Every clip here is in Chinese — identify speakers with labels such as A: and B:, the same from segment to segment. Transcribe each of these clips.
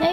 A: 哎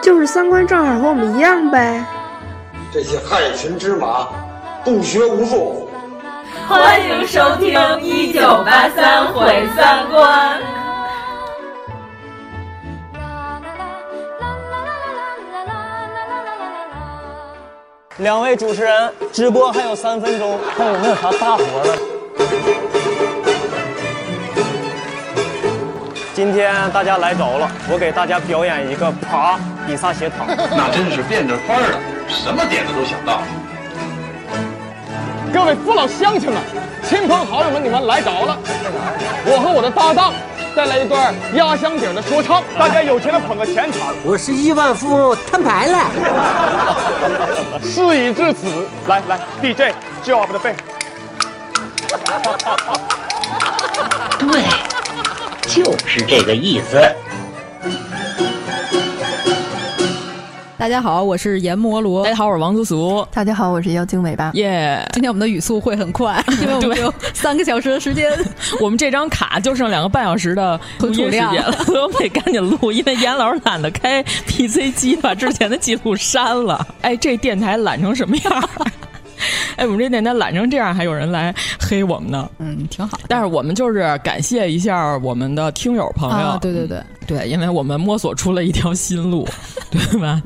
B: 就是三观正好和我们一样呗。
C: 这些害群之马，不学无术。
D: 欢迎收听《一九八三毁三观》。
E: 两位主持人，直播还有三分钟，看有没有啥大活的。今天大家来着了，我给大家表演一个爬比萨斜塔，
F: 那真是变着法儿的，什么点子都想到。
E: 各位父老乡亲们、亲朋好友们，你们来着了！我和我的搭档带来一段压箱底的说唱，大家有钱的捧个钱场。
G: 我是亿万富翁，摊牌了。
E: 事已至此，来来，DJ job 的背。
H: 对，就是这个意思。
I: 大家好，我是阎摩罗。
J: 大家好，我是王苏苏。
A: 大家好，我是妖精尾巴。
J: 耶、
I: yeah！今天我们的语速会很 快，因为我们有三个小时的时间。
J: 我们这张卡就剩两个半小时的录音时间了， 我们得赶紧录，因为严老师懒得开 PC 机，把之前的记录删了。 哎，这电台懒成什么 样？哎，我们这电台懒成这样，还有人来黑我们呢。
I: 嗯，挺好。
J: 但是我们就是感谢一下我们的听友朋友。嗯
I: 啊、对对对
J: 对，因为我们摸索出了一条新 路，对吧？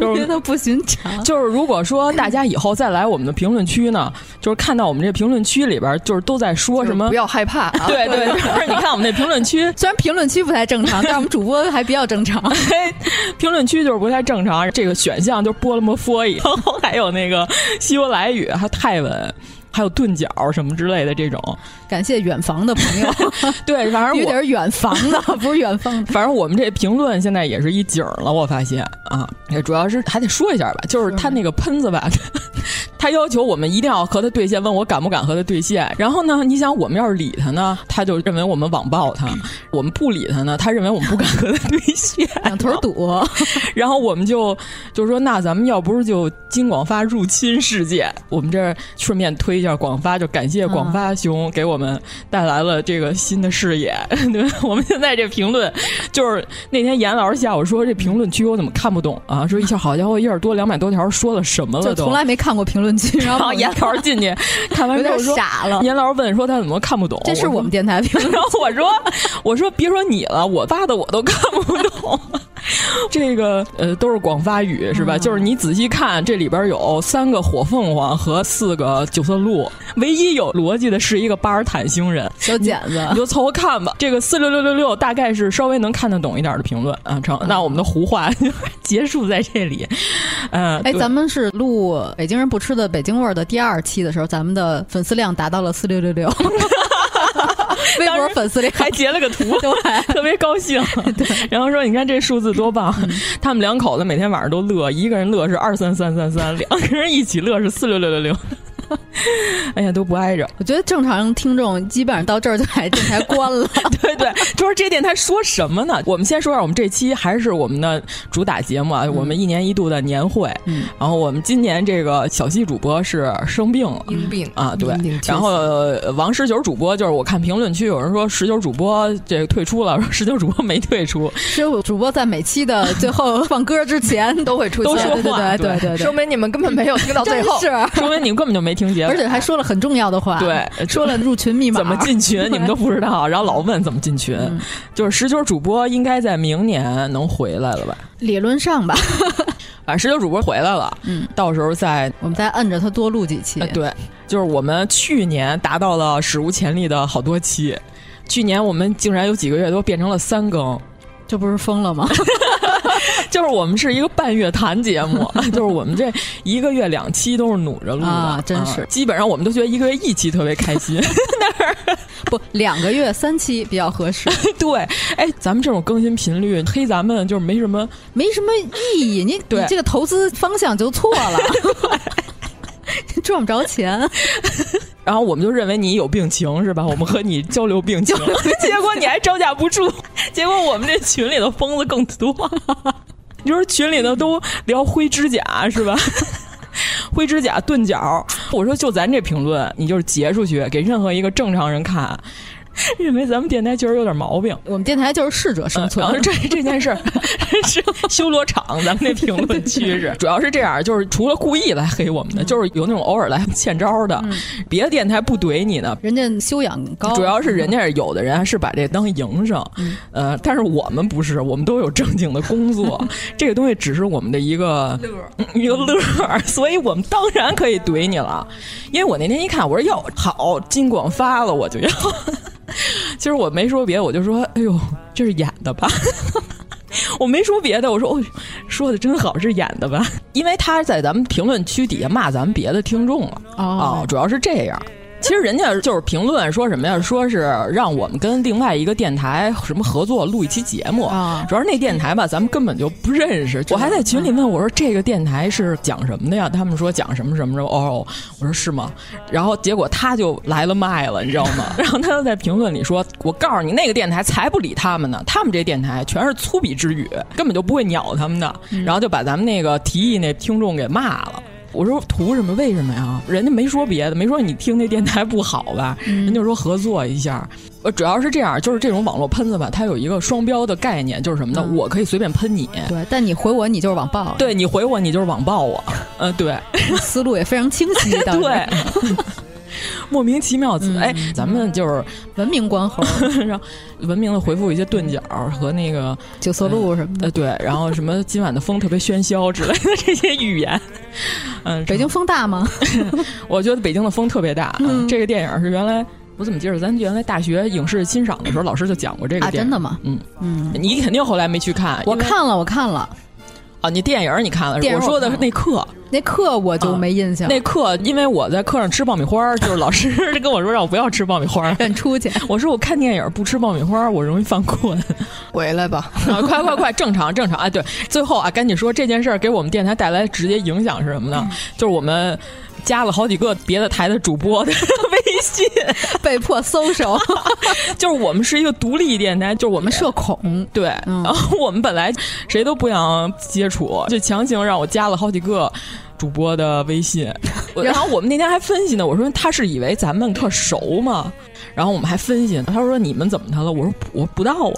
I: 就是都不寻常。
J: 就是如果说大家以后再来我们的评论区 呢，就是看到我们这评论区里边就是都在说什么，就是、
I: 不要害怕、啊。
J: 对对，就是你看我们那评论区，
I: 虽然评论区不太正常，但我们主播还比较正 常。
J: 哎、评论区就是不太正常，这个选项就波了么佛一， 然后还有那个希伯来语。还有泰文，还有钝角什么之类的这种，
I: 感谢远房的朋 友。
J: 对，反正
I: 有点远房的，不是远方的。
J: 反正我们这评论现在也是一景了，我发现啊，也主要是还得说一下吧，就是他那个喷子吧， 他要求我们一定要和他对线，问我敢不敢和他对线。然后呢，你想我们要是理他呢，他就认为我们网暴他；我们不理他呢，他认为我们不敢和他对线，
I: 两头堵。
J: 然后我们就就说，那咱们要不是就金广发入侵事件，我们这顺便推一下广发，就感谢广发兄给我们带来了这个新的视野。 对，我们现在这评论就是那天严老师下午说这评论区我怎么看不懂啊？说一下好家伙，一点多两百多条，说了什么了都？
I: 就从来没看过评论 区，然后
J: 严老师进去看完之后说
I: 傻了。
J: 严老师问说他怎么看不懂？
I: 这是我们电台评论。
J: 然后我说我说别说你了，我发的我都看不懂。这个呃都是广发语是吧、嗯？就是你仔细看，这里边有三个火凤凰和四个九色鹿，唯一有逻辑的是一个巴尔坦星 人
I: 小剪子，
J: 你就凑合看吧。这个四六六六六大概是稍微能看得懂一点的评论啊。成，那我们的胡话就结束在这里。呃，
I: 哎，咱们是录北京人不吃的北京味儿的第二期的时候，咱们的粉丝量达到了四六六 六。微博粉丝里
J: 还截了个 图，特别高兴。
I: 对，
J: 然后说：“你看这数字多棒！”嗯、 他们两口子每天晚上都乐，一个人乐是二三三三三，两个人一起乐是四六六六六。 哎呀，都 不挨着。
I: 我觉得正常听众基本上到这儿就把电台关了。
J: 对对，就是这电台说什么呢？我们先说下，我们这期还是我们的主打节目啊，嗯、我们一年一度的年会。嗯。然后我们今年这个小西主播是生病了，
I: 因病
J: 啊，对。然后、呃、王十九主播就是我看评论区有人说十九主播这个退出了，说十九主播没退出。
I: 十九主播在每期的最后放歌之前
A: 都会出
J: 都说
I: 话，对对对，
A: 说明你们根本没有听到最后，
I: 是
J: 说明你们根本就没。听节目，
I: 而且还说了很重要的话，呃
J: 对，
I: 说了入群密码
J: 怎么 进群，你们都不知道，然后老问怎么进群，嗯、就是十九主播应该在明年能回来了吧？
I: 理论上吧。
J: 啊，十九主播回来了，嗯，到时候再
I: 我们再摁着他多录几 期、
J: 呃。对，就是我们去年达到了史无前例的好多期，去年我们竟然有几个月都变成了三更，
I: 这不是疯了吗？
J: 就是我们是一个半月谈节 目，就是我们这一个月两期都是努着录的，
I: 啊、真是、
J: 啊。基本上我们都觉得一个月一期特别开心，但是
I: 不，两个月三期比较合适。
J: 对，哎，咱们这种更新频率黑咱们就是没什么
I: 没什么意义，你你这个投资方向就错了， 赚不着钱。
J: 然后我们就认为你有病情是吧？我们和你交流病情，结果你还招架不住， 结果我们这群里的疯子更多。 你说群里头都聊灰指甲是吧？ 灰指甲、钝角，我说就咱这评论，你就是截出去给任何一个正常人看，认为咱们电台确实有点毛病。
I: 我们电台就是适者生存，
J: 嗯、 这这件事是修罗场。咱们这评论区是主要是这样，就是除了故意来黑我们的，嗯、就是有那种偶尔来欠招的，嗯、别的电台不怼你的，
I: 人家修养高。
J: 主要是人家有的人还是把这当营生，呃，但是我们不是，我们都有正经的工 作，这个东西只是我们的一个嗯一个乐，所以我们当然可以怼你了。因为我那天一看，我说哟，好，金广发了，我就要。 其实我没说别的，我就说，哎呦，这是演的吧？ 我没说别的，我说哦，说的真好，是演的吧？因为他在咱们评论区底下骂咱们别的听众了哦，主要是这样。其实人家就是评论说什么呀？说是让我们跟另外一个电台什么合作录一期节目啊。主要是那电台吧，咱们根本就不认识。我还在群里问我说：“这个电台是讲什么的呀？”他们说讲什么什么什么。哦，我说是吗？然后结果他就来了麦了，你知道吗？然后他就在评论里说：“我告诉你，那个电台才不理他们呢，他们这电台全是粗鄙之语，根本就不会鸟他们的。”然后就把咱们那个提议那听众给骂了。我说图什么？为什么呀？人家没说别的，没说你听那电台不好吧？嗯、人就说合作一下。呃，主要是这样，就是这种网络喷子吧，他有一个双标的概念，就是什么呢？嗯、我可以随便喷你，
I: 对，但你回我，你就是网暴。
J: 对你回我，你就是网暴 我。呃，对，
I: 思路也非常清晰。
J: 对， 莫名其妙。嗯、哎，咱们就是
I: 文明关喉，
J: 然后文明的回复一些钝角和那个
I: 九色鹿什么的。
J: 呃，对，然后什么今晚的风特别喧嚣之类的这些语言。嗯，
I: 北京风大 吗？
J: 我觉得北京的风特别大。嗯、这个电影是原来我怎么记得，咱原来大学影视欣赏的时候，老师就讲过这个电
I: 影。啊、真的吗？
J: 嗯嗯，你肯定后来没去看。
I: 我看了，我看了。
J: 啊，你电影你看了？
I: 电
J: 我说的那课，
I: 那课我就没印象。
J: 啊那课因为我在课上吃爆米花，就是老师 跟我说让我不要吃爆米花，
I: 让出去。
J: 我说我看电影不吃爆米花，我容易犯困。 啊
A: 回来吧，
J: 快快快，正常正常。哎，对，最后啊，赶紧说这件事儿给我们电台带来直接影响是什么呢？
I: 嗯
J: 就是我们加了好几个别的台的主播的 微信，
I: 被迫搜 手。
J: 就是我们是一个独立电台，就是我们
I: 社恐，
J: 对。然后我们本来谁都不想接。处就强行让我加了好几个主播的微信，然后我们那天还分析呢，我说他是以为咱们特熟嘛，然后我们还分析，他说你们怎么他了？我说我不到啊。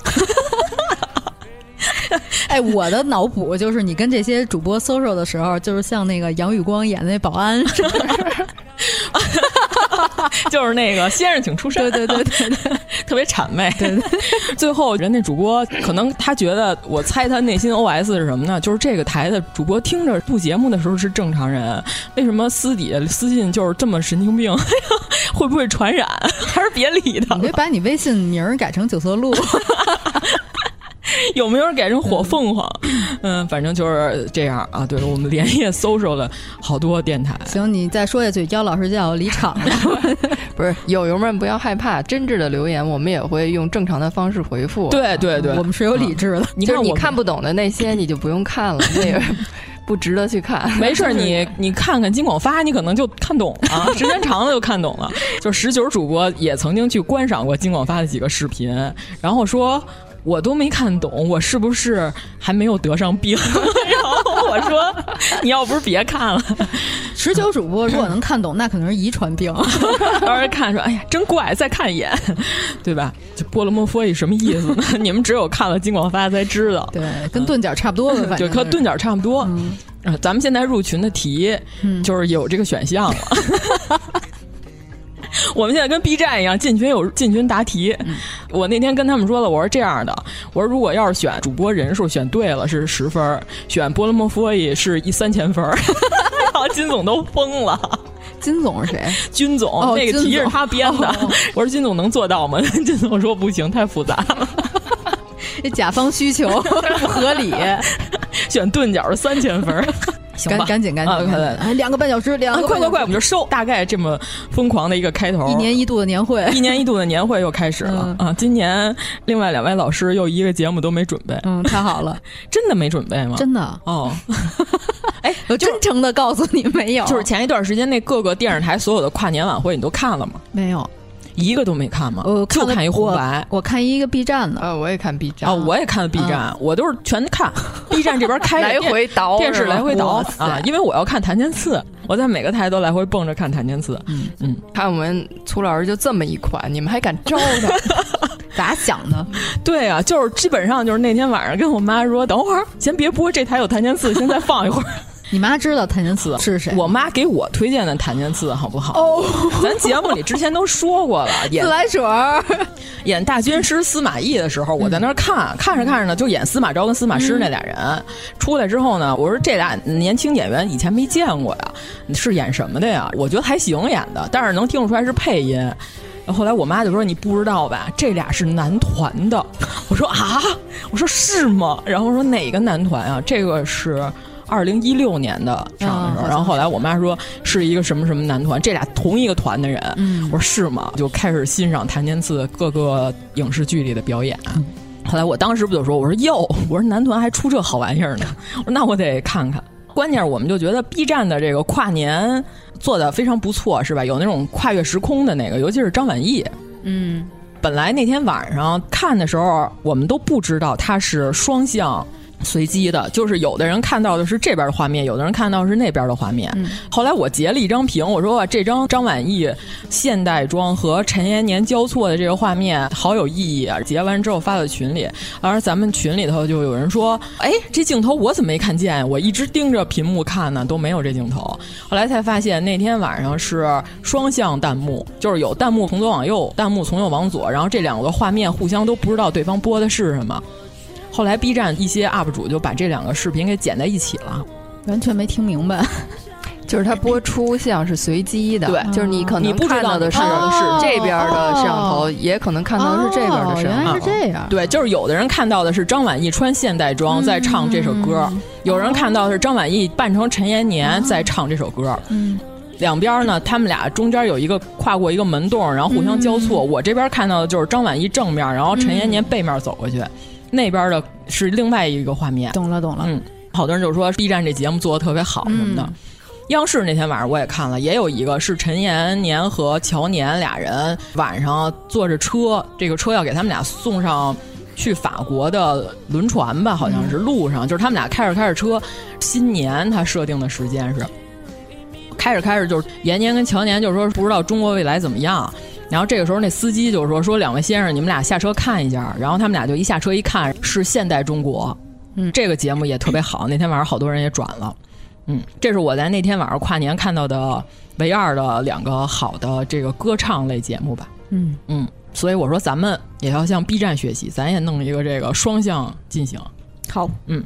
I: 哎，我的脑补就是你跟这些主播搜搜的时候，就是像那个杨宇光演那保安，是不 是？
J: 就是那个先生请出山，
I: 对对对对对，
J: 特别谄媚。
I: 对,对，
J: 最后人那主播可能他觉得，我猜他内心 OS 是什么呢？就是这个台的主播听着录节目的时候是正常人，为什么私底下私信就是这么神经病？ 会不会传染？ 还是别理他。
I: 你别把你微信名改成九色 鹿。
J: 有没有改成火凤凰？嗯,嗯，反正就是这样啊。对我们连夜搜索了好多电台。
I: 行，你再说下去，妖老师就要离场了。
A: 不是，友友们不要害怕，真挚的留言我们也会用正常的方式回复。
J: 对 对对，
I: 我们是有理智的。嗯、
J: 你看
A: 你看不懂的那些，你就不用看了， 那个 不值得去看。
J: 没事，你你看看金广发，你可能就看懂了、啊。时间长了就看懂了。就十九主播也曾经去观赏过金广发的几个视频，然后说。我都没看懂，我是不是还没有得上病？ 然后我说，你要不是别看了。
I: 十九主播如果能看懂，那可能是遗传 病。
J: 当时看说，哎呀，真怪，再看一眼，对吧？这波罗莫佛语什么意思呢？ 你们只有看了金广发才知道。
I: 对，跟钝角差不多吧， 反正
J: 对，和钝角差不多。嗯、啊，咱们现在入群的题、嗯、就是有这个选项了。我们现在跟 B 站一样，进群有进群答题。嗯、我那天跟他们说了，我说这样的，我说如果要是选主播人数选对了是十分，选波罗莫佛伊是一三千分， 然后金总都疯了。
I: 金总是谁？
J: 军总，
I: 哦、
J: 那个题是他编的。哦、我说金总能做到吗？ 金总说不行，太复杂了。
I: 这甲方需求不合理，
J: 选钝角是三千分。行吧，
I: 赶紧赶紧
J: 啊
I: 赶紧
J: 快
I: 啊两个半小时，两个半
J: 快快
I: 小时
J: 快，我们就收。大概这么疯狂的一个开头，
I: 一年一度的年 会，
J: 一年一度的年会又开始了、啊！今年另外两位老师又一个节目都没准备，
I: 嗯，太好了，
J: 真的没准备吗？
I: 真的
J: 哦，
I: 哎，我真诚的告诉你，没有，
J: 就是前一段时间那各个电视台所有的跨年晚会，你都看了吗？
I: 没有，
J: 一个都没看吗？
I: 我
J: 就
I: 了
J: 看一红白。
I: 我，我看一个 B 站的，
A: 啊，我也看 B 站
J: 啊，我也看了 B 站，我都是全看 B 站这边开着
A: 来
J: 电
A: 回倒
J: 电视
A: 是吧
J: 来回
A: 哇
J: 倒
A: 塞
I: 哎
J: 啊，因为我要看谭健次，我在每个台都来回蹦着看谭健次。嗯嗯，
A: 看我们粗老师就这么一款，你们还敢招 他？
I: 咋想的？
J: 对啊，就是基本上就是那天晚上跟我妈说，等会儿先别播，这台有谭健次，先再放一会儿。
I: 你妈知道谭健次 是谁？
J: 我妈给我推荐的谭健次，好不好？
I: 哦，
J: 咱节目里之前都 说过了，演
I: 自来水儿，
J: 演大军师司马懿的时候，我在那儿看，看着看着呢，就演司马昭跟司马师那俩人、出来之后呢，我说这俩年轻演员以前没见过呀，你是演什么的呀？我觉得还行演的，但是能听出来是配音。然后后来我妈就说：“你不知道吧？这俩是男团的。”我说：“啊，我说是吗？”然后说哪个男团啊？这个是二零一六年的上的时候。
I: 啊
J: 然后后来我妈说是一个什么什么男团，这俩同一个团的人。
I: 嗯
J: 我说是吗？就开始欣赏谭健次各个影视剧里的表演。后来我当时不就说，我说哟，我说男团还出这好玩意儿呢，我说那我得看看。关键是我们就觉得 B 站的这个跨年做的非常不错，是吧？有那种跨越时空的那个，尤其是张晚意。
I: 嗯，
J: 本来那天晚上看的时候，我们都不知道它是双向随机的，就是有的人看到的是这边的画面，有的人看到的是那边的画面。后来我截了一张屏，我说哇这张张晚意现代装和陈延年交错的这个画面好有意义啊！截完之后发到群里，而咱们群里头就有人说，哎，这镜头我怎么没看见？我一直盯着屏幕看呢，都没有这镜头。后来才发现那天晚上是双向弹幕，就是有弹幕从左往右，弹幕从右往左，然后这两个画面互相都不知道对方播的是什么。后来 B 站一些 UP 主就把这两个视频给剪在一起了。
I: 完全没听明白。
A: 就是它播出像是随机的，
J: 对
A: 就是你可能
J: 你哦不知道
A: 看到的是
J: 你看到的
I: 哦
J: 是
A: 这边的摄像头，
J: 哦
A: 也可能看到的是这边的摄
I: 哦
J: 嗯
A: 像头。
I: 样
J: 对，就是有的人看到的是张晚意穿现代
I: 嗯
J: 装在唱这首歌，有人看到的是张晚意扮成陈延年在唱这首歌。
I: 嗯，
J: 两边呢，他们俩中间有一个跨过一个门洞，然后互相
I: 嗯
J: 交错。我这边看到的就是张晚意正面，然后陈延年背面走过去，那边的是另外一个画面。
I: 懂了懂了。
J: 嗯，好多人就说 B 站这节目做的特别好什么的。央视那天晚上我也看了，也有一个是陈延年和乔年俩人晚上坐着车，这个车要给他们俩送上去法国的轮船吧，好像是路上，就是他们俩开着开着车，新年他设定的时间是。开着开着就是延年跟乔年就说不知道中国未来怎么样，然后这个时候那司机就说说两位先生你们俩下车看一下，然后他们俩就一下车一看是现代中国，
I: 嗯，
J: 这个节目也特别好，那天晚上好多人也转了，嗯，这是我在那天晚上跨年看到的唯二的两个好的这个歌唱类节目吧，
I: 嗯
J: 嗯，所以我说咱们也要向 B 站学习，咱也弄一个这个双向进行，
I: 好，
J: 嗯，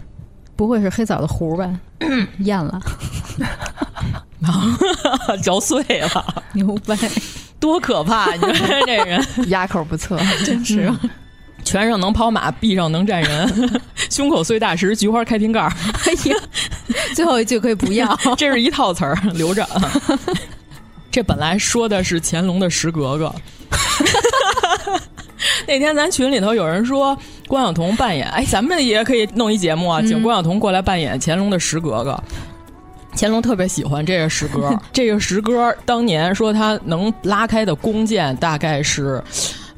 I: 不会是黑枣的核吧？
A: 嗯
I: 咽了，
J: 嚼碎 了，
I: 牛掰！
J: 多可怕！你说这人。
A: 哑口不测，
J: 真是。拳上能跑马，臂上能站人， 胸口碎大石，菊花开瓶盖。 哎呀，
I: 最后一句可以不 要，
J: 这是一套词儿，留着。这本来说的是乾隆的石格 格。那天咱群里头有人说关晓彤扮演，哎，咱们也可以弄一节目啊，请关晓彤过来扮演乾隆的石格格。乾隆特别喜欢这个石歌，这个石歌当年说他能拉开的弓箭大概是。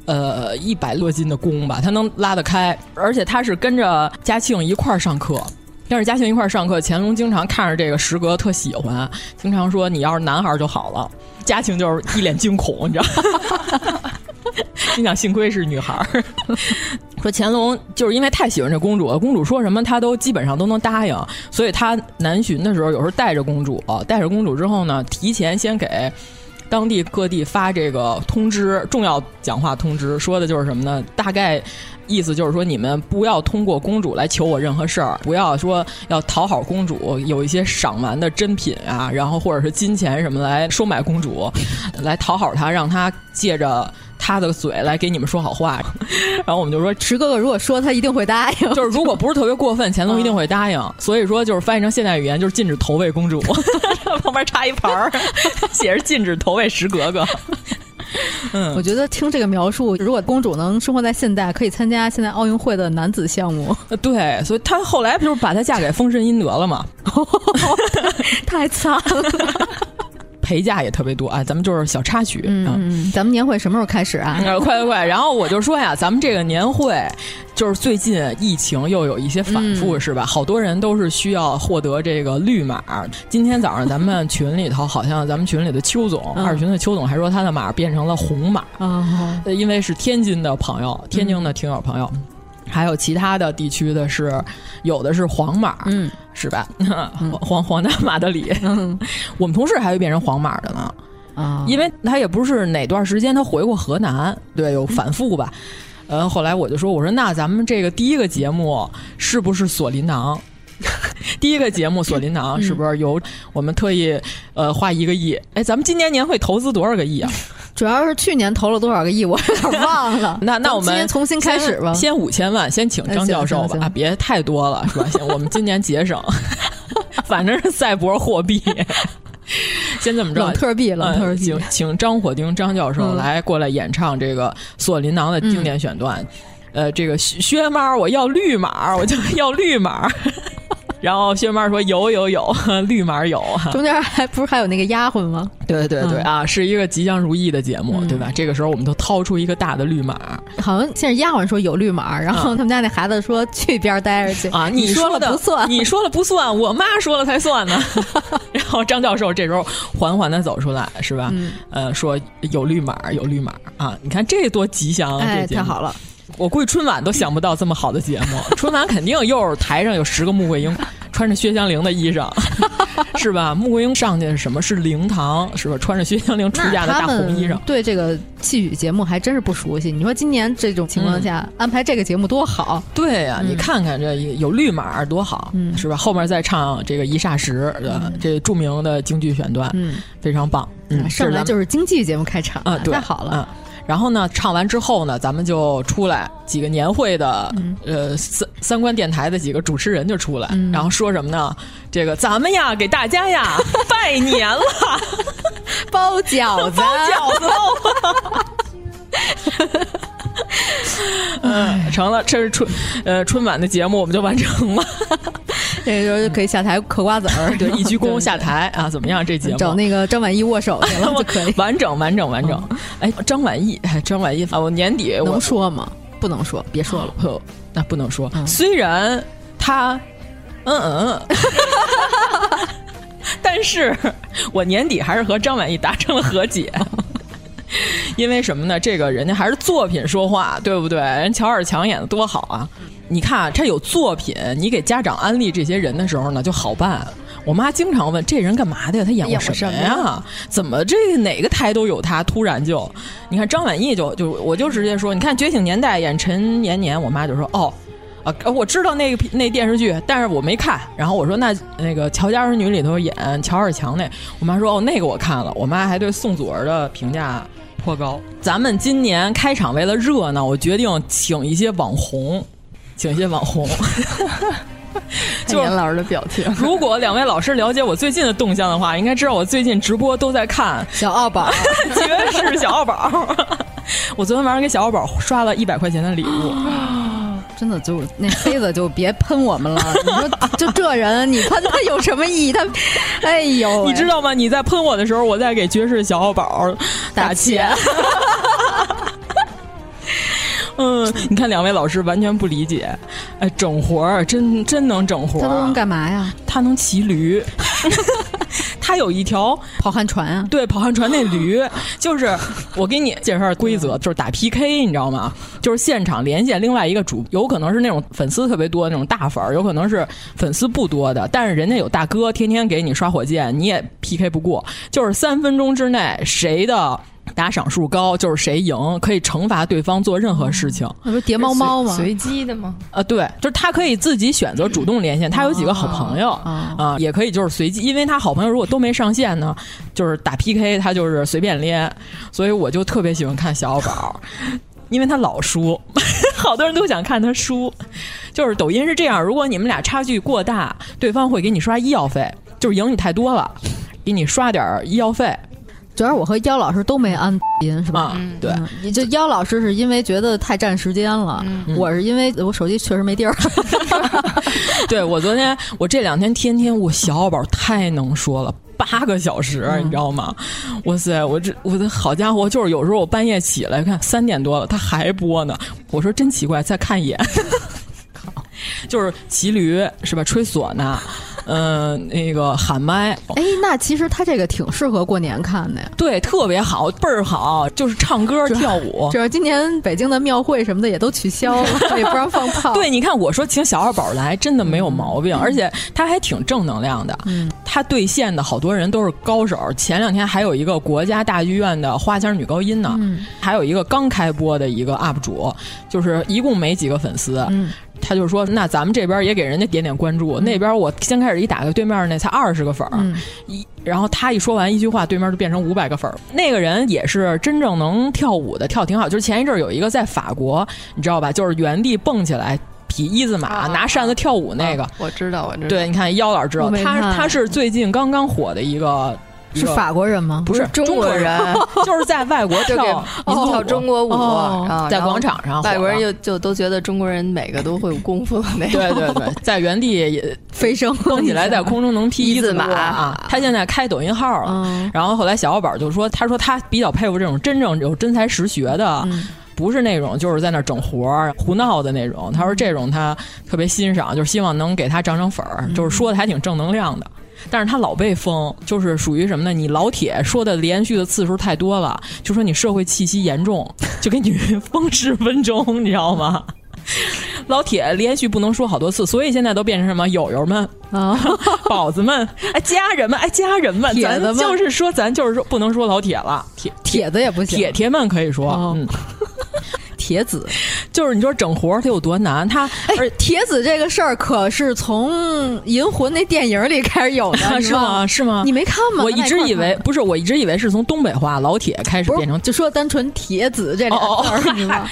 J: 呃，一百多斤的弓吧，他能拉得开，而且他是跟着嘉庆一块儿上课。要是嘉庆一块儿上课，乾隆经常看着这个石格特喜欢，经常说你要是男孩儿就好了。嘉庆就是一脸惊恐，你知道吗？ 心想幸亏是女孩儿。 说乾隆就是因为太喜欢这公主了，公主说什么他都基本上都能答应，所以他南巡的时候有时候带着公主，带着公主之后呢，提前先给当地各地发这个通知，重要讲话通知，说的就是什么呢？大概意思就是说，你们不要通过公主来求我任何事儿，不要说要讨好公主，有一些赏玩的珍品啊，然后或者是金钱什么来收买公主，来讨好她，让她借着。他的嘴来给你们说好话。 然后我们就说，
I: 池哥哥如果说他一定会答应，
J: 就是如果不是特别过分，乾隆一定会答应。所以说，就是翻译成现代语言就是禁止投喂公主， 旁边插一牌儿， 写着禁止投喂石格格。
I: 嗯，我觉得听这个描述，如果公主能生活在现代，可以参加现在奥运会的男子项 目。
J: 对，所以她后来不就是把她嫁给封神英德了 吗？
I: 太惨了。
J: 陪嫁也特别多啊，咱们就是小插曲。啊
I: 嗯，咱们年会什么时候开始啊？
J: 嗯、快快快！然后我就说呀，咱们这个年会就是最近疫情又有一些反复，嗯、是吧？好多人都是需要获得这个绿码。今天早上咱们群里头，好像咱们群里的邱总，嗯、二群的邱总还说他的码变成了红码，因为是天津的朋友，天津的听友朋友。还有其他的地区的是，有的是黄码，嗯，是 吧？嗯、黄黄大马德里，嗯、 我们同事还会变成黄码的呢，
I: 哦
J: 啊、嗯，因为他也不是哪段时间他回过河南，对，有反复吧。呃，后来我就说，我说那咱们这个第一个节目是不是锁麟囊？ 第一个节目《锁麟囊》是不是由我们特意呃花一个亿？哎，咱们今年年会投资多少个亿啊？
I: 主要是去年投了多少个亿，我有点忘了。
J: 那那我们
I: 今年重新开始吧，
J: 先五千万，先请张教授吧，啊、别太多了，是吧？先我们今年节省， 反正是赛博货币。 先这么着，呃
I: 冷特币，冷特币，
J: 请请张火丁张教授来过来演唱这个《锁麟囊》的经典选嗯段。嗯、呃，这个薛妈，我要绿码，我就要绿码。 然后薛妈说有有有绿码有，
I: 中间还不是还有那个丫鬟吗？
J: 对对对、嗯、啊，是一个吉祥如意的节目，嗯、对吧？这个时候我们都掏出一个大的绿码，
I: 好像先是丫鬟说有绿码，然后他们家那孩子说去一边待着 去
J: 嗯啊，你
I: 说
J: 了
I: 不算，
J: 你说了不算，我妈说了才算呢。 然后张教授这时候缓缓的走出来，是吧？嗯、呃，说有绿码有绿码啊，你看这多吉祥，啊
I: 哎，
J: 这
I: 太好了。
J: 我估计春晚都想不到这么好的节目， 春晚肯定又是台上有十个穆桂英， 穿着薛湘灵的衣裳， 是吧？穆桂英上去是什么？是灵堂，是吧？穿着薛湘灵出嫁的大红衣裳。
I: 对这个戏曲节目还真是不熟悉。你说今年这种情况下、嗯、安排这个节目多好？
J: 对呀、啊，嗯、你看看这有绿码多好，嗯、是吧？后面再唱这个一霎时，呃这著名的京剧选段，
I: 嗯
J: 非常棒。
I: 啊上来嗯就是京剧节目开场
J: 嗯啊，对
I: 太好了。
J: 然后呢，唱完之后呢，咱们就出来几个年会的，嗯、呃，三三观电台的几个主持人就出来，嗯、然后说什么呢？这个咱们呀，给大 家呀拜年了，
I: 包饺子，
J: 嗯 包饺子 喽。
I: 哎
J: 嗯， 成了，这是春呃春晚的节目，我们就完 成了。
I: 这时候就可以下台嗑瓜子儿， 嗯
J: 对，一鞠躬下台啊，怎么样？这节目
I: 找那个张晚意握手去 了就可以，
J: 完整完整完整。哎，张晚意，张晚意啊，我年底
I: 能说吗？不能说，别说 了，
J: 哦那不能说。嗯虽然他，嗯嗯， 但是我年底还是和张晚意达成了和解。因为什么呢？这个人家还是作品说话，对不对？人乔二强演的多好啊！你看他有作品，你给家长安利这些人的时候呢，就好办。我妈经常问这人干嘛的呀？他演过什么呀？么呀怎么这个哪个台都有他？突然就，你看张晚意就就我就直接说，你看《觉醒年代》演陈延年，我妈就说哦。啊，我知道那个那电视剧，但是我没看。然后我说那那个《乔家儿女》里头演乔二强那，我妈说哦那个我看了。我妈还对宋祖儿的评价颇高。咱们今年开场为了热闹，我决定请一些网红，请一些网红。
A: 就严老师的表情。
J: 如果两位老师了解我最近的动向的话，应该知道我最近直播都在看
I: 小奥宝，
J: 绝世小奥宝。 我昨天晚上给小奥宝刷了一百块钱的礼物。
I: 真的就那黑子就别喷我们了，你说就这人，你看他有什么意义？他，哎呦，
J: 你知道吗？你在喷我的时候，我在给爵士小奥宝
I: 打
J: 钱。 嗯，你看两位老师完全不理解，哎，整活儿真真能整活儿。啊
I: 他都能干嘛呀？
J: 他能骑驴。 他有一条
I: 跑旱船啊，
J: 对，跑旱船那 驴就是我给你介绍规
I: 嗯
J: 则，就是打 PK，你知道吗？就是现场连线另外一个主，有可能是那种粉丝特别多那种大粉儿，有可能是粉丝不多的，但是人家有大哥天天给你刷火箭，你也 PK 不过。就是三分钟之内谁的打赏数高，就是谁赢可以惩罚对方做任何事情。
I: 那不是叠猫猫吗？
A: 随机的吗？
J: 啊，对，就是他可以自己选择主动连线，他有几个好朋友啊，也可以就是随机，因为他好朋友如果都没上线呢，就是打 PK，他就是随便连。所以我就特别喜欢看小宝，因为他老输， 好多人都想看他输。就是抖音是这样，如果你们俩差距过大，对方会给你刷医药费，就是赢你太多了，给你刷点医药费。
I: 主要我和妖老师都没安音是
A: 啊
I: 吧？
J: 嗯、对，
I: 你、嗯、就妖老师是因为觉得太占时间了，嗯、我是因为我手机确实没地儿。
J: 对我昨天我这两天天天我小宝太能说了，八个小时你知道吗？哇塞，我这我的好家伙，就是有时候我半夜起来看三点多了，他还播呢，我说真奇怪，再看一眼。 就是骑驴是吧？吹唢呐，嗯、呃，那个喊麦。
I: 哎，那其实他这个挺适合过年看的呀。
J: 对，特别好，倍儿好，就是唱歌跳舞。
A: 哦
I: 主要今年北京的庙会什么的也都取消了， 也不让放炮。
J: 对，你看我说请小二宝来，真的没有毛病，嗯、而且他还挺正能量的。嗯，他对线的好多人都是高手。前两天还有一个国家大剧院的花腔女高音呢，嗯、还有一个刚开播的一个 UP 主，就是一共没几个粉丝。嗯。他就说：“那咱们这边也给人家点点关注，嗯、那边我先开始一打开，对面那才二十个粉儿，一、嗯、然后他一说完一句话，对面就变成五百个粉儿。那个人也是真正能跳舞的，跳挺好。就是前一阵有一个在法国，你知道吧？就是原地蹦起来。”匹一字马、啊、拿扇子跳舞那个，啊、
A: 我知道，我知道。
J: 对，你看妖老师知道，他他是最近刚刚火的一个。”
I: 是法国人吗？
J: 不是
A: 中国人，
J: 就是在外国 跳哦
A: 跳中国舞啊，
J: 在广场上，
A: 外国人就就都觉得中国人每个都会功夫那样。
J: 对对 对，在原地也
I: 飞升，
J: 蹦起来在空中能劈
A: 一
J: 字
A: 马
J: 啊！他现在开抖音号了，然后后来小老板就说，他说他比较佩服这种真正有真才实学的。不是那种就是在那整活儿胡闹的那种，他说这种他特别欣赏，就是希望能给他涨涨粉儿，就是说的还挺正能量的。但是他老被封，就是属于什么呢？你老铁说的连续的次数太多了，就说你社会气息严重，就给你 封十分钟，你知道吗？老铁连续不能说好多次，所以现在都变成什么友友们啊、 宝子们、哎家人们、哎家人们，咱就是说，咱就是说不能说老铁了，铁
I: 铁子也不行，
J: 铁铁们可以说，哦、嗯。
I: 铁子，
J: 就是你说整活儿他有多难？他
I: 哎，铁子这个事儿可是从《银魂》那电影里开始有 的，
J: 是吗？是吗？
I: 你没看吗？
J: 我一直以为不是，我一直以为是从东北话“老铁”开始变成，
I: 就说单纯“铁子”这俩字儿， 你知道？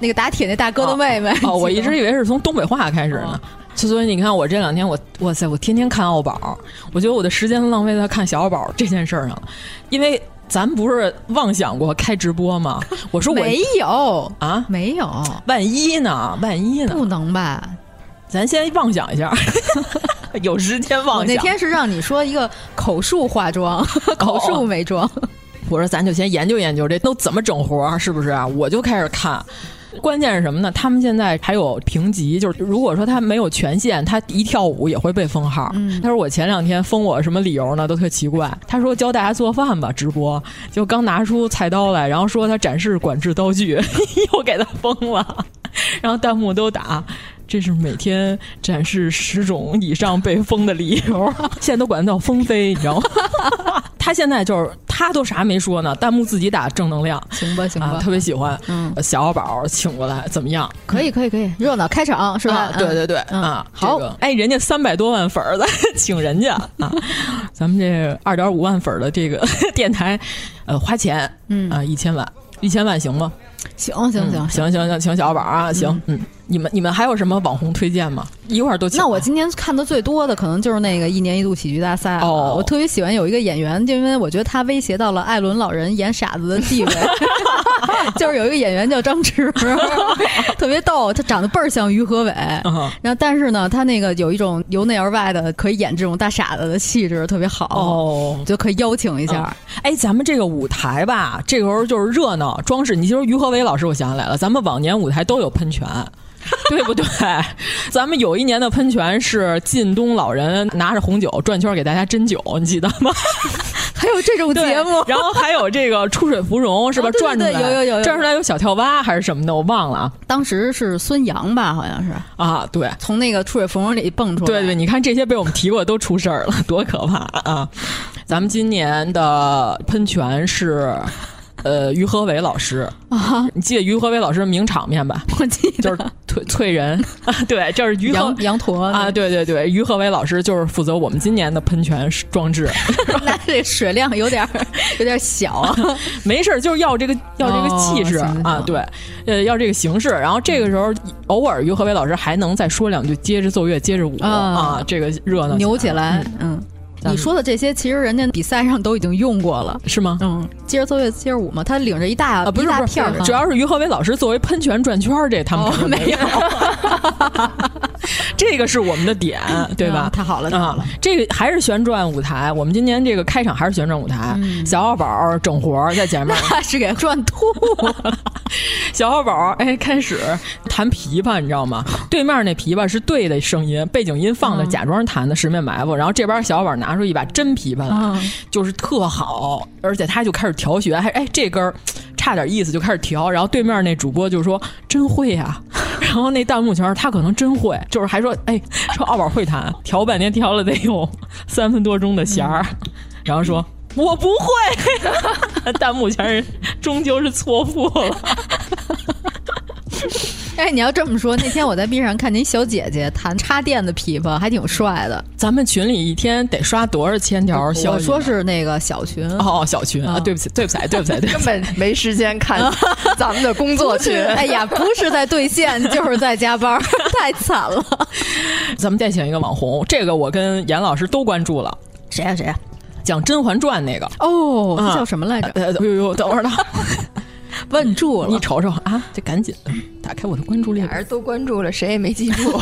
I: 那个打铁那大哥的妹妹
J: 哦，我一直以为是从东北话开始
I: 哦
J: 呢。就所以你看，我这两天我哇塞，我天天看奥宝，我觉得我的时间浪费在看小奥宝这件事儿上了，因为。咱不是妄想过开直播吗？我说我
I: 没有
J: 啊，
I: 没有。
J: 万一呢？万一呢？
I: 不能吧？
J: 咱先妄 想一下，有时间妄想。我
I: 那天是让你说一个口述化妆， 口述美妆。
J: 哦、我说咱就先研究研究这都怎么整活，是不是、啊？我就开始看。关键是什么呢？他们现在还有评级，就是如果说他没有权限，他一跳舞也会被封号。嗯、他说我前两天封我什么理由呢？都特奇怪。他说教大家做饭吧，直播就刚拿出菜刀来，然后说他展示管制刀具， 又给他封了。然后弹幕都打。这是每天展示十种以上被封的理由， 现在都管他叫“封飞”，你知道吗？ 他现在就是他都啥没说呢，弹幕自己打正能量，
I: 行吧行吧、
J: 啊，特别喜欢。嗯，小宝请过来怎么样？
I: 可以可以可以，热闹开场是吧、啊？
J: 对对对、嗯、啊，
I: 好，
J: 这个、哎，人家三百多万粉儿的， 请人家 啊，咱们这二点五万粉儿的这个 电台，呃，花钱，嗯啊，一千万，一千万行吗？
I: 行行行
J: 行行行，请小宝啊，行，嗯，你们你们还有什么网红推荐吗？一会儿都。
I: 那我今天看的最多的可能就是那个一年一度喜剧大赛哦，我特别喜欢有一个演员，就因为我觉得他威胁到了艾伦老人演傻子的地位， 就是有一个演员叫张弛， 特别逗，他长得倍儿像于和伟，
J: 嗯
I: 然后但是呢，他那个有一种由内而外的可以演这种大傻子的气质，特别好哦，就可以邀请一下。
J: 哎，咱们这个舞台吧，这个时候就是热闹装饰，你就是于和伟。老师，我想起来了，咱们往年舞台都有 喷泉，对不对？咱们有一年的喷泉是靳东老人拿着红酒转圈给大家斟酒，你记得 吗？
I: 还有这种节目，哦
J: 然后还有这个出水芙蓉是吧？转出来
I: 有有有
J: 转出来有小跳蛙还是什么的，我忘了啊。
I: 当时是孙杨吧，好像是
J: 啊，对，
I: 从那个出水芙蓉里蹦出来。
J: 对对，你看这些被我们提过都出事 儿了，多可怕啊！咱们今年的喷泉是。呃于和伟老师
I: 啊，
J: 你记得于和伟老师的名场面吧？
I: 我记得
J: 就是退退人，啊对，就是于和
I: 羊驼
J: 啊，对对对，于和伟老师就是负责我们今年的喷泉装置。
I: 那这水量有点有点小啊，
J: 没事，就是要这个要这个气质、
I: 哦、
J: 啊，对，呃，要这个形式。然后这个时候，偶尔于和伟老师还能再说两句，接着奏乐，接着舞、嗯、啊，这个热闹
I: 扭起来，嗯。嗯你说的这些，其实人家比赛上都已经用过了，
J: 是吗？
I: 嗯，接着奏乐，接着舞嘛。他领着一大、
J: 啊、不
I: 一
J: 是
I: 大片儿，
J: 主 要是于和伟老师作为喷泉转圈儿，这他们、
I: 哦、
J: 没有。 这个是我们的点，对吧？
I: 啊、太好了，太好了、嗯。
J: 这个还是旋转舞台，我们今年这个开场还是旋转舞台。嗯、小奥宝整活儿在前面，
I: 是给转吐。
J: 小奥宝哎，开始弹琵琶，你知道吗？对面那琵琶是对的声音，背景音放的，嗯、假装弹的《十面埋伏》，然后这边小奥宝拿。拿出一把真琵琶来，嗯、就是特好，而且他就开始调弦，还哎这根儿差点意思，就开始调。然后对面那主播就说真会呀、啊， 然后那弹幕全是他可能真会，就是还说哎说奥宝会弹，调半天调了得有三分多钟的弦儿，嗯、 然后说我不会， 弹幕全是终究是错付了。
I: 哎，你要这么说，那天我在 B 上看您小姐姐弹插电的琵琶，还挺帅的。
J: 咱们群里一天得刷多少千条消息？
I: 我说嗯是那个小群
J: 哦，小群啊，对不起，对不起， 对不起，
A: 根本 没时间看咱们的工作群。
I: 哎呀，不是在兑现，就是在加班， 太惨了。
J: 咱们再请一个网红，这个我跟严老师都关注了。
I: 谁啊呀？谁呀？
J: 讲《甄嬛传》那个
I: 哦，他叫什么来着？
J: 哎呦呦，等会儿呢。
I: 问住了，嗯
J: 你瞅瞅啊，这赶紧打开我的关注列
A: 表。俩人都关注了，谁也没记住。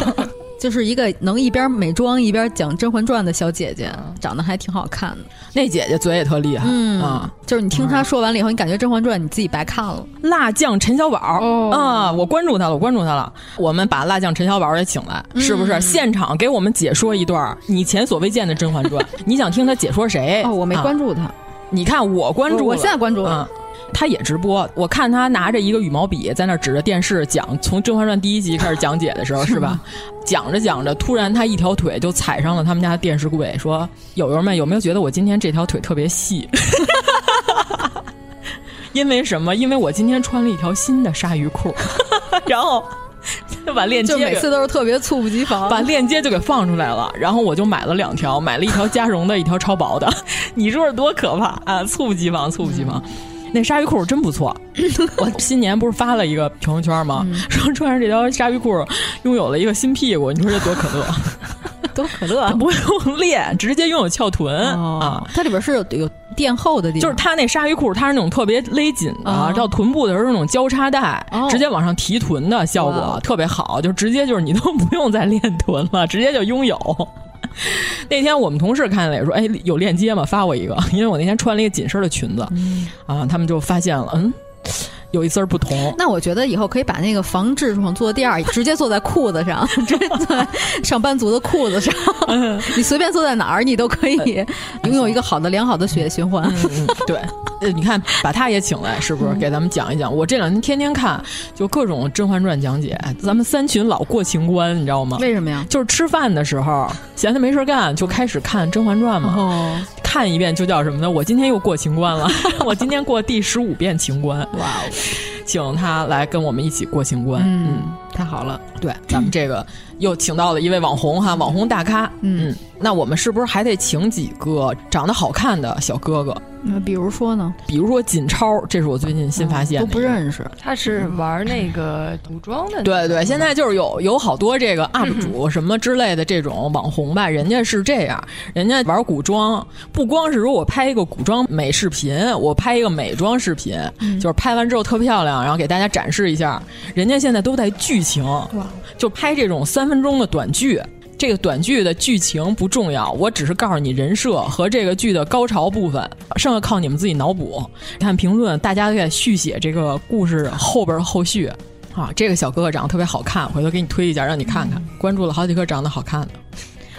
I: 就是一个能一边美妆一边讲《甄嬛传》的小姐姐，长得还挺好看的。
J: 那姐姐嘴也特厉害，
I: 嗯
J: 啊，
I: 就是你听她说完了以后，你感觉《甄嬛传》你自己白看了。
J: 辣酱陈小宝
I: 哦
J: 啊，我关注她了，我关注她了。我们把辣酱陈小宝也请
I: 嗯
J: 来，是不是现场给我们解说一段你前所未见的《甄嬛传》？你想听她解说谁？啊
I: 哦，我没关注她。
J: 你看我关注，
I: 哦
J: 嗯
I: 我现在关注了。
J: 他也直播，我看他拿着一个羽毛笔在那指着电视讲，从《甄嬛传》第一集开始讲解的时候，是吧？讲着讲着，突然他一条腿就踩上了他们家电视柜，说：“友友们有没有觉得我今天这条腿特别细？ 因为什么？因为我今天穿了一条新的鲨 鱼裤。然后把链接
I: 就每次都是特别猝不及 防，
J: 把链接就给放出来了。然后我就买了两条，买了一条加绒的，一条超薄的。 你说是多可怕啊！猝不及防，猝不及防。嗯”那鲨鱼裤真不 错，我新年不是发了一个朋友圈吗？嗯、说穿上这条鲨鱼裤，拥有了一个新屁股，你说这多可 乐！
I: 多可 乐，
J: 啊不 用练，直接拥有翘臀、哦、啊！
I: 它里边是有有垫后的地方，
J: 就是它那鲨鱼裤，它是那种特别勒紧的，哦、到臀部的时候那种交叉带，哦、直接往上提臀的效果特别好，就直接就是你都 不用再练臀了，直接就拥有。 那天我们同事看了也说：“哎，有链接吗？发我一个。”因为我那天穿了一个紧身的裙子，嗯、啊，他们就发现了，嗯，有一丝儿不同。
I: 那我觉得以后可以把那个防痔疮坐垫儿直接坐在裤子 上，直接坐在上班族的裤子上， 嗯、哎你随便坐在哪儿，你都可以拥有一个好的、良好的血液循环。
J: 嗯、对。你看，把他也请来，是不是给咱们讲一讲？我这两天天天看，就各种《甄嬛传》讲解。哎咱们三群老过情关，你知道吗？
I: 为什么呀？
J: 就是吃饭的时候闲的没事干，就开始看《甄嬛传》嘛。
I: 哦。
J: 看一遍就叫什么呢？我今天又过情关了， 我今天过第十五遍情关。
I: 哇哦！
J: 请他来跟我们一起过情关。嗯，嗯
I: 太好了。
J: 对，咱们这个又请到了一位网红哈，网红大咖。
I: 嗯。嗯
J: 那我们是不是还得请几个长得好看的小哥哥？
I: 那嗯比如说呢？
J: 比如说锦超，这是我最近新发现、
I: 嗯，都不认识。
A: 他是玩那 个古装的。
J: 对对，现在就是有有好多这个 UP 主什么之类的这种网红吧，人家是这样，人家玩古装，不光是说我拍一个古装美视频，我拍一个美妆视频，嗯、就是拍完之后特漂亮，然后给大家展示一下。人家现在都带剧情，就拍这种三分钟的短剧。这个短剧的剧情不重要，我只是告诉你人设和这个剧的高潮部分，剩下靠你们自己脑补。看评论，大家都在续写这个故事后边后续啊。这个小哥哥长得特别好看，回头给你推一下，让你看看。关注了好几个长得好看的。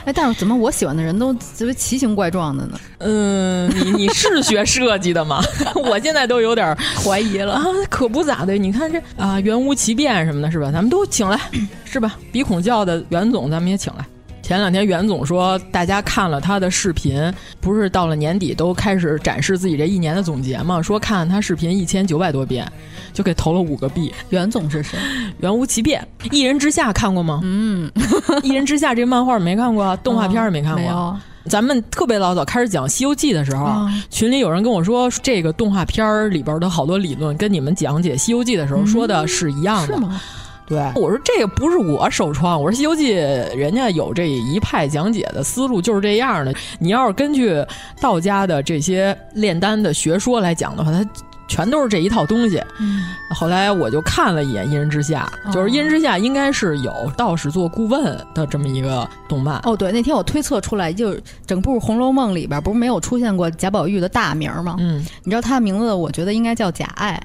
I: 哎，但是怎么我喜欢的人都特别奇形怪状的呢？
J: 嗯，你你是学设计的吗？ 我现在都有点
I: 怀疑了啊，
J: 可不咋的。你看这啊，圆屋奇变什么的，是吧？咱们都请来，是吧？鼻孔教的袁总，咱们也请来。前两天袁总说，大家看了他的视频，不是到了年底都开始展示自己这一年的总结嘛？说看他视频一千九百多遍，就给投了五个币。
I: 袁总是谁？
J: 袁无其变，《一人之下》看过吗？
I: 嗯，
J: 《 一人之下》这漫画没看过，啊动画片儿没看过。啊
I: 哦
J: 咱们特别老早开始讲《西游记》的时候，哦、
I: 嗯
J: 群里有人跟我说，这个动画片儿里边的好多理论跟你们讲解《西游记》的时候说的是一样的。
I: 嗯嗯、是吗？
J: 对，我说这个不是我首创，我说《西游记》人家有这一派讲解的思路就是这样的。你要是根据道家的这些炼丹的学说来讲的话，它。全都是这一套东西。
I: 嗯、
J: 后来我就看了一眼《一人之下》哦，就是《一人之下》应该是有道士做顾问的这么一个动漫。
I: 哦，对，那天我推测出来，就整部《红楼梦》里边不是没有出现过贾宝玉的大名吗？
J: 嗯，
I: 你知道他的名字，我觉得应该叫贾爱，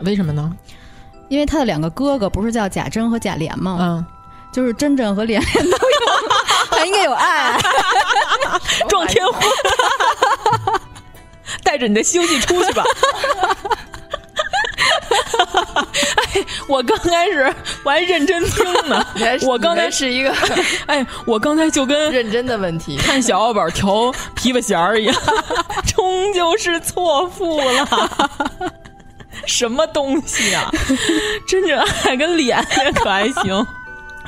J: 为什么呢？
I: 因为他的两个哥哥不是叫贾珍和贾琏吗？
J: 嗯，
I: 就是珍珍和琏琏都有， 他应该有爱，
J: 撞天婚。带着你的《西游记》出去吧！ 哎，我刚开始我还认真听呢。我刚才
A: 是一个，
J: 哎，我刚才就跟
A: 认真的问题
J: 看小奥本调琵琶弦儿一样， 终究是错付了。 什么东西啊？真正爱跟脸可还 行。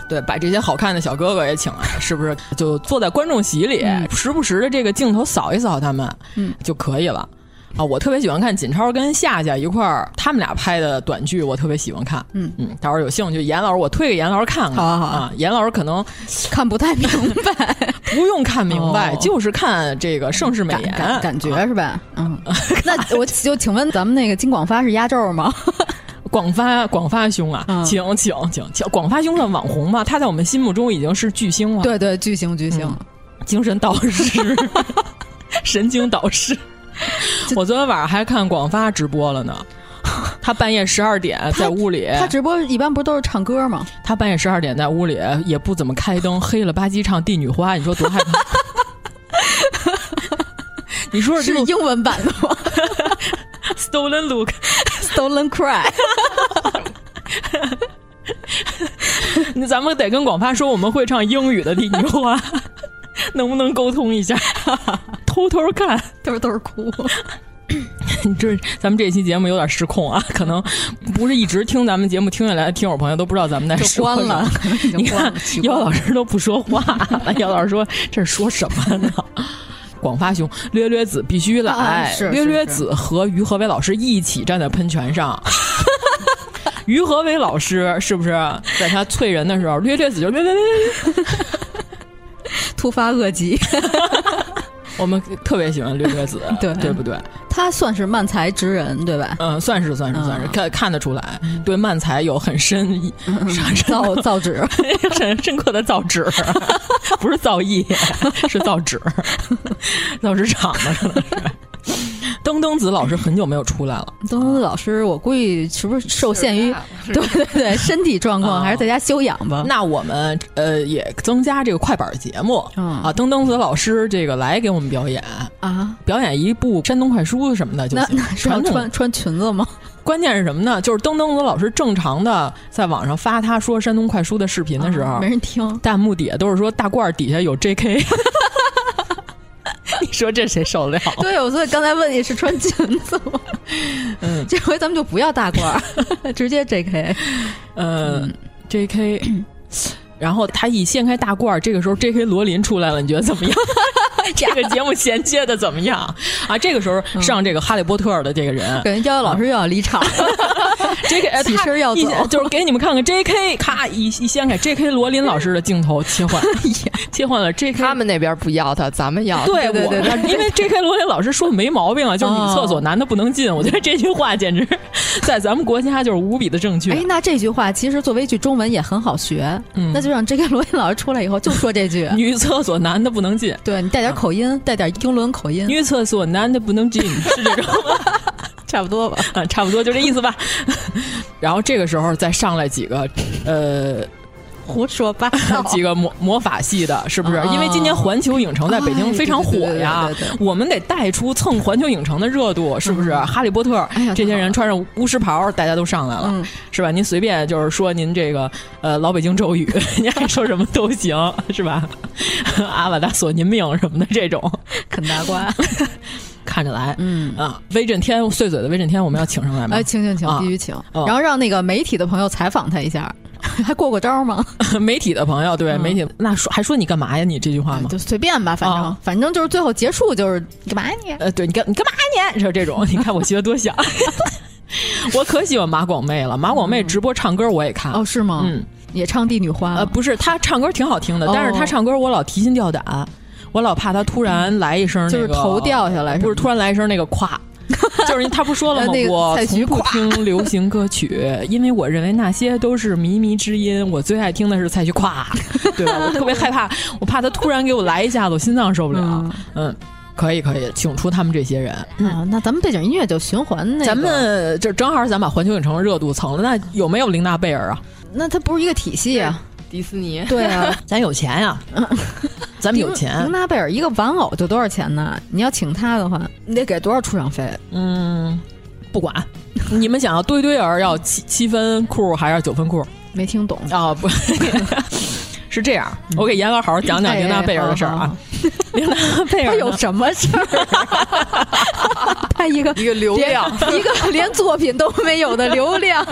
J: 对，把这些好看的小哥哥也请来，是不是就坐在观众席里，嗯、时不时的这个镜头扫一扫他们，
I: 嗯，
J: 就可以了。啊，我特别喜欢看锦超跟夏夏一块儿，他们俩拍的短剧，我特别喜欢看。
I: 嗯
J: 嗯，到时候有兴趣，严老师，我推给严老师看看。
I: 好好好
J: 啊，严老师可能
I: 看不太明白，
J: 不用看明白，哦、就是看这个盛 世美颜啊
I: 感感觉是吧？嗯，那 我就请问咱们那个金广发是压轴吗？
J: 广发广发兄啊，
I: 嗯、
J: 请请请请！广发兄算网红吗？他在我们心目中已经是巨星了。
I: 对对，巨星巨星、
J: 嗯，精神导 师，神经导师。我昨天晚上还看广发直播了呢。他半夜十二点在屋里
I: 他，他直播一般不都是唱歌吗？
J: 他半夜十二点在屋里也不怎么开灯，黑了吧唧唱《帝女花》，你说多害怕？ 你说
I: 是英文版的吗
J: ？Stolen look。
I: Stolen cry，
J: 那咱们得跟广发说，我们会唱英语的帝女花， 能不能沟通一下？偷偷看，
I: 偷偷哭。
J: 你这咱们这期节目有点失控啊，可能不是一直听咱们节目听下来的听友朋友都不知道咱们在说
I: 关了。
J: 你看，姚老师都不说话了，姚老师说这是说什么呢？ 广发兄，略略子必须来。
I: 啊、
J: 略略子和于和伟老师一起站在喷泉上。 于和伟老师是不是在他啐人的时候，略略子就略略略，
I: 突发恶疾。
J: 我们特别喜欢略略子，
I: 对
J: 对不对？
I: 他算是漫才之人，对吧？
J: 嗯，算是算是算是，看看得出来，对漫才有很深
I: 造造 诣，
J: 深深刻的造诣， 不是造诣， 是造诣， 造纸厂的可能是。登登子老师很久没有出来了，
I: 登登子老师，我估计是不是受限于对 对对身体状况，还是在家休养吧？
J: 那我们呃也增加这个快板节目啊，登登子老师这个来给我们表演
I: 啊，
J: 表演一部山东快书什么的就行。
I: 传穿穿裙子吗？
J: 关键是什么呢？就是登登子老师正常的在网上发他说山东快书的视频的时候，哦
I: 没人听，
J: 弹幕底下都是说大褂底下有 J.K。你说这谁受得了？
I: 对，我所以刚才问你是穿裙子吗？
J: 嗯，
I: 这回咱们就不要大褂， 直接 J.K。
J: 呃、嗯，J.K。然后他一掀开大褂，这个时候 J.K. 罗琳出来了，你觉得怎么样？ 这个节目衔接的怎么样啊？这个时候上这个《哈利波特》的这个人，
I: 感觉、嗯、老师又要离场了。
J: J.K.
I: 起身要走，
J: 就是给你们看看 J.K. 咔一一掀开 J.K. 罗琳老师的镜头切 换，切换了 J.K.
A: 他们那边不要他，咱们要
J: 对
I: 对哦对，
J: 因为 J.K. 罗琳老师说没毛病啊，就是女厕所男的不能进，我觉得这句话简直在咱们国家就是无比的正确。
I: 哎，那这句话其实作为一句中文也很好学，
J: 啊嗯，
I: 那就。就让 J.K. 罗琳老师出来以后就说这句：“
J: 女厕所男的不能进。
I: 对”对你带点口音，带点英伦口音，“
J: 女厕所男的不能进”是这种，
I: 差不多吧？
J: 啊， 差不多就这意思吧。然后这个时候再上来几个，呃，
I: 胡说八 道，
J: 几个魔魔法系的，是
I: 啊
J: 不是？因为今年环球影城在北
I: 哎
J: 京非常火呀，我们得带出蹭环球影城的热度，是不是？
I: 嗯
J: 哈利波特
I: 哎
J: 这些人穿上巫师袍，大家都上来
I: 嗯
J: 了，是吧？您随便就是说您这个呃老北京咒语， 您爱说什么都行，是吧？ 阿瓦达索您命什么的这种，
I: 啃大瓜。
J: 看着来，嗯啊，威震天碎嘴的威震天，我们要请上来吗？啊
I: 哎，请请请，必须请。然后让那个媒体的朋友采访他一下， 还过过招吗？
J: 媒体的朋友，对
I: 嗯
J: 媒体，那说还说你干嘛呀？你这句话吗？
I: 就随便吧，反正反正就是最后结束就是你干嘛你？
J: 呃，对你干你干嘛你？就这种，你看我学的多像， 我可喜欢马广妹了。马广妹直播唱歌我也看，
I: 嗯哦，是吗？
J: 嗯，
I: 也唱帝女花？
J: 呃，不是，她唱歌挺好听的，
I: 哦
J: 但是她唱歌我老提心吊胆。我老怕他突然来一声，
I: 就是头掉下来，
J: 不是突然来一声那个 咵，就是他不说了吗？我从不听流行歌曲，因为我认为那些都是靡靡之音。我最爱听的是蔡徐 咵，对吧？我特别害怕，我怕他突然给我来一下子，我心脏受不了。嗯，可以可以，请出他们这些人
I: 啊。那咱们背景音乐就循环那，
J: 咱们就正好咱把环球影城热度蹭了。那有没有琳娜贝尔啊？
I: 那它不是一个体系啊。
A: 迪士尼
I: 对啊，
J: 咱有钱 呀、啊，咱们有钱。
I: 琳娜贝尔一个玩偶就多少钱呢？你要请他的话，你得给多少出场费？
J: 嗯，不管， 你们想要堆堆儿要七七分裤还是九分裤？
I: 没听懂
J: 啊、哦， 不是这样。哎我给嗯严哥好好讲讲琳娜贝尔的事儿啊。 琳娜贝尔
I: 有什么事儿？ 他一个
A: 一个流量，
I: 一个连作品都没有的流量。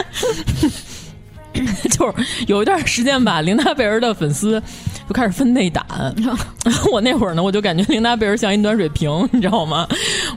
J: 就是有一段时间吧，琳娜贝尔的粉丝就开始分内胆。 我那会儿呢，我就感觉琳娜贝尔像一暖水瓶，你知道吗？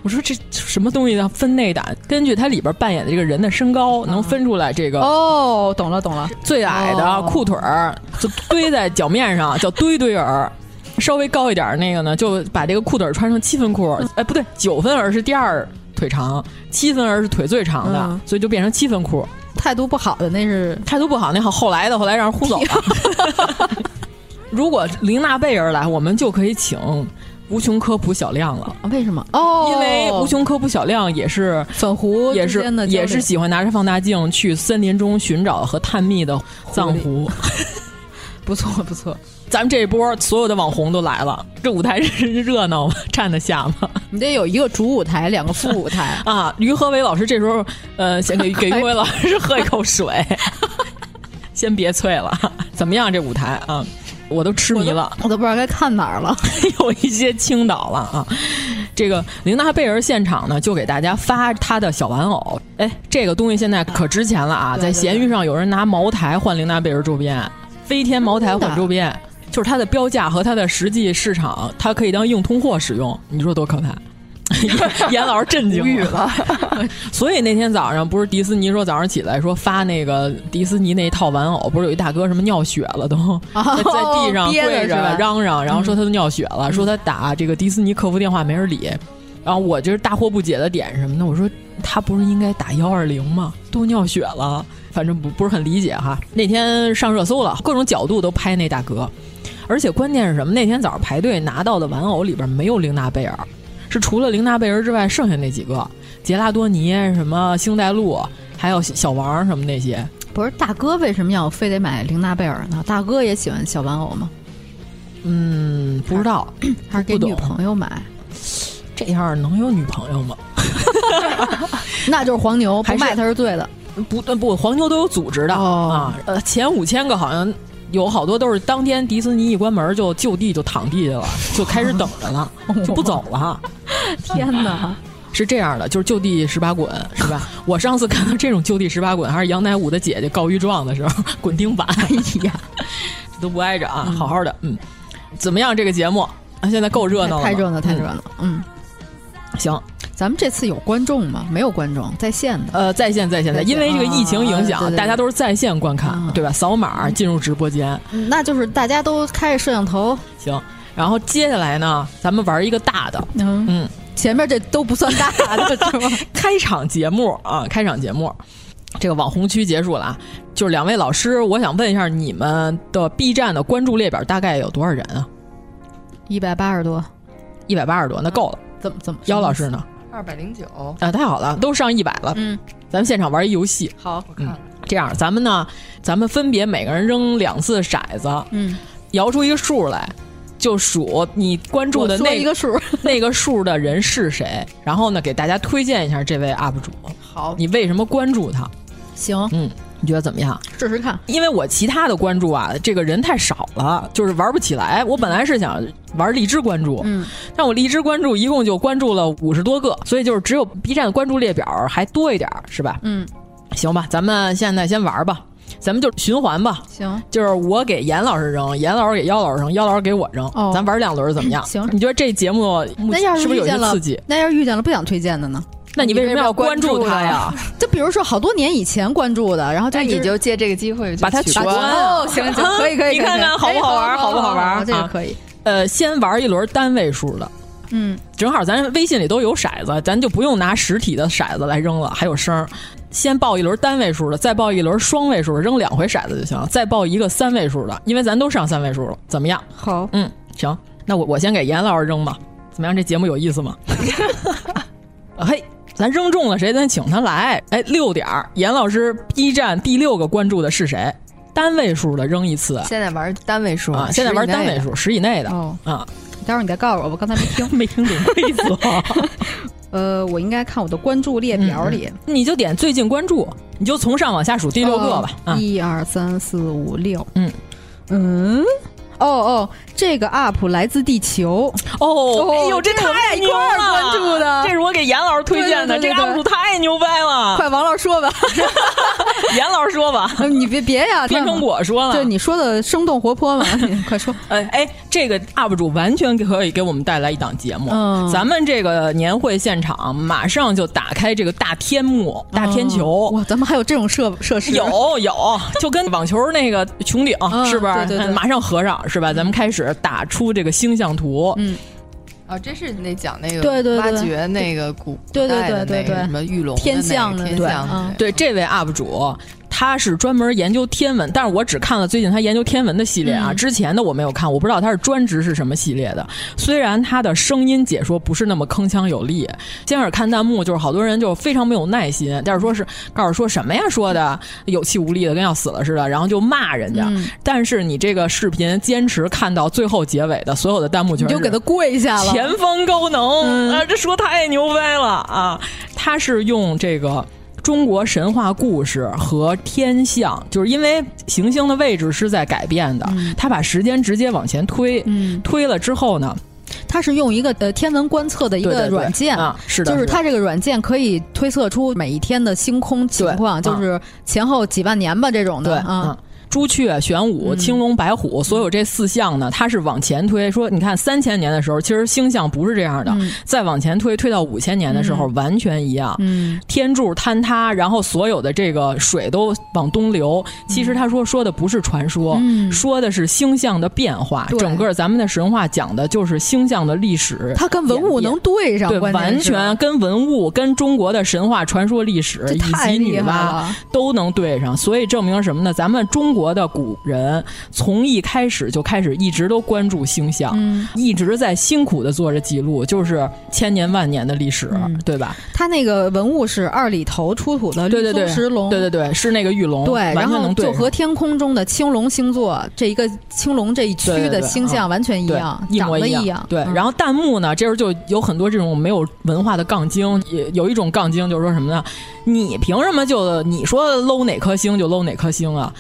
J: 我说这什么东西叫分内胆？根据它里边扮演的这个人的身高，能分出来这个。
I: 哦，懂了懂了。
J: 最矮的裤腿儿就堆在脚面上，叫堆堆儿。稍微高一点那个呢，就把这个裤腿穿成七分裤。哎，不对，九分儿是第二腿长，七分儿是腿最长的，嗯、所以就变成七分裤。
I: 态度不好的那是
J: 态度不好，那好后来的后来让人轰走 了。 如果琳娜贝尔来，我们就可以请无穷科普小亮了。
I: 为什么？哦，
J: 因为无穷科普小亮也是
I: 粉狐，
J: 也是也是喜欢拿着放大镜去森林中寻找和探秘的藏狐。
I: 不错不错，
J: 咱们这一波所有的网红都来了，这舞台是热闹吗？ 站得下吗？
I: 你得有一个主舞台，两个副舞 台
J: 啊！于和伟老师这时候，呃，先给给于和伟老师喝一口水， 先别啐了。 怎么样？这舞台啊，我都痴迷了
I: 我，我都不知道该看哪儿了，
J: 有一些倾倒了啊。这个琳娜贝尔现场呢，就给大家发她的小玩偶。哎，这个东西现在可值钱了啊！啊
I: 对对对
J: 在闲鱼上有人拿茅台换琳娜贝尔周边。飞天茅台换周边，就是它的标价和它的实际市场，它可以当硬通货使用。你说多可怕！ 严老师震惊
A: 了。
J: 所以那天早上不是迪士尼说早上起来说发那个迪士尼那一套玩偶，不是有一大哥什么尿血了都，在地上跪着嚷嚷，然后说他都尿血了，说他打这个迪士尼客服电话没人理。然后我就是大惑不解的点什么呢？我说他不是应该打幺二零吗？都尿血了，反正不不是很理解哈。那天上热搜了，各种角度都拍那大哥，而且关键是什么？那天早上排队拿到的玩偶里边没有玲娜贝尔，是除了玲娜贝尔之外剩下那几个，杰拉多尼、什么星黛露，还有小王什么那些。
I: 不是大哥为什么要非得买玲娜贝尔呢？大哥也喜欢小玩偶吗？
J: 嗯，不知道，
I: 还是给女朋友买。
J: 这样能有女朋友吗？
I: 那就是黄牛，不卖他是对的。
J: 不不，黄牛都有组织的、
I: 哦、
J: 啊。呃，前五千个好像有好多都是当天迪士尼一关门就就地就躺地下了，就开始等着了，就不走了。
I: 天哪！
J: 是这样的，就是就地十八滚，是吧？ 我上次看到这种就地十八滚，还是杨乃武的姐姐告御状的时候， 滚钉板。
I: 哎呀，
J: 都不挨着啊，好好的。嗯，怎么样？这个节目啊，现在够 热闹了，
I: 太热闹，太热闹。嗯。
J: 行，
I: 咱们这次有观众吗？没有观众，在线的。
J: 呃，在线，在线，在，因为这
I: 啊
J: 个疫情影响，大家都是在线观看，对吧？扫
I: 嗯
J: 码进入直播间，
I: 那就是大家都开着摄像头。
J: 行，然后接下来呢，咱们玩一个大的，嗯，
I: 前面这都不算大的， 是吗？
J: 开场节目啊，开场节目，这个网红区结束了啊。就是两位老师，我想问一下，你们的 B 站的关注列表大概有多少人啊？
I: 一百八十多，
J: 一百八十多，那够了。
I: 怎么怎么？
J: 姚老师呢？
A: 二百零九
J: 啊，太好了，都上一百了。
I: 嗯，
J: 咱们现场玩一游戏。嗯
A: 好，我看看。
J: 这样，咱们呢，咱们分别每个人扔两次骰子，
I: 嗯，
J: 摇出一个数来，就数你关注的
I: 我
J: 那
I: 说一个数，
J: 那个数的人是谁。然后呢，给大家推荐一下这位 UP 主。
I: 好，
J: 你为什么关注他？
I: 行，
J: 嗯，你觉得怎么样？
I: 试试看。
J: 因为我其他的关注啊，这个人太少了，就是玩不起来。我本来是想玩荔枝关注，
I: 嗯，
J: 但我荔枝关注一共就关注了五十多个，所以就是只有 B 站关注列表还多一点儿，是吧？
I: 嗯，
J: 行吧，咱们现在先玩吧，咱们就循环吧。
I: 行，
J: 就是我给严老师扔，严老师给妖老师扔，妖老师给我扔，
I: 哦
J: 咱玩两轮怎么样？
I: 行
J: 你觉得这节目目
I: 那要
J: 是不是
I: 遇
J: 有
I: 见
J: 些
I: 了，
J: 刺激？
I: 那要是遇见了不想推荐的呢？
J: 那你为什么要关注他呀？
I: 就比如说好多年以前关注的，然后就
A: 那
I: 一直
A: 你就借这个机会
J: 把它
A: 取
J: 取关啊
I: 哦，行行，可以可以，
J: 你看看好不好玩
I: 哎
J: 好不好玩
I: 这个
J: 啊
I: 可以，
J: 呃，先玩一轮单位数的，
I: 嗯，
J: 正好咱微信里都有骰子，咱就不用拿实体的骰子来扔了，还有声儿。先报一轮单位数的，再报一轮双位数的，扔两回骰子就行了。再报一个三位数的，因为咱都上三位数了，怎么样？
A: 好，
J: 嗯，行，那我我先给严老师扔吧，怎么样？这节目有意思吗？ 嘿，咱扔中了谁？咱请他来。哎，六点儿，严老师 B 站第六个关注的是谁？单位数的扔一次啊
A: 现在玩单位数
J: 啊，现在玩单位数，十以内的
I: 哦
J: 啊，
I: 待会儿你再告诉我，我刚才没 听，
J: 没听懂规则。
I: 呃，我应该看我的关注列
J: 嗯
I: 表里，
J: 你就点最近关注，你就从上往下数第六个吧。啊
I: 哦，一二三四五六，
J: 嗯
I: 嗯，哦哦，这个 UP 来自地球，
J: 哦，哎呦，
I: 这
J: 太
I: 我们俩一
J: 牛
I: 块儿
J: 了
I: 关注的
J: 这是我给严老师推荐的，
I: 对对对对
J: 这个 UP 主太牛掰了。
I: 快，王老师说 吧，嗯
J: 严老师说吧，
I: 你别别呀，
J: 变成我说了。
I: 对你说的生动活泼嘛，你快 说，
J: 哎哎，这个 UP 主完全可以给我们带来一档节目。
I: 嗯
J: 咱们这个年会现场马上就打开这个大天幕、大天球。
I: 哦哇，咱们还有这种设设施，
J: 有有，就跟网球那个穹顶、
I: 嗯
J: 是不是？
I: 对对对
J: 马上合上是吧？咱们开始打出这个星象图。
I: 嗯，
A: 啊，这是那讲那个
I: 对对对
A: 挖掘那个古
I: 对对
A: 古代的
I: 对对
A: 那个
I: 对
A: 什么玉龙的
I: 天
A: 那个
I: 象的
A: 天
I: 对
A: 象的
I: 嗯
J: 对，这位 UP 主他是专门研究天文，但是我只看了最近他研究天文的系列啊，
I: 嗯
J: 之前的我没有看，我不知道他是专职是什么系列的。虽然他的声音解说不是那么铿锵有力，先开始看弹幕，就是好多人就非常没有耐心，但是说是告诉说什么呀，说的有气无力的，跟要死了似的，然后就骂人家。
I: 嗯
J: 但是你这个视频坚持看到最后结尾的所有的弹幕
I: 你
J: 全
I: 就是给他跪下了，
J: 前方高能、
I: 嗯
J: 啊！这说太牛掰了啊！他是用这个。中国神话故事和天象，就是因为行星的位置是在改变的，
I: 嗯
J: 他把时间直接往前推，
I: 嗯，
J: 推了之后呢，
I: 它是用一个呃天文观测的一
J: 对对
I: 个
J: 对
I: 软件
J: 啊是的
I: 就是
J: 是的
I: 它这个软件可以推测出每一天的星空情况，
J: 对啊
I: 就是前后几万年吧这种
J: 对
I: 的啊。
J: 嗯朱雀、玄武、
I: 嗯
J: 青龙、白虎，所有这四象呢，它是往前推。说你看，三千年的时候，其实星象不是这样的，
I: 嗯
J: 再往前推，推到五千年的时候，完全一样。
I: 嗯
J: 天柱坍塌，然后所有的这个水都往东流。其实他说说的不是传说，
I: 嗯
J: 说的是星象的变化。
I: 对
J: 整个咱们的神话讲的就是星象的历史，
I: 它跟文物能对上，
J: 对
I: 关
J: 完
I: 键是
J: 全跟文物、跟中国的神话传说历史
I: 这
J: 以
I: 太
J: 及
I: 厉
J: 女
I: 害
J: 娲
I: 了
J: 都能对上，所以证明什么呢？咱们中国的古人从一开始就开始一直都关注星象，
I: 嗯
J: 一直在辛苦的做着记录，就是千年万年的历史，
I: 嗯
J: 对吧？
I: 它那个文物是二里头出土的
J: 对对
I: 绿
J: 对，
I: 松石龙，
J: 对对对，是那个玉龙，
I: 对
J: 完
I: 然
J: 全
I: 后
J: 能对
I: 就
J: 上
I: 和天空中的青龙星座这一个青龙这一区
J: 对对
I: 的
J: 对
I: 星象
J: 嗯
I: 完全一
J: 对
I: 样，
J: 一
I: 长
J: 模
I: 得
J: 样。嗯
I: 样。嗯
J: 对，然
I: 后
J: 后弹幕呢，这时候就有很多这种没有文化的杠精，也有一种杠精就是说什么呢？你凭什么就你说搂哪颗星就搂哪颗星啊？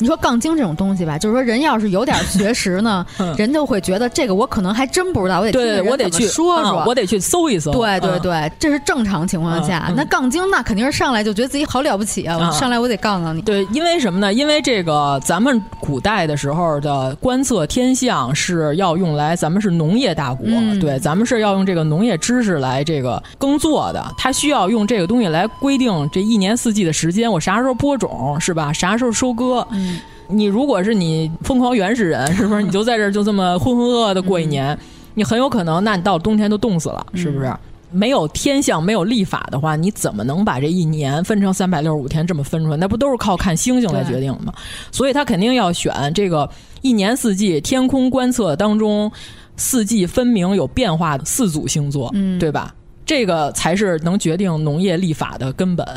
I: 你说杠精这种东西吧，就是说人要是有点学识呢，
J: 嗯
I: 人就会觉得这个我可能还真不知道，我得听
J: 对，
I: 听人
J: 我得
I: 怎么
J: 去
I: 说
J: 嗯
I: 说，
J: 我得去搜一搜。
I: 对对
J: 嗯。
I: 对，这是正常情况下
J: 嗯。嗯
I: 那杠精那肯定是上来就觉得自己好了不起啊，
J: 嗯
I: 我上来我得杠杠你。
J: 对，因为什么呢？因为这个咱们古代的时候的观测天象是要用来，咱们是农业大国，
I: 嗯
J: 对，咱们是要用这个农业知识来这个耕作的，它需要用这个东西来规定这一年四季的时间，我啥时候播种是吧？啥时候收割？
I: 嗯
J: 你如果是你疯狂原始人，是不是你就在这儿就这么浑浑噩噩的过一年？你很有可能，那你到冬天都冻死了，是不是？没有天象，没有历法的话，你怎么能把这一年分成三百六十五天这么分出来？那不都是靠看星星来决定的吗？所以他肯定要选这个一年四季天空观测当中四季分明有变化的四组星座，
I: 嗯
J: 对吧？这个才是能决定农业立法的根本。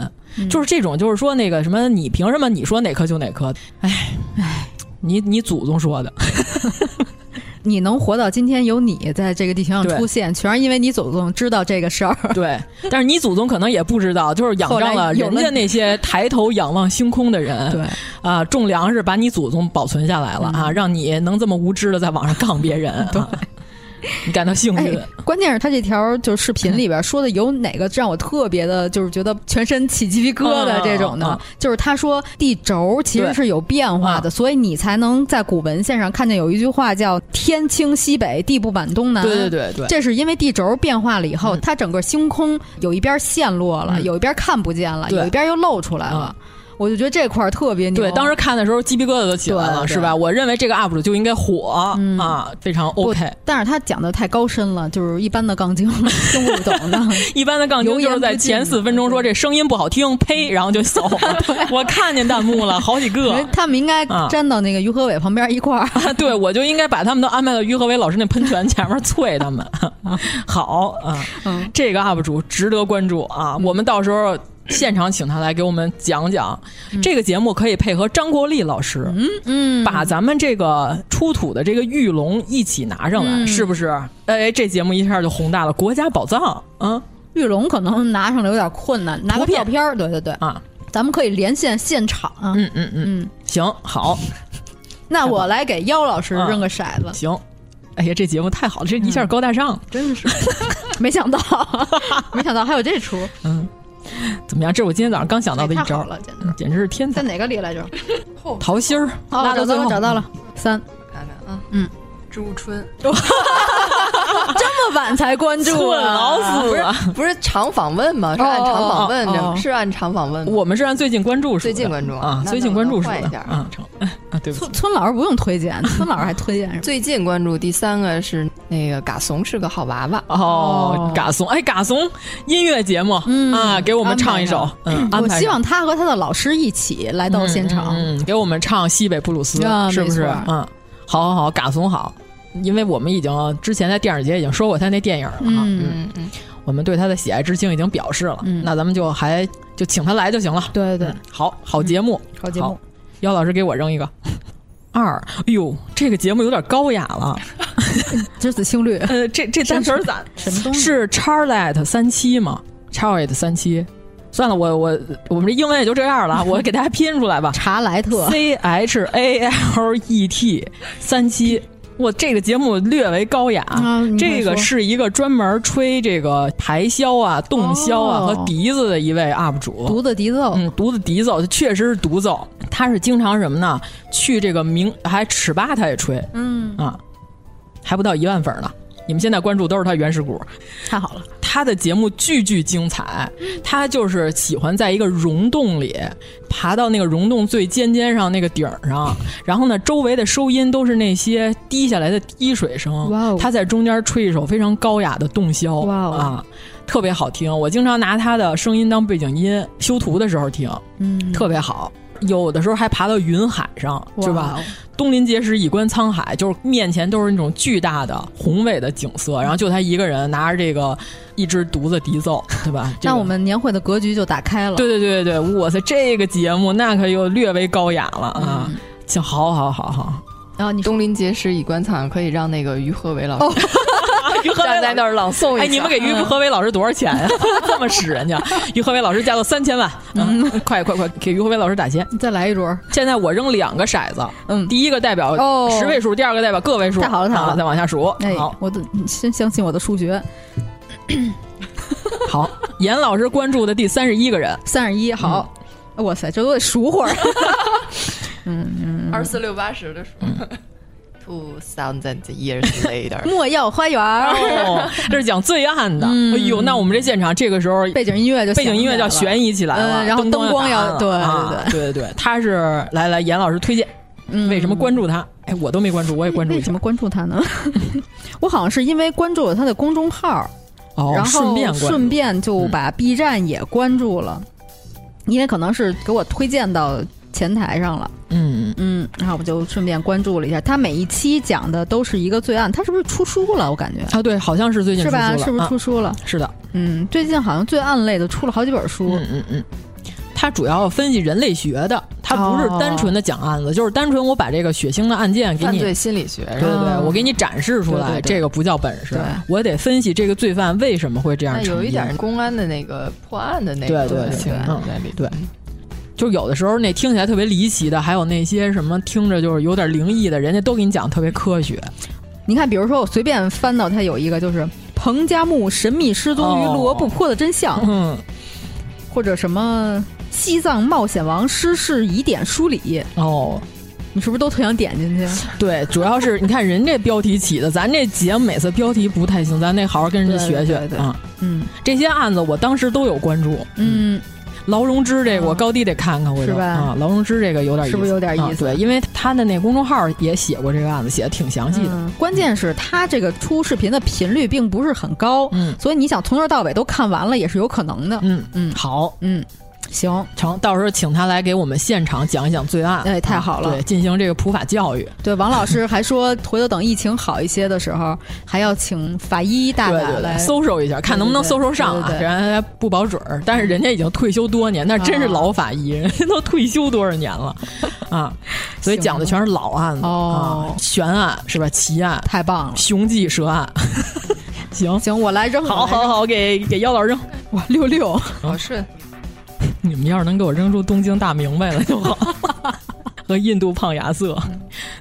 J: 就是这种，就是说那个什么，你凭什么你说哪棵就哪棵？哎哎，你你祖宗说的。
I: 你能活到今天，有你在这个地球上出现，全是因为你祖宗知道这个事儿。
J: 对， 但是你祖宗可能也不知道，就是仰仗了人家那些抬头仰望星空的人。
I: 对，
J: 啊，种粮食把你祖宗保存下来了、嗯、啊，让你能这么无知的在网上杠别人。
I: 对。
J: 啊你感到幸 运、
I: 哎，关键是他这条就视频里边说的有哪个让我特别的，就是觉得全身起鸡皮疙瘩这种的，嗯嗯、就是他说地轴其实是有变化
J: 嗯
I: 的，所以你才能在古文献上看见有一句话叫“天倾西北，地不满东南”。
J: 对对对对，
I: 这是因为地轴变化了以后，嗯、它整个星空有一边陷落了，有一边看不见了，有一边又露出来了。我就觉得这块儿特别牛。
J: 嗯对，当时看的时候鸡皮疙瘩都起来了，是吧？我认为这个 UP 主就应该火、嗯、啊，非常 OK。
I: 但是他讲的太高深了，就是一般的杠精听不懂 的。
J: 一般的杠精就是在前四分钟说这声音不好听，呸，然后就走。我看见弹幕了，好几 个。
I: 他们应该站到那个于和伟旁边一块儿、
J: 啊。对，我就应该把他们都安排到于和伟老师那喷泉前面啐他们。好啊，嗯、这个 UP 主值得关注啊！我们到时候。现场请他来给我们讲讲、嗯、这个节目，可以配合张国立老师，
I: 嗯嗯，
J: 把咱们这个出土的这个玉龙一起拿上来，嗯、是不是？哎，这节目一下就宏大了，国家宝藏啊！嗯、
I: 玉龙可能拿上来有点困难，拿个照片儿，对对对
J: 啊，
I: 咱们可以连线现场，啊
J: 嗯嗯嗯，行好，
I: 那我来给妖老师扔个骰子，
J: 行。哎呀，这节目太好了，这一下高大上，
I: 真是没想到，嗯 没想到还有这 出，
J: 嗯。怎么样？这是我今天早上刚想到的一招，
I: 哎了，简
J: 直简直是天才！
I: 嗯在哪个里来着？
J: 桃心儿，
I: 拉到最后找到了三，
A: 看看
I: 啊，嗯，
A: 朱春，
I: 这么晚才关注，啊
J: 老死
A: 了！不是常访问吗？是按常访问的，是按常访问。
J: 我们是按最近关注数，
A: 最近关注
J: 啊，最近关注数
A: 换一下
J: 啊，成 啊，对不起，
I: 村老师不用推荐，村老师还推荐 什么？
A: 最近关注第三个是那个嘎怂是个好娃娃
J: 哦，嘎怂哎，嘎怂音乐节目啊，给我们唱一首。嗯，
I: 我希望他和他的老师一起来到现场，
J: 嗯，给我们唱西北布鲁斯，是不是？嗯，好好好，嘎怂好，因为我们已经之前在电影节已经说过他那电影了啊，嗯嗯，我们对他的喜爱之情已经表示了，那咱们就还就请他来就行了。
I: 对对对，
J: 好嗯好节目，
I: 好节目。
J: 姚老师给我扔一个 二，哎呦，这个节目有点高雅了。
I: 知子青绿，
J: 呃，这这单嗯词咋
I: 什么东西？
J: 是 Charlotte 三七吗？Charlotte 三七，算了，我我我们这英文也就这样了，啊我给大家拼出来吧。
I: 查莱特
J: ，C H A L E T 三七。我这个节目略为高雅，
I: 啊、
J: 这个是一个专门吹这个排箫啊、洞箫啊、
I: 哦、
J: 和笛子的一位 UP 主，
I: 独子笛奏，
J: 嗯，独子笛奏确实是独奏，他是经常什么呢？去这个明还尺八他也吹，
I: 嗯
J: 啊，还不到一万粉呢。你们现在关注都是他原始股，
I: 太好了。
J: 他的节目句句精彩，
I: 嗯
J: 他就是喜欢在一个溶洞里爬到那个溶洞最尖尖上那个顶 上，然后呢，周围的收音都是那些滴下来的滴水声。
I: 哇！哦
J: 他在中间吹一首非常高雅的洞箫，
I: 哇哦
J: 啊，特别好听。我经常拿他的声音当背景音，修图的时候听，
I: 嗯，
J: 特别好。有的时候还爬到云海上，
A: 哦
J: 是吧？东临碣石，以观沧海，就是面前都是那种巨大的、宏伟的景
A: 嗯
J: 色，然后就他一个人拿着这个一支独子笛奏，对吧？
I: 那我们年会的格局就打开了。
J: 对对对对对，哇塞，这个节目那可又略微高雅了啊！行，好好好好。
I: 然后你
A: 东临碣石，以观沧海，可以让那个于和伟老师。
J: 站
A: 在那儿朗诵一下，哎，
J: 你们给于和伟老师多少 钱呀？啊这么使人家，于和伟老师加到三千万，嗯，快快快，给于和伟老师打钱，
I: 再来一桌。
J: 现在我扔两个骰子，嗯，第一个代表十位数，第二个代表个位数，
I: 哦
J: 啊
I: 太好了，太好了，
J: 再往下数。
I: 哎，
J: 好，
I: 我都先相信我的数学。
J: 好，严老师关注的第三十一个人，
I: 三十一，好，
J: 嗯
I: 哇塞，这都得数会儿。 嗯嗯，
A: 二四六八十的数。Two thousand years later，
I: 莫要花园
J: 哦， 这是讲罪案的。
I: 嗯
J: 哎呦，那我们这现场这个时候
I: 背景音乐就
J: 背景音乐叫悬疑起来了，
I: 嗯然后灯光要对嗯
J: 对啊对对对，他是来来，严老师推荐，为什么关注他？哎，我都没关注，我也关 注。
I: 为什么关注他呢？我好像是因为关注了他的公众号，
J: 哦，
I: 然
J: 顺
I: 便
J: 顺
I: 便就把
J: 嗯
I: B 站也关注了，因为可能是给我推荐到。前台上了，
J: 嗯
I: 嗯，然后我就顺便关注了一下，他每一期讲的都是一个罪案，他是不是出书了？我感觉
J: 啊，对，好像是最近
I: 是吧？是不是出书了？
J: 啊、是的，
I: 嗯，最近好像罪案类的出了好几本书。
J: 嗯嗯嗯。他主要分析人类学的，他不是单纯的讲案子，哦、就是单纯我把这个血腥的案件给你
A: 对心理学，
J: 对对对，我给你展示出
A: 嗯
J: 来，
A: 对对对
J: 这个不叫本事，我得分析这个罪犯为什么会这样。
A: 有一点公安的那个破案的那
J: 个
A: 对
J: 对嗯
A: 情感在里
J: 对。就有的时候那听起来特别离奇的，还有那些什么听着就是有点灵异的，人家都给你讲特别科学。
I: 你看，比如说我随便翻到他有一个就是彭加木神秘失踪于罗布泊的真相，
J: 哦、嗯，
I: 或者什么西藏冒险王失事疑点梳理
J: 哦。
I: 你是不是都特想点进去？
J: 对，主要是你看人这标题起的，咱这节目每次标题不太行，咱得好好跟人家学学
I: 啊。嗯，
J: 这些案子我当时都有关注。
I: 嗯，
J: 劳荣枝这个我高低得看看，我
I: 是吧？
J: 啊，劳荣枝这个有点意思，啊
I: 是不是有点意
J: 思？对，因为他的那公众号也写过这个案子，写的挺详细的。
I: 嗯关键是他这个出视频的频率并不是很高，
J: 嗯，
I: 所以你想从头到尾都看完了也是有可能的。
J: 嗯
I: 嗯，
J: 好，
I: 嗯。行
J: 成，到时候请他来给我们现场讲一讲罪案，啊
I: 哎，太好了，
J: 对，进行这个普法教育。
I: 对，王老师还说，回头等疫情好一些的时候，还要请法医大大来
J: 搜搜一下，看能不能搜搜上啊，然不保准儿。但是人家已经退休多年，那
I: 嗯
J: 真是老法医，人家都退休多少年了啊，所以讲的全是老案子啊
I: 哦，
J: 悬案是吧？奇案
I: 太棒了，
J: 雄记蛇案。 行
I: 行，我来扔，
J: 好好好，给给妖老扔，
I: 哇，六六，
A: 好顺。
J: 你们要是能给我扔出东京大明白了就 好，和印度胖亚瑟，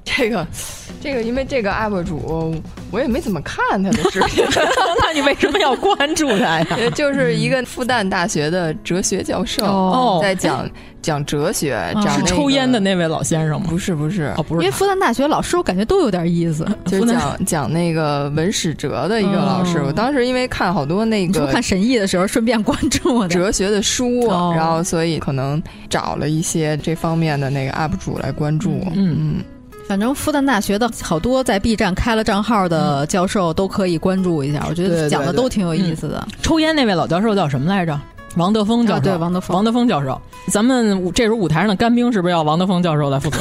A: 这个，这个，因为这个 UP 主我也没怎么看他的视 频，
J: 那你为什么要关注他呀？
A: 就是一个复旦大学的哲学教授，
J: 哦、
A: 在讲讲哲学，讲、那个、
J: 是抽烟的那位老先生吗？
A: 不是，不是，
J: 哦，不是，
I: 因为复旦大学老师我感觉都有点意 思，
A: 就讲讲那个文史哲的一个老师。
I: 哦、
A: 我当时因为看好多那个
I: 看神医的时候，顺便关注
A: 哲学的书，
I: 哦、
A: 然后所以可能找了一些这方面的那个 UP 主来关注。
J: 嗯嗯。
A: 嗯
I: 反正复旦大学的好多在 B 站开了账号
J: 嗯
I: 的教授都可以关注一下，我觉得讲的都挺有意思的。
J: 嗯、抽烟那位老教授叫什么来着？王德峰教授。啊、
I: 对，王德
J: 峰。王德峰教授，咱们这时候舞台上的干冰是不是要王德峰教授来 负责？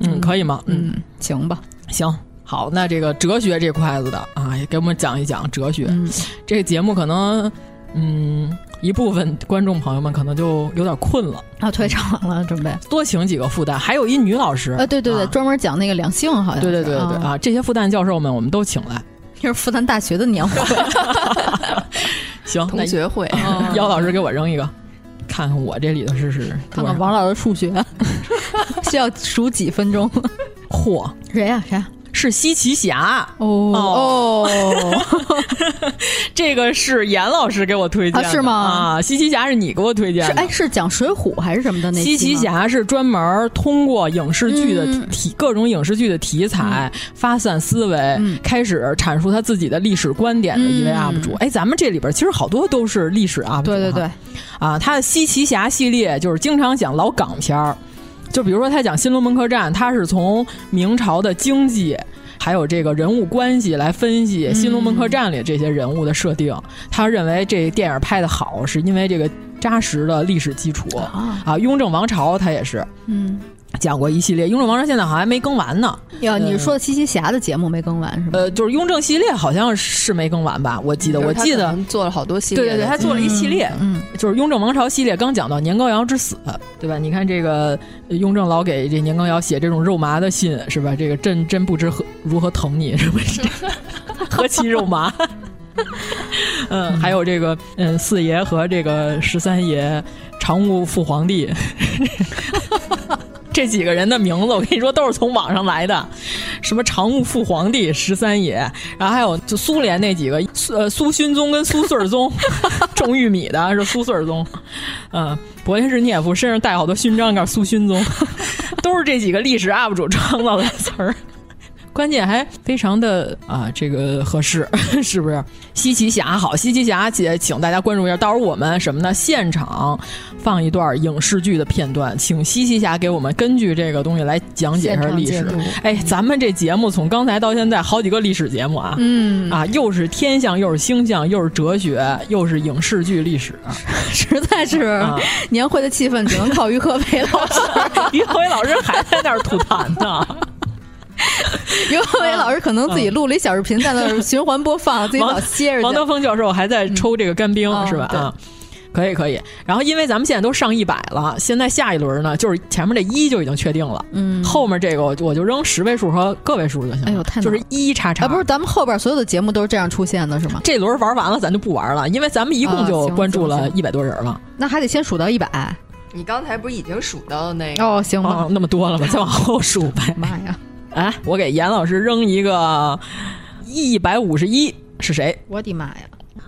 J: 嗯，可以吗？
I: 嗯，行吧，
J: 行。好，那这个哲学这块子的啊，也给我们讲一讲哲学。
I: 嗯、
J: 这个节目可能，嗯，一部分观众朋友们可能就有点困了
I: 啊，退场了， 准备
J: 多请几个复旦，还有一女老师
I: 啊，对对对，
J: 啊、
I: 专门讲那个两性，好像
J: 对对对
I: 嗯
J: 对、啊、啊，这些复旦教授们我们都请来，
I: 这是复旦大学的年 会，
J: 行，
A: 同学会，
J: 啊、 姚老师给我扔一个。看看我这里头是是，
I: 看看啊王老师数学 需要数几分钟？
J: 嚯，
I: 谁呀、啊、谁呀、啊？
J: 是西奇侠
I: 哦哦，
J: 这个是严老师给我推荐的、
I: 啊、是吗？
J: 啊，西奇侠是你给我推荐的，
I: 是哎是讲水浒还是什么的那？
J: 西奇侠是专门通过影视剧的题，嗯、各种影视剧的题材、嗯、发散思维，
I: 嗯、
J: 开始阐述他自己的历史观点的一位 UP 主。哎，咱们这里边其实好多都是历史 UP 主，
I: 对对对，
J: 啊，他的西奇侠系列就是经常讲老港片儿。就比如说，他讲新龙门客栈，他是从明朝的经济，还有这个人物关系来分析新龙门客栈里这些人物的设定。嗯、他认为这电影拍的好，是因为这个扎实的历史基础
I: 啊。
J: 啊，雍正王朝他也是，
I: 嗯，
J: 讲过一系列。雍正王朝现在好像还没更完呢。
I: 呀，你是说的七七侠的节目没更完是吗？
J: 呃，就是雍正系列好像是没更完吧？我记得，我记得
A: 做了好多系列。
J: 对对对，他做了一系列，
I: 嗯，
J: 就是雍正王朝系列，刚讲到年羹尧之死，对吧？你看这个。雍正老给这年羹尧写这种肉麻的信，是吧？这个朕真不知何如何疼你，是不是？ 何其肉麻！嗯，还有这个，嗯，四爷和这个十三爷常务副皇帝， 这几个人的名字，我跟你说都是从网上来的，什么常务副皇帝、十三爷，然后还有就苏联那几个，苏呃苏勋宗跟苏穗宗， 种玉米的是苏穗宗，嗯。勃列日涅夫身上带好多勋章，叫苏勋宗， 都是这几个历史 UP 主创造的词儿，关键还非常的啊，这个合适， 是不是？西奇侠好，西奇侠姐，请大家关注一下，到时候我们什么呢？现场放一段影视剧的片段，请西奇侠给我们根据这个东西来讲解一下历史。哎，咱们这节目从刚才到现在好几个历史节目啊，
I: 嗯
J: 啊，又是天象，又是星象，又是哲学，又是影视剧历史，
I: 实在是。
J: 呃啊
I: 年会的气氛只能靠 于和伟老师，
J: 于和伟老师还在那儿吐痰呢。
I: 刘宏伟老师可能自己录了一小视频，在那循环播放，自己老歇着。
J: 啊王德峰教授还
I: 嗯
J: 在抽这个干冰，是吧？啊。可以可以，然后因为咱们现在都上一百了，现在下一轮呢，就是前面这一就已经确定了，嗯，后面这个我我就扔十位数和个位数就行了。哎
I: 呦，太
J: 就是一叉叉，
I: 啊，不是，咱们后边所有的节目都是这样出现的，是吗？
J: 这轮玩完了，咱就不玩了，因为咱们一
I: 啊
J: 共就关注了一百多人了、啊。
I: 那还得先数到一百。
A: 你刚才不是已经数到那个？
I: 哦，行吧、
J: 哦，那么多了吧，再 往后数呗。
I: 妈呀！
J: 哎，我给严老师扔一个一百五十一，是谁？
I: 我的妈呀！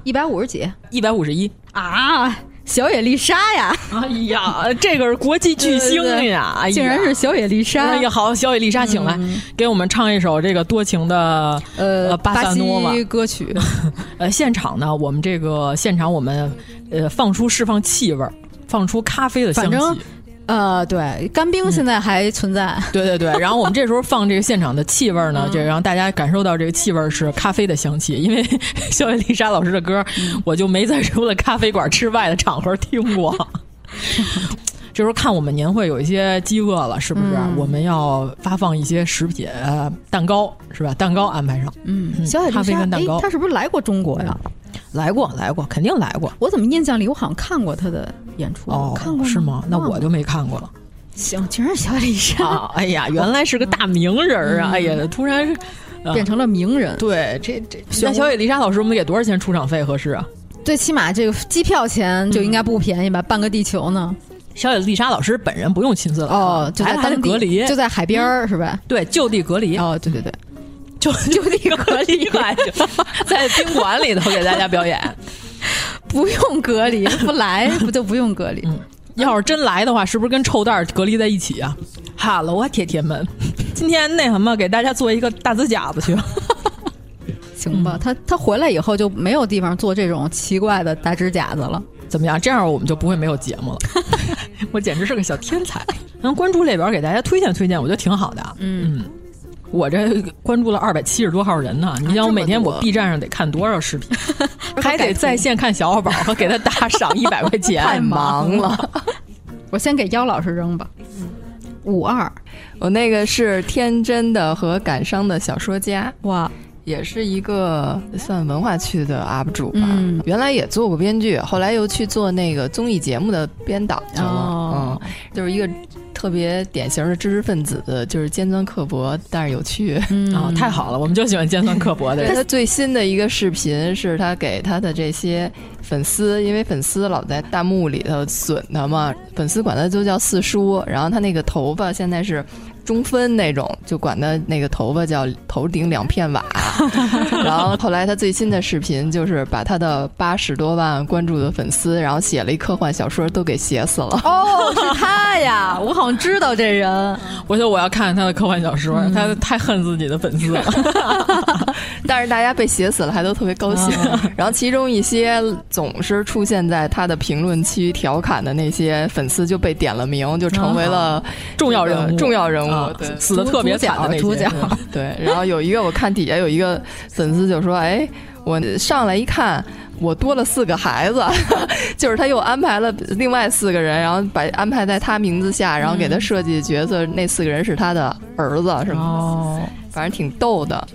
I: 一百五十几，
J: 一百五十一
I: 啊！小野丽莎呀！
J: 哎呀，这个是国际巨星呀！哎呀，
I: 竟然是啊小野丽莎！
J: 哎呀，好，小野丽莎，请来、嗯、给我们唱一首这个多情的
I: 呃
J: 巴萨诺瓦
I: 歌 曲。
J: 呃，现场呢，我们这个现场我们呃放出释放气味，放出咖啡的香气。
I: 呃，对，干
J: 嗯
I: 冰现在还存在、嗯。
J: 对对对， 然后我们这时候放这个现场的气味呢，这让大家感受到这个气味是咖啡的香气。因为 肖野丽莎老师的歌，嗯、我就没在除了咖啡馆之外的场合听 过。这时候看我们年会有一些饥饿了，是不是？嗯、我们要发放一些食品，呃，蛋糕是吧？蛋糕安排上。
I: 嗯，小野
J: 咖啡跟蛋糕，
I: 他是不是来过中国呀？
J: 来过，来过，肯定来过。
I: 我怎么印象里我好像看过他的演出？
J: 哦，
I: 看过
J: 是吗？那我就没看过 了。
I: 行，全是小李莎、
J: 啊。哎呀，原来是个大名人啊！嗯、哎呀，突然、
I: 啊、变成了名人。
J: 对，这这那小野丽莎老师，我们给多少钱出场费合适啊？
I: 最起码这个机票钱就应该不便宜吧？嗯、半个地球呢。
J: 小野丽莎老师本人不用亲啊自来
I: 哦，就在
J: 当隔离，
I: 就在海边儿、嗯、是吧？
J: 对，就地隔离。
I: 哦，对对对。
J: 就就地 隔 离吧，在宾馆里头给大家表演，
I: 不用隔离，不 来不就不用隔离。
J: 嗯，要是真来的话，是不是跟臭蛋隔离在一起啊？哈喽啊，铁铁们，今天那什么，给大家做一个大指甲子去。
I: 行
J: 嗯
I: 吧，他他回来以后就没有地方做这种奇怪的大指甲子了。
J: 怎么样？这样我们就不会没有节目了。我简直是个小天才。然后关注列表给大家推荐推荐，我觉得挺好的。嗯。嗯我这关注了二百七十多号人呢，你想我每天我 B 站上得看多少视频，还得在线看小奥宝和给他打赏一百块钱，
I: 太忙了。 我先给妖老师扔吧，五二，
A: 我那个是天真的和感伤的小说家，
I: 哇，
A: 也是一个算文化区的 UP 主吧，嗯、原来也做过编剧，后来又去做那个综艺节目的编导去了，哦、嗯，就是一个。特别典型的知识分子，就是尖酸刻薄，但是有趣啊、
J: 嗯哦！太好了，我们就喜欢尖酸刻薄的人。
A: 他最新的一个视频是他给他的这些粉丝，因为粉丝老在弹幕里头损他嘛，粉丝管他就叫四叔。然后他那个头发现在是中分那种，就管他那个头发叫头顶两片瓦。然后后来他最新的视频就是把他的八十多万关注的粉丝，然后写了一科幻小说，都给写死了。
I: 哦，是他呀！ 我好。知道这人，
J: 我觉得我要看他的科幻小说，嗯、他太恨自己的粉丝了。
A: 但是大家被写死了，还都特别高兴。啊、 然后其中一些总是出现在他的评论区调侃的那些粉丝就被点了名，就成为了
J: 啊重要人物，
A: 重要人物，啊、对，
J: 死的特别惨的那
I: 主角。
A: 对，然后有一个我看底下有一个粉丝就说：“哎，我上来一看。”我多了四个孩子， 就是他又安排了另外四个人，然后把安排在他名字下，然后给他设计角色，嗯、那四个人是他的儿子，是吗？
I: 哦，
A: 反正挺逗的。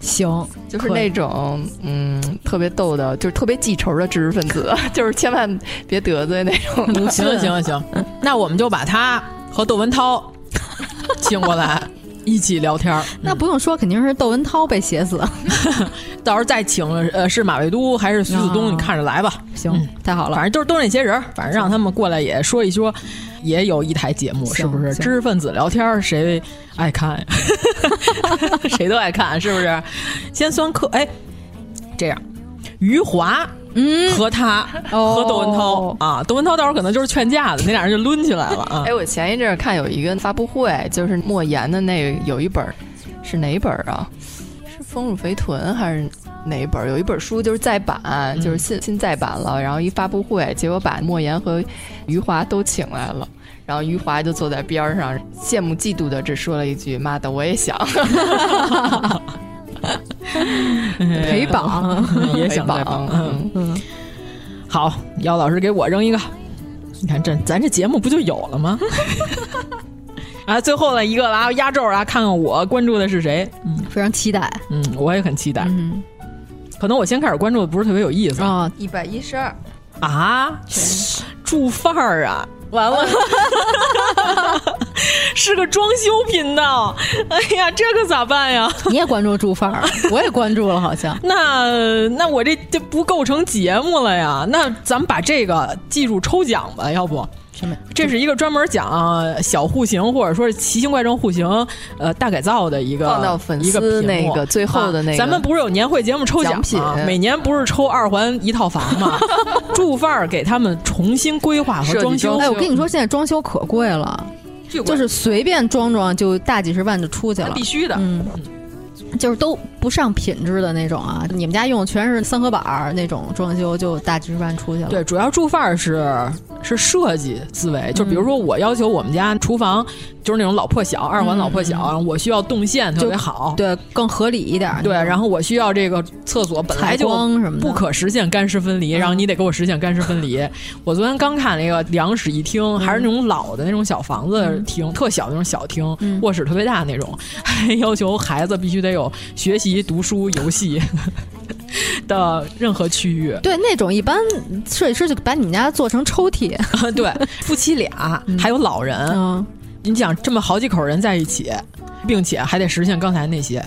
I: 行，
A: 就是那种嗯，特别逗的，就是特别记仇的知识分子， 就是千万别得罪那种。
J: 行了行了行，那我们就把他和窦文涛请过来。一起聊天儿，
I: 那不用说，肯定是窦文涛被写死。
J: 到时候再请，呃，是马未都还是徐子东？你看着来吧。
I: 行，太好了，
J: 反正都是都是那些人，反正让他们过来也说一说，也有一台节目，是不是？知识分子聊天，谁爱看？ 谁都爱看，是不是？先算课，哎，这样，余华。
I: 嗯，
J: 和他和窦文涛啊，窦文涛到时候可能就是劝架的，那俩人就抡起来了啊！
A: 哎，我前一阵看有一个发布会，就是莫言的那个有一本，是哪本啊？是《丰乳肥臀》还是哪本？有一本书就是再版，就是新新再版了，然后一发布会，结果把莫言和余华都请来了。然后余华就坐在边上，羡慕嫉妒的只说了一句：“妈的，我也想。”
I: 陪榜
J: 也想在榜，嗯，嗯好，姚老师给我扔一个，你看这咱这节目不就有了吗？ 啊，最后的一个啊，压轴啊，看看我关注的是谁。嗯，
I: 非常期待。
J: 嗯，我也很期待。嗯，哦可能我先开始关注的不是特别有意思
A: 啊。一百一十二
J: 啊，住范儿啊，完了， 是个装修频道。哎呀，这可、个、咋办呀？
I: 你也关注住范儿，我也关注了，好像。
J: 那那我这这不构成节目了呀？那咱们把这个记住抽奖吧，要不？这是一个专门讲小户型或者说是奇形怪状户型呃大改造的一个
A: 放到粉丝那个最后的那个、啊，
J: 咱们不是有年会节目抽奖
A: 品、
J: 啊，每年不是抽二环一套房 吗？住范儿给他们重新规划和装修。嗯
I: 哎，我跟你说，现在装修可贵了，就是随便装装就大几十万就出去了，
J: 必须的。
I: 嗯。就是都不上品质的那种啊！你们家用全是三合板儿那种装修，就大几十万出去了。
J: 对，主要住范儿是是设计思维，就比如说我要求我们家厨房就是那种老破小，二环老破小，嗯、我需要动线特别好，
I: 对，更合理一点。
J: 对，然后我需要这个厕所本来就不可实现干湿分离，然后你得给我实现干湿分离。嗯、我昨天刚看那个两室一厅、嗯，还嗯是那种老的那种小房子厅，特小那种小厅，卧室特别大那种，还要求孩子必须得有。有学习、读书、游戏 的任何区域，
I: 对那种一般设计师就把你们家做成抽屉。
J: 对，夫妻俩、嗯、还有老人，嗯、你想这么好几口人在一起，并且还得实现刚才那些。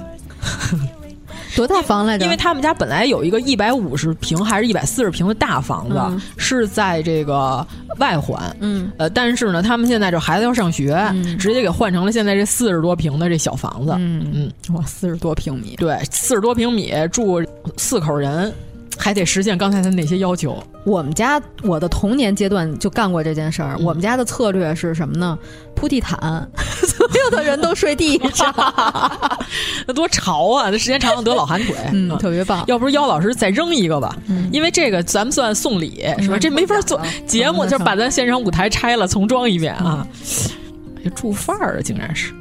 I: 多大房来着？
J: 因为他们家本来有一个一百五十平还是一百四十平的大房子、嗯，是在这个外环。嗯，呃，但是呢，他们现在这孩子要上学，嗯、直接给换成了现在这四十多平的这小房子。
I: 嗯嗯，哇，四十多平米。
J: 对，四十多平米住四口人，还得实现刚才的那些要 求。
I: 我们家我的童年阶段就干过这件事儿、嗯。我们家的策略是什么呢？铺地毯， 所有的人都睡地 上，
J: 哎那多潮啊！那时间长了得老寒腿，
I: 嗯，特别棒。
J: 要不是妖老师再扔一个吧，嗯、因为这个咱们算送礼、嗯、是吧？这没法做、嗯、节目，就把咱现场舞台拆了，重装一遍啊！住范儿啊，竟然是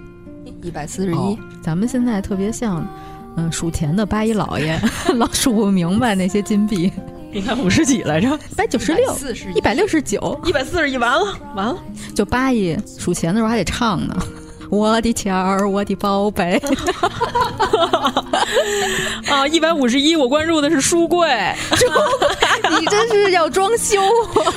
A: 一百四十
J: 哦
A: 一。
I: 咱们现在特别像嗯数钱的八一老爷， 老数不明白那些金币。
J: 你看五十几来着，
I: 一百九十六，一百六十九，
J: 一百四十一，完了完了，
I: 就八亿数钱的时候还得唱 呢，我的钱儿，我的宝贝。
J: 啊，一百五十一，我关注的是书 柜，
I: 你真是要装 修，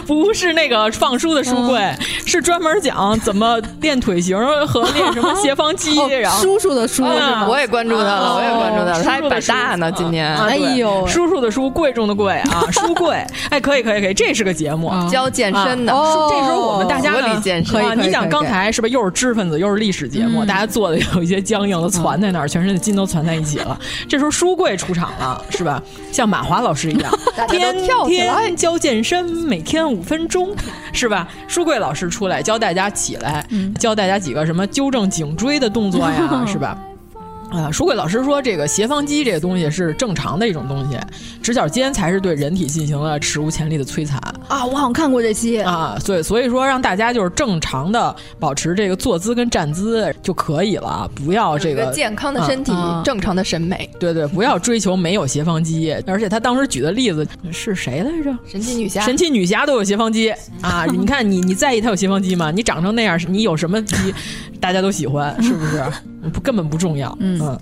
J: 不是那个放书的书柜、嗯，是专门讲怎么练腿型和练什么斜方肌。 哦、然后
I: 叔叔的书、
A: 啊，我也关注他了、哦，我也关注他了，他还百大呢，今年。
J: 哎
I: 呦，
J: 叔叔的书，贵重的贵啊，书 柜。哎，可以可以可以，这是个节目，啊、
A: 教健身的。
J: 哦、这时候我们大家呢，
A: 健身
J: 啊，你想刚才是不是又是知识分子又是历史节目、嗯，大家坐的有一些僵硬的攒在那儿、嗯，全身的筋都攒在一起了。这时候书柜出场了，是吧？像马华老师一样，天天教健身，每天五分钟，是吧？书柜老师出来教大家起来，嗯、教大家几个什么纠正颈椎的动作呀， 嗯、是吧？啊，书柜老师说，这个斜方肌这个东西是正常的一种东西，直角肩才是对人体进行了史无前例的摧残
I: 啊！我好像看过这期
J: 啊，所以所以说让大家就是正常的保持这个坐姿跟站姿就可以了，啊不要这
A: 个健康的身体、啊、正常的审美，
J: 对对，不要追求没有斜方肌。而且他当时举的例子是谁来着？
A: 神奇女侠，
J: 神奇女侠都有斜方肌啊！你看你你在意她有斜方肌吗？你长成那样，你有什么肌，大家都喜欢，是不是？不根本不重要，嗯。嗯，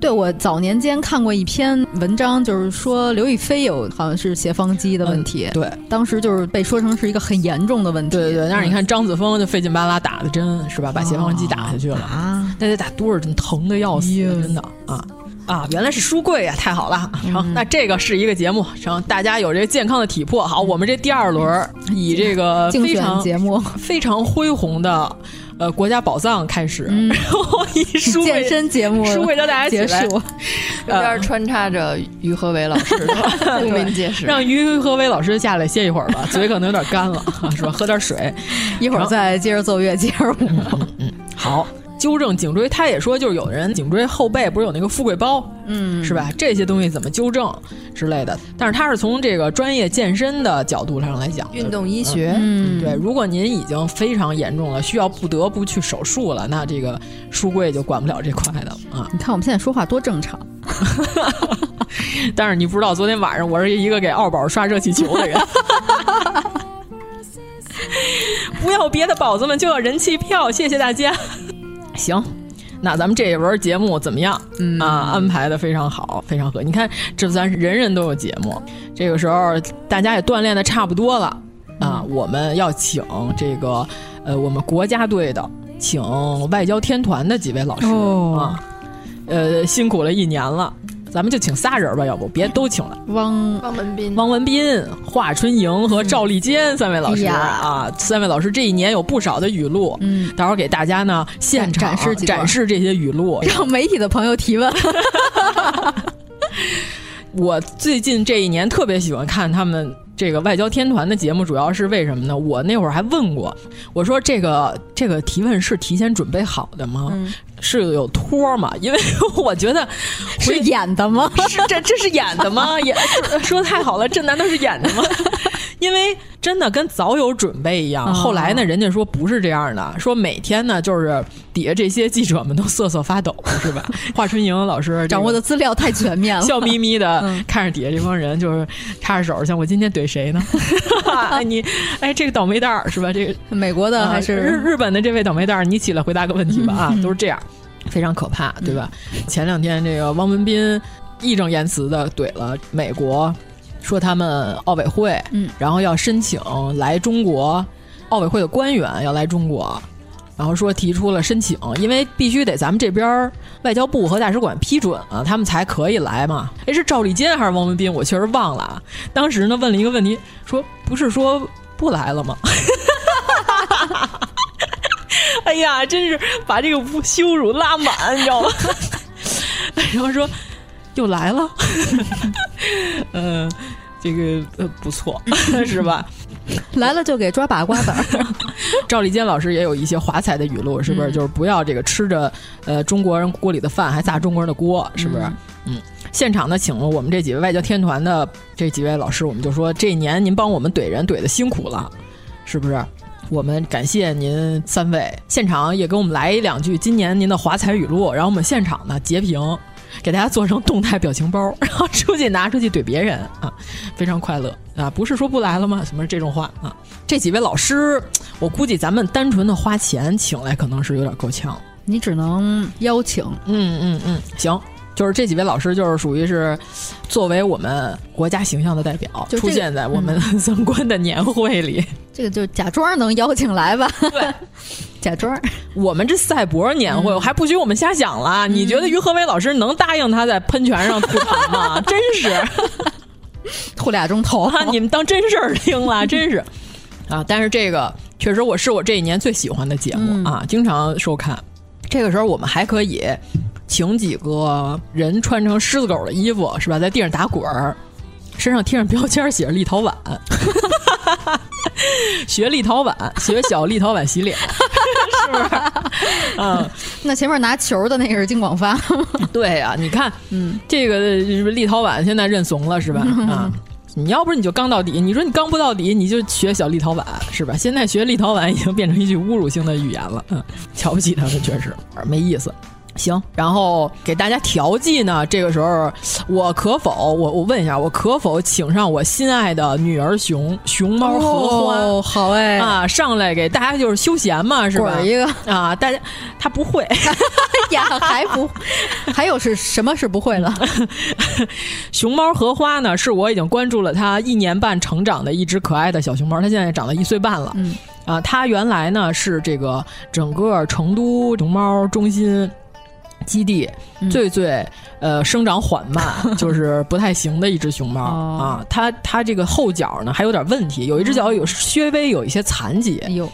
I: 对我早年间看过一篇文章，就是说刘亦菲有好像是斜方肌的问题、
J: 嗯，对，
I: 当时就是被说成是一个很严重的问题。
J: 对对对，但是你看张子枫就费劲巴拉打的针是吧，把斜方肌打下去了
I: 嗯
J: 啊，那得打多少针，疼的要死，
I: 哎
J: 真的啊啊！原来是书柜呀、啊，太好了，成、嗯，那这个是一个节目，成，大家有这健康的体魄。好，我们这第二轮以这个非常
I: 嗯节目
J: 非常恢宏的。呃，国家宝藏开始，嗯、然后以书
I: 健身节目
J: 书给到大家嗯
I: 结束，
A: 中间穿插着于和伟老师 的为你解释，
J: 让于和伟老师下来歇一会儿 吧，嘴可能有点干了，是吧？喝点水，
I: 一会儿再接着奏乐，接着舞。嗯
J: 嗯、好。纠正颈椎，他也说，就是有人颈椎后背不是有那个富贵包，嗯，是吧？这些东西怎么纠正之类的？但是他是从这个专业健身的角度上来讲，
A: 运动医学，
J: 嗯，嗯对。如果您已经非常严重了，需要不得不去手术了，那这个书柜就管不了这块的啊。
I: 你看我们现在说话多正常，
J: 但是你不知道，昨天晚上我是一个给奥宝刷热气球的人。 不要别的宝子们，就要人气票，谢谢大家。 行。那咱们这一轮节目怎么样？嗯啊，安排的非常好，非常合。你看，这咱人人都有节目，这个时候大家也锻炼的差不多了啊。我们要请这个呃，我们国家队的，请外交天团的几位老师、
I: 哦、
J: 啊，呃，辛苦了一年了，咱们就请仨人吧，要不别都请了。
I: 汪
A: 汪文斌、
J: 汪文斌、华春莹
I: 嗯
J: 和赵立坚三位老
I: 哎
J: 师、嗯、啊，三位老师这一年有不少的语录，
I: 嗯，
J: 待会儿给大家呢现场
I: 展示哎
J: 展示这些语录，
I: 让媒体的朋友提 问。
J: 我最近这一年特别喜欢看他们这个外交天团的节目，主要是为什么呢？我那会儿还问过，我说这个这个提问是提前准备好的吗？
I: 嗯、
J: 是有托吗？因为 我觉得
I: 是演的吗？
J: 是这这是演的 吗？演说太好了，这难道是演的吗？ 因为真的跟早有准备一样，
I: 哦、
J: 后来呢，人家说不是这样的，说每天呢就是底下这些记者们都瑟瑟发抖，是 吧？华春莹老师、这个、
I: 掌握的资料太全面了，
J: 笑眯眯的、嗯、看着底下这帮人，就是插着手，像我今天怼谁 呢？哎、你哎，这个倒霉蛋儿是吧？这个
I: 美国的还是、
J: 呃、日日本的这位倒霉蛋儿，你起来回答个问题吧啊，
I: 嗯嗯嗯
J: 都是这样，非常可怕，对吧？前两天这个汪文斌义正言辞的怼了美国。说他们奥委会，
I: 嗯，
J: 然后要申请来中国，奥委会的官员要来中国，然后说提出了申请，因为必须得咱们这边外交部和大使馆批准啊，他们才可以来嘛。哎，是赵立坚还是汪文斌？我确实忘了啊。当时呢问了一个问题，说不是说不来了吗？ 哎呀，真是把这个羞辱拉满，你知道吗？ 然后说。又来了， 嗯呃，这个呃不错， 是吧？
I: 来了就给抓把瓜子 儿。
J: 赵立坚老师也有一些华彩的语录，是不是？
I: 嗯、
J: 就是不要这个吃着呃中国人锅里的饭，还砸中国人的锅，是不是？嗯,嗯，现场呢，请了我们这几位外交天团的这几位老师，我们就说这一年您帮我们怼人怼的辛苦了，是不是？我们感谢您三位，现场也给我们来一两句今年您的华彩语录，然后我们现场呢截屏。给大家做成动态表情包，然后出去拿出去怼别人啊，非常快乐啊！不是说不来了吗？什么这种话啊？这几位老师，我估计咱们单纯的花钱请来可能是有点够呛，
I: 你只能邀请。
J: 嗯嗯嗯，行，就是这几位老师就是属于是作为我们国家形象的代表，
I: 这个、
J: 出现在我们三观的年会里。
I: 嗯、这个就假装能邀请来吧。
J: 对。
I: 假装，
J: 我们这赛博年会，我、
I: 嗯、
J: 还不许我们瞎想了。
I: 嗯、
J: 你觉得于和伟老师能答应他在喷泉上吐痰 吗？真是
I: 吐俩钟头
J: 啊！你们当真事儿 听了，真是啊！但是这个确实，我是我这一年最喜欢的节目、
I: 嗯、
J: 啊，经常收看。这个时候，我们还可以请几个人穿成狮子狗的衣服，是吧？在地上打滚儿，身上贴上标签，写着立陶宛。 学立陶宛，学小立陶宛洗脸，是不是？嗯，
I: 那前面拿球的那个是金广发， 哎
J: 对呀、啊，你看，
I: 嗯，
J: 这个呃立陶宛现在认怂 了，是吧？啊，你要不是你就刚到底，你说你刚不到底，你就学小立陶宛，是吧？现在学立陶宛已经变成一句侮辱性的语言了，嗯，瞧不起他们，确实嗯没意思。行，然后给大家调剂呢。这个时候，我可否我我问一下，我可否请上我心爱的女儿熊熊猫合欢？
I: 哦、好哎
J: 啊，上来给大家就是休闲嘛，是吧？
I: 一个
J: 啊，大家他不会
I: 呀，还不还有是什么是不会 了？
J: 熊猫荷花呢？是我已经关注了它一年半成长的一只可爱的小熊猫，它现在长到一岁半了。
I: 嗯
J: 啊，它原来呢是这个整个成都熊猫中心。基地最最呃生长缓慢，就是不太行的一只熊猫啊，它它这个后脚呢还有点问题，有一只脚有稍微有一些残疾，
I: 哎呦，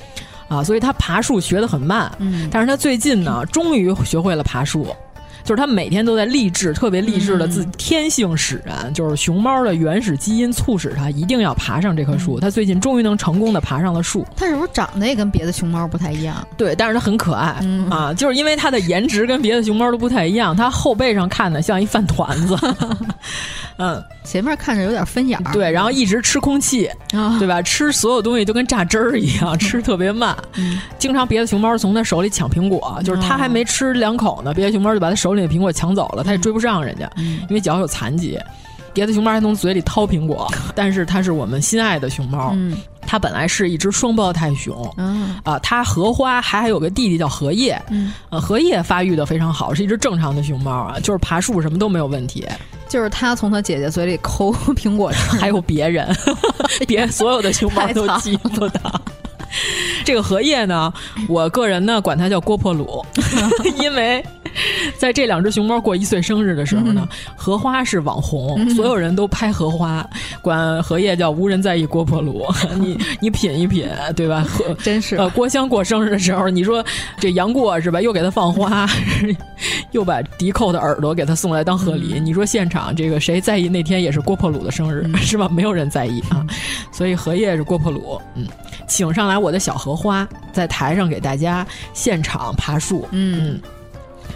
J: 啊，所以它爬树学得很慢，
I: 嗯，
J: 但是它最近呢终于学会了爬树，就是它每天都在励志，特别励志的自、
I: 嗯、
J: 天性使然，就是熊猫的原始基因促使它一定要爬上这棵树，它、
I: 嗯、
J: 最近终于能成功的爬上了树。
I: 它是不是长得也跟别的熊猫不太一样？
J: 对，但是它很可爱、
I: 嗯、
J: 啊，就是因为它的颜值跟别的熊猫都不太一样，它后背上看的像一饭团 子，嗯，
I: 前面看着有点分眼儿，
J: 对，然后一直吃空气，
I: 哦、
J: 对吧？吃所有东西就跟榨汁儿一样，吃特别慢，
I: 嗯、哦
J: 经常别的熊猫从它手里抢苹果，就是它还没吃两口呢，别的熊猫就把它手里的苹果抢走了，它也追不上人家，
I: 嗯、
J: 因为 脚有残疾。别的熊猫还从嘴里掏苹果，但是它是我们心爱的熊猫。
I: 嗯
J: 它本来是一只双胞胎熊，啊、嗯呃，它荷花还还有个弟弟叫荷叶，嗯、呃，荷叶发育的非常好，是一只正常的熊猫啊，就是爬树什么都没有问题。
I: 就是它从它姐姐嘴里抠 苹果，
J: 还有别人，别所有的熊猫都欺负它。这个荷叶呢，我个人呢管它叫郭破鲁，因为在这两只熊猫过一岁生日的时候呢，荷花是网红，所有人都拍荷花，管荷叶叫无人在意郭破鲁。你你品一品，对吧？
I: 真是
J: 呃，郭襄过生日的时候，你说这杨过是吧？又给他放花， 又把迪寇的耳朵给他送来当贺礼。你说现场这个谁在意那天也是郭破鲁的生日是吧？没有人在意啊，所以荷叶是郭破鲁，嗯，请上来我的小荷。花在台上给大家现场爬树，嗯，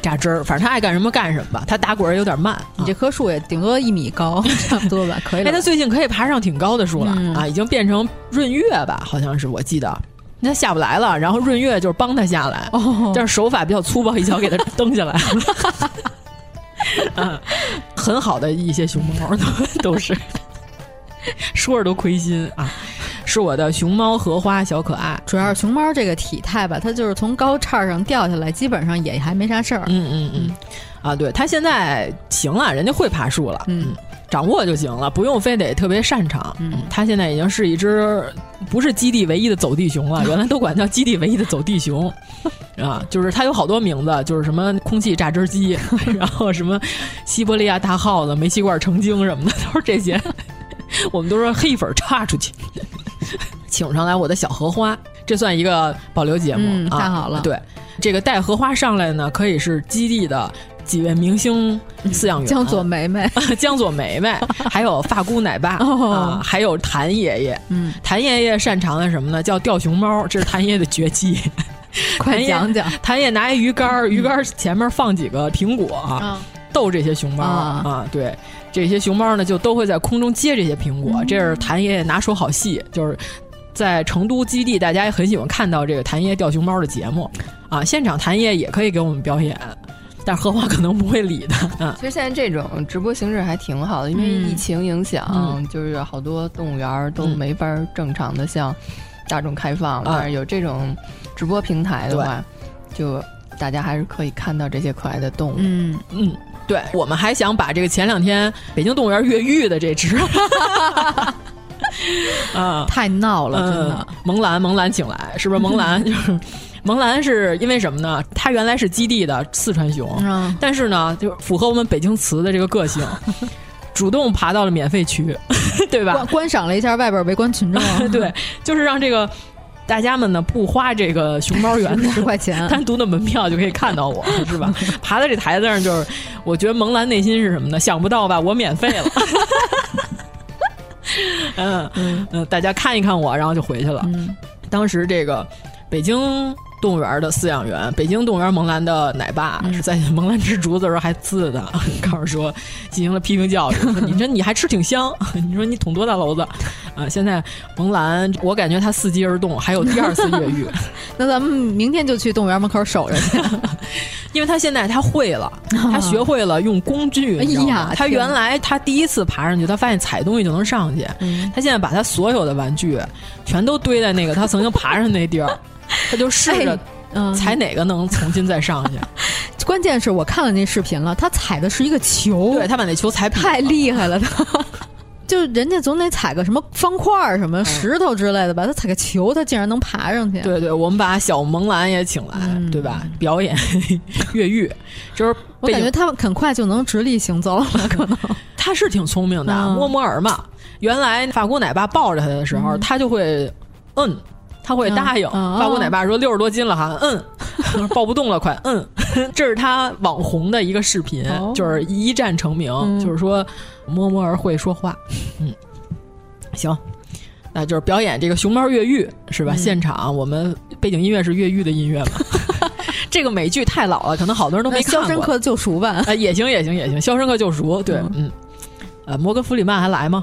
J: 榨汁儿，反正他爱干什么干什么吧。他打滚有点慢，啊、
I: 你这棵树也顶多一米高， 差不多吧，可以了。
J: 哎，他最近可以爬上挺高的树了、嗯、啊，已经变成闰月吧，好像是我记得。他下不来了，然后闰月就是帮他下来，哦、但是手法比较粗暴，一脚给他 蹬下来了。嗯，很好的一些熊猫都都是，说着都亏心啊。是我的熊猫荷花小可爱，
I: 主要是熊猫这个体态吧，它就是从高杈上掉下来，基本上也还没啥事儿。
J: 嗯嗯嗯，啊，对，它现在行了，人家会爬树了，嗯，掌握就行了，不用非得特别擅长。嗯，它现在已经是一只不是基地唯一的走地熊了，原来都管叫基地唯一的走地熊，啊，就是它有好多名字，就是什么空气榨汁机， 然后什么西伯利亚大耗子、煤气罐成精什么的，都是这些。我们都说黑粉插出去。请上来我的小荷花，这算一个保留节目、
I: 嗯、
J: 啊！
I: 太好了，
J: 对，这个带荷花上来呢，可以是基地的几位明星饲养员，
I: 嗯江左梅梅、
J: 江左梅梅，还有发姑奶爸、哦、啊，还有谭爷爷。嗯，谭爷爷擅长的什么呢？叫钓熊猫，这是谭爷爷的绝技。 哎
I: 快讲讲，
J: 谭爷拿一鱼竿，鱼竿前面放几个苹果、啊，嗯、逗这些熊猫、啊、啊，对。这些熊猫呢，就都会在空中接这些苹果，这是谭爷爷拿手好戏。就是在成都基地，大家也很喜欢看到这个谭爷爷钓熊猫的节目啊。现场谭爷爷也可以给我们表演，但是荷花可能不会理嗯他。
A: 啊、其实现在这种直播形式还挺好的，因为疫情影响，嗯、就是好多动物园都没法正常的向大众开放了。嗯、但是有这种直播平台的话，就大家还是可以看到这些可爱的动物。
J: 嗯嗯。嗯对，我们还想把这个前两天北京动物园越狱的这只， 啊，
I: 太闹了，真的。
J: 嗯、蒙兰，蒙兰，请来，是不是？蒙兰 就是，蒙兰是因为什么呢？它原来是基地的四川熊，嗯、但是呢，就符合我们北京词的这个 个性。主动爬到了免费区， 对吧？
I: 观赏了一下外边围观群众，
J: 嗯 对，就是让这个。大家们呢不花这个 熊猫园
I: 十块钱
J: 单独的门票就可以看到我，是吧？ 爬在这台子上就是，我觉得蒙兰内心是什么呢？想不到吧，我免费了。 嗯嗯、呃，大家看一看我，然后就回去了。嗯、当时这个北京。动物园的饲养员，北京动物园蒙兰的奶爸、嗯、是在蒙兰吃竹子的时候还呲的， 告诉说进行了批评教育，说你这你还吃挺香， 你说你捅多大娄子啊！现在蒙兰，我感觉它伺机而动，还有第二次越狱。
I: 那咱们明天就去动物园门口守着去，
J: 因为他现在他会了，他学会了用工具。
I: 啊哎呀，
J: 他原来他第一次爬上去，他发现踩东西就能上去，嗯、他现在把他所有的玩具全都堆在那个他曾经爬上那地 儿。他就试着，
I: 哎
J: 嗯，踩哪个能重新再 上去？哎
I: 嗯、关键是我看了那视频了，他踩的是一个球，
J: 对他把那球踩
I: 太厉害了，他 就人家总得踩个什么方块、什么石头之类的吧，他踩个球，他竟然能爬上去。
J: 嗯对对，我们把小萌兰也请来，嗯、对吧？表演 越狱，就是
I: 我感觉他们很快就能直立行 走了，可能
J: 他是挺聪明的，嗯、摸摸耳嘛。原来法国奶爸抱着他的时候，他就会嗯。他会答应，发过奶爸说六十多斤了哈，嗯， 抱不动了，快，嗯， 这是他网红的一个视频，哦、就是一战成名，嗯、就是说摸摸儿会说 话，嗯，行，那就是表演这个熊猫越狱是吧？嗯、现场我们背景音乐是越狱的音 乐嘛？这个美剧太老了，可能好多人都没看 过。
I: 肖申克救赎 吧？
J: 啊，也行，也行，也行，肖申克救赎，对，嗯,嗯，呃，摩根弗里曼还来吗？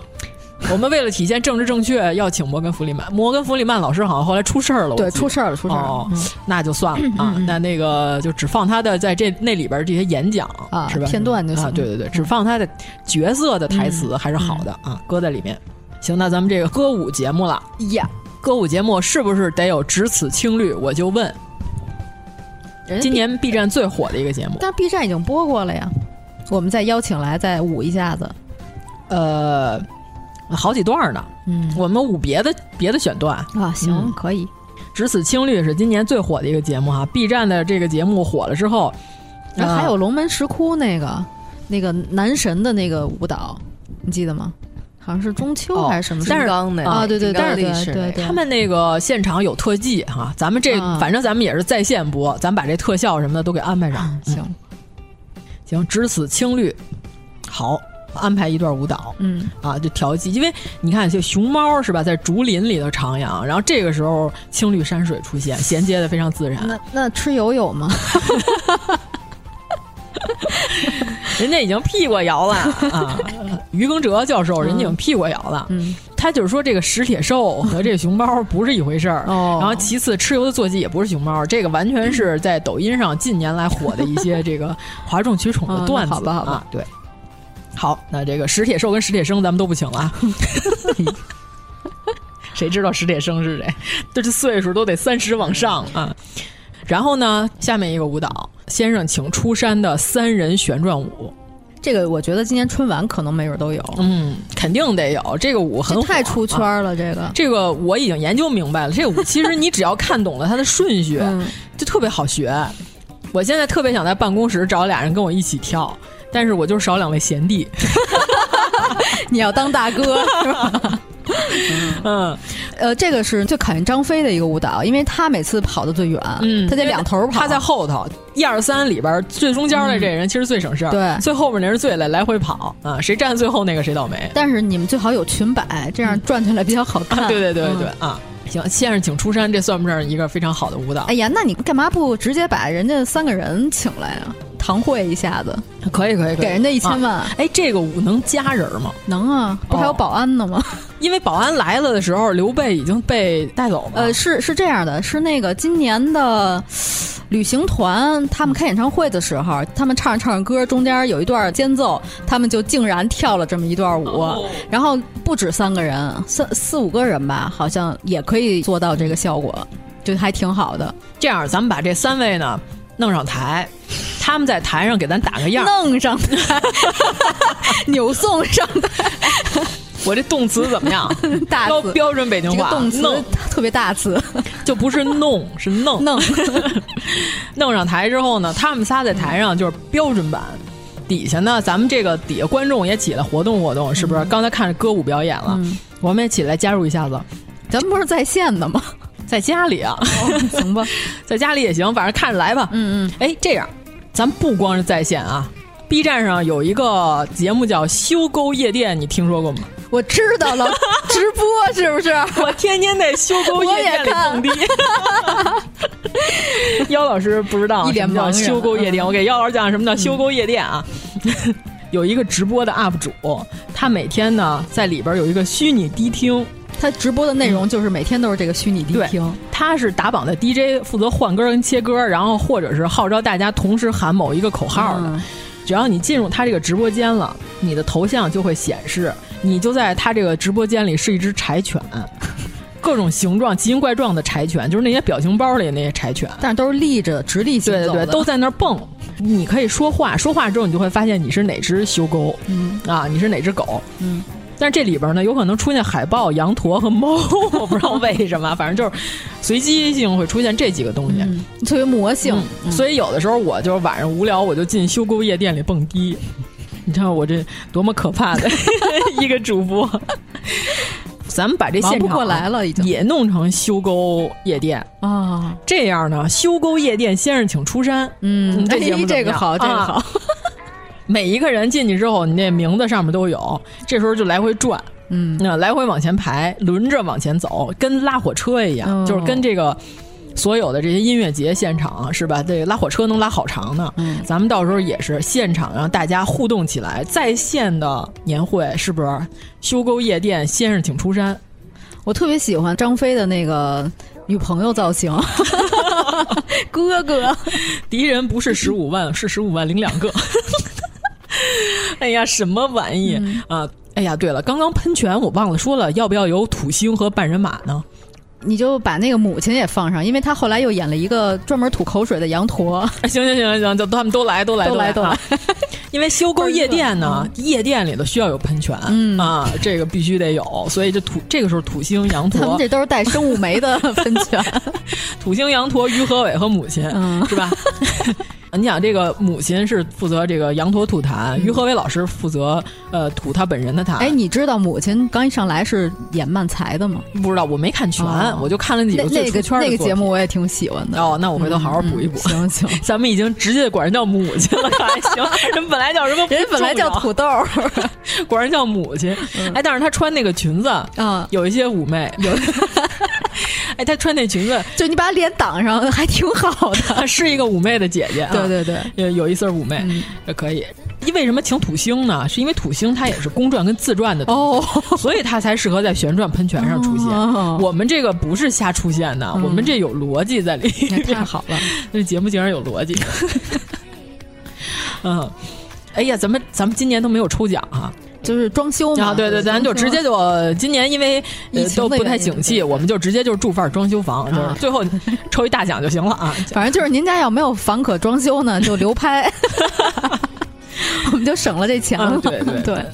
J: 我们为了体现政治正确，要请摩根弗里曼。摩根弗里曼老师好像后来出事儿了，
I: 对，出事儿了，出事儿了。嗯
J: 哦，那就算了啊，那那个就只放他的在这那里边这些演讲
I: 啊，
J: 是吧？
I: 片段就行。嗯
J: 对对对，只放他的角色的台词还是好的啊，搁在里面。行，那咱们这个歌舞节目了
I: 呀，
J: 歌舞节目是不是得有只此青绿？我就问。今年 B 站最火的一个节目，
I: 但是 B 站已经播过了呀，我们再邀请来再舞一下子。
J: 呃，好几段呢，嗯，我们舞别的别的选段
I: 啊，行、嗯、可以。
J: 只此青绿是今年最火的一个节目哈、啊、，B 站的这个节目火了之后，呃
I: 然后
J: 啊
I: 还有龙门石窟那个那个男神的那个舞蹈，你记得吗？好像是中
J: 哦
I: 秋还是什么？
A: 但是啊，
I: 对对，但
A: 是
I: 对对，
J: 他们那个现场有特技哈，咱们这
I: 嗯
J: 反正咱们也是在线播，咱把这特效什么的都给安排上。
I: 嗯
J: 嗯
I: 行，
J: 行，只此青绿，好，安排一段舞蹈。
I: 嗯，
J: 啊，就调剂，因为你看，就熊猫是吧，在竹林里头徜徉，然后这个时候青绿山水出现，衔接的非常自然。
I: 那那吃油有吗？
J: 人家已经辟过 谣了啊！于耕哲教授，人家已经辟过谣了。
I: 嗯，
J: 他就是说这个石铁兽和这个熊猫不是一回事儿。
I: 哦，
J: 然后其次，蚩尤的坐骑也不是熊猫，这个完全是在抖音上近年来火的一些这个哗众取宠的段子。
I: 哦
J: 啊
I: 好吧，好吧，
J: 对。好，那这个石铁兽跟石铁生咱们都不请 了。谁知道石铁生是谁？这这岁数都得三十往上啊！然后呢，下面一个舞蹈，先生请出山的三人旋转舞，
I: 这个我觉得今年春晚可能没准都有，
J: 嗯，肯定得有。这个舞很
I: 太出圈了，
J: 啊、
I: 这个
J: 这个我已经研究明白了。这 个舞其实你只要看懂了它的顺序，
I: 嗯、
J: 就特别好学。我现在特别想在办公室找俩人跟我一起跳，但是我就少两位 贤弟。
I: 你要当大 哥是吧？
J: 嗯，
I: 呃，这个是最考验张飞的一个舞蹈，因为他每次跑的最远，
J: 嗯，
I: 他得两头跑，
J: 他在后头，一二三里边最中间的这人其实最省事儿，
I: 对，
J: 最后面那人最累，来回跑啊，谁站最后那个谁倒霉。
I: 但是你们最好有裙摆，这样转起来比较好看。
J: 嗯对对对对
I: 嗯
J: 啊，行，先生请出山，这算不上一个非常好的舞蹈。
I: 哎呀，那你干嘛不直接把人家三个人请来啊？堂会一下子，
J: 可以可以，
I: 给人家一千万。
J: 哎，这个舞能加人吗？
I: 能啊，不还
J: 哦
I: 有保安呢吗？
J: 因为保安来了的时候，刘备已经被带走了。
I: 呃，是是这样的，是那个今年的旅行团，他们开演唱会的时候，他们唱着唱着歌，中间有一段间奏，他们就竟然跳了这么一段舞。哦、然后不止三个人，三四五个人吧，好像也可以做到这个效果，就还挺好的。
J: 这样，咱们把这三位呢弄上台。他们在台上给咱打个样，
I: 弄上台， 扭送上台。
J: 我这动词怎么 样？
I: 大
J: 标标准北京话，
I: 这个动词特别大词，
J: 就不是弄，是 弄
I: 弄。
J: 弄上台之后呢，他们仨在台上就是标准版。底下呢，咱们这个底下观众也起来活动活动，是不是？
I: 嗯、
J: 刚才看着歌舞表演了，
I: 嗯、
J: 我们也起来加入一下子。
I: 咱们不是在线的吗？
J: 在家里啊，
I: 行吧，
J: 在家里也行，反正看着来吧。
I: 嗯嗯，
J: 哎，这样。咱不光是在线啊，B 站上有一个节目叫《修沟夜店》，你听说过吗？
I: 我知道了，直播是不是？
J: 我天天在修沟夜店里蹦迪。妖老师不知道
I: 一脸
J: 叫修沟夜店，
I: 嗯
J: 我给妖老师讲什么叫修沟夜店啊？ 嗯、有一个直播的 UP 主，他每天呢在里边有一个虚拟迪厅。
I: 他直播的内容就是每天都是这个虚拟迪厅、嗯，
J: 他是打榜的 DJ，负责换歌跟切歌，然后或者是号召大家同时喊某一个口号的。
I: 嗯、
J: 只要你进入他这个直播间了，你的头像就会显示，你就在他这个直播间里是一只柴犬，各种形状、奇形怪状的柴犬，就是那些表情包里那些柴犬，
I: 但是都是立着直立行
J: 走的，对对对，都在那儿蹦。你可以说话，说话之后你就会发现你是哪只修狗，
I: 嗯
J: 啊，你是哪只狗，
I: 嗯。
J: 但是这里边呢，有可能出现海豹、羊驼和猫， 我不知道为什么，反正就是随机性会出现这几个东西，
I: 嗯、特别魔性。嗯
J: 嗯、所以有的时候我就是晚上无聊，我就进修沟夜店里蹦迪。你看我这多么可怕 的一个主播！咱们把这现场、啊、
I: 过来了，已经
J: 也弄成修沟夜店
I: 啊。哦、
J: 这样呢，修沟夜店先生请出山。
I: 嗯，
J: 这节目、哎、
I: 这个好，这个好。
J: 啊 每一个人进去之后，你那名字上面都有，这时候就来回转，
I: 嗯，
J: 那来回往前排，轮着往前走，跟拉火车一样，
I: 哦、
J: 就是跟这个所有的这些音乐节现场是吧？这个拉火车能拉好长呢。
I: 嗯，
J: 咱们到时候也是现场让大家互动起来，在线的年会是不是？修沟夜店，先生请出山。
I: 我特别喜欢张飞的那个女朋友造 型，哥哥，
J: 敌人不是十 五万，是十五万零两个。哎呀，什么玩意、
I: 嗯、
J: 啊！哎呀，对了，刚刚喷泉我忘了说了，要不要有土星和半人马呢？
I: 你就把那个母亲也放上，因为他后来又演了一个专门吐口水的羊驼。
J: 行行行行行，就他们都来都来
I: 都来嗯
J: 都来，因为修沟夜店呢，夜店里头需要有喷泉、嗯、啊，这个必须得有，所以这土这个时候土星羊驼，
I: 他们这都是带生物酶的喷 泉，
J: 土星羊驼、于和伟和母亲、嗯、是吧？你想，这个母亲是负责这个羊驼吐痰，于、嗯、和伟老师负责呃吐他本人的痰。
I: 哎，你知道母亲刚一上来是演漫才的吗？
J: 不知道，我没看全，哦、我就看了几个
I: 那个那个节目，我也挺喜欢的。
J: 哦，那我回头好好补一补。
I: 嗯嗯、行行，
J: 咱们已经直接管人叫母亲了，还行。人本来叫什么？
I: 人本来叫土嗯豆，
J: 管人叫母亲。哎，但是她穿那个裙子
I: 嗯
J: 啊，有一些妩媚。有。 哎，她穿那裙子，
I: 就你把脸挡上，还挺好的，
J: 是一个妩媚的姐姐、啊。
I: 对对对，
J: 有有一丝妩媚，也、嗯、可以。为什么请土星呢？是因为土星它也是公转跟自转的
I: 哦，
J: 所以它才适合在旋转喷泉上出现。哦、我们这个不是瞎出现的，嗯、我们这有逻辑在里面。
I: 太好 了，
J: 这节目竟然有逻辑。 嗯，哎呀，咱们咱们今年都没有抽奖啊。
I: 就是装修嘛，
J: 啊、对对，咱就直接就今年因为、呃、都不太景气，我们就直接就住范儿装修房，就是
I: 啊
J: 最后抽一大奖就行 了啊。
I: 反正就是您家要没有房可装修呢，就流 拍， 我们就省了这钱了。
J: 对对、嗯、
I: 对，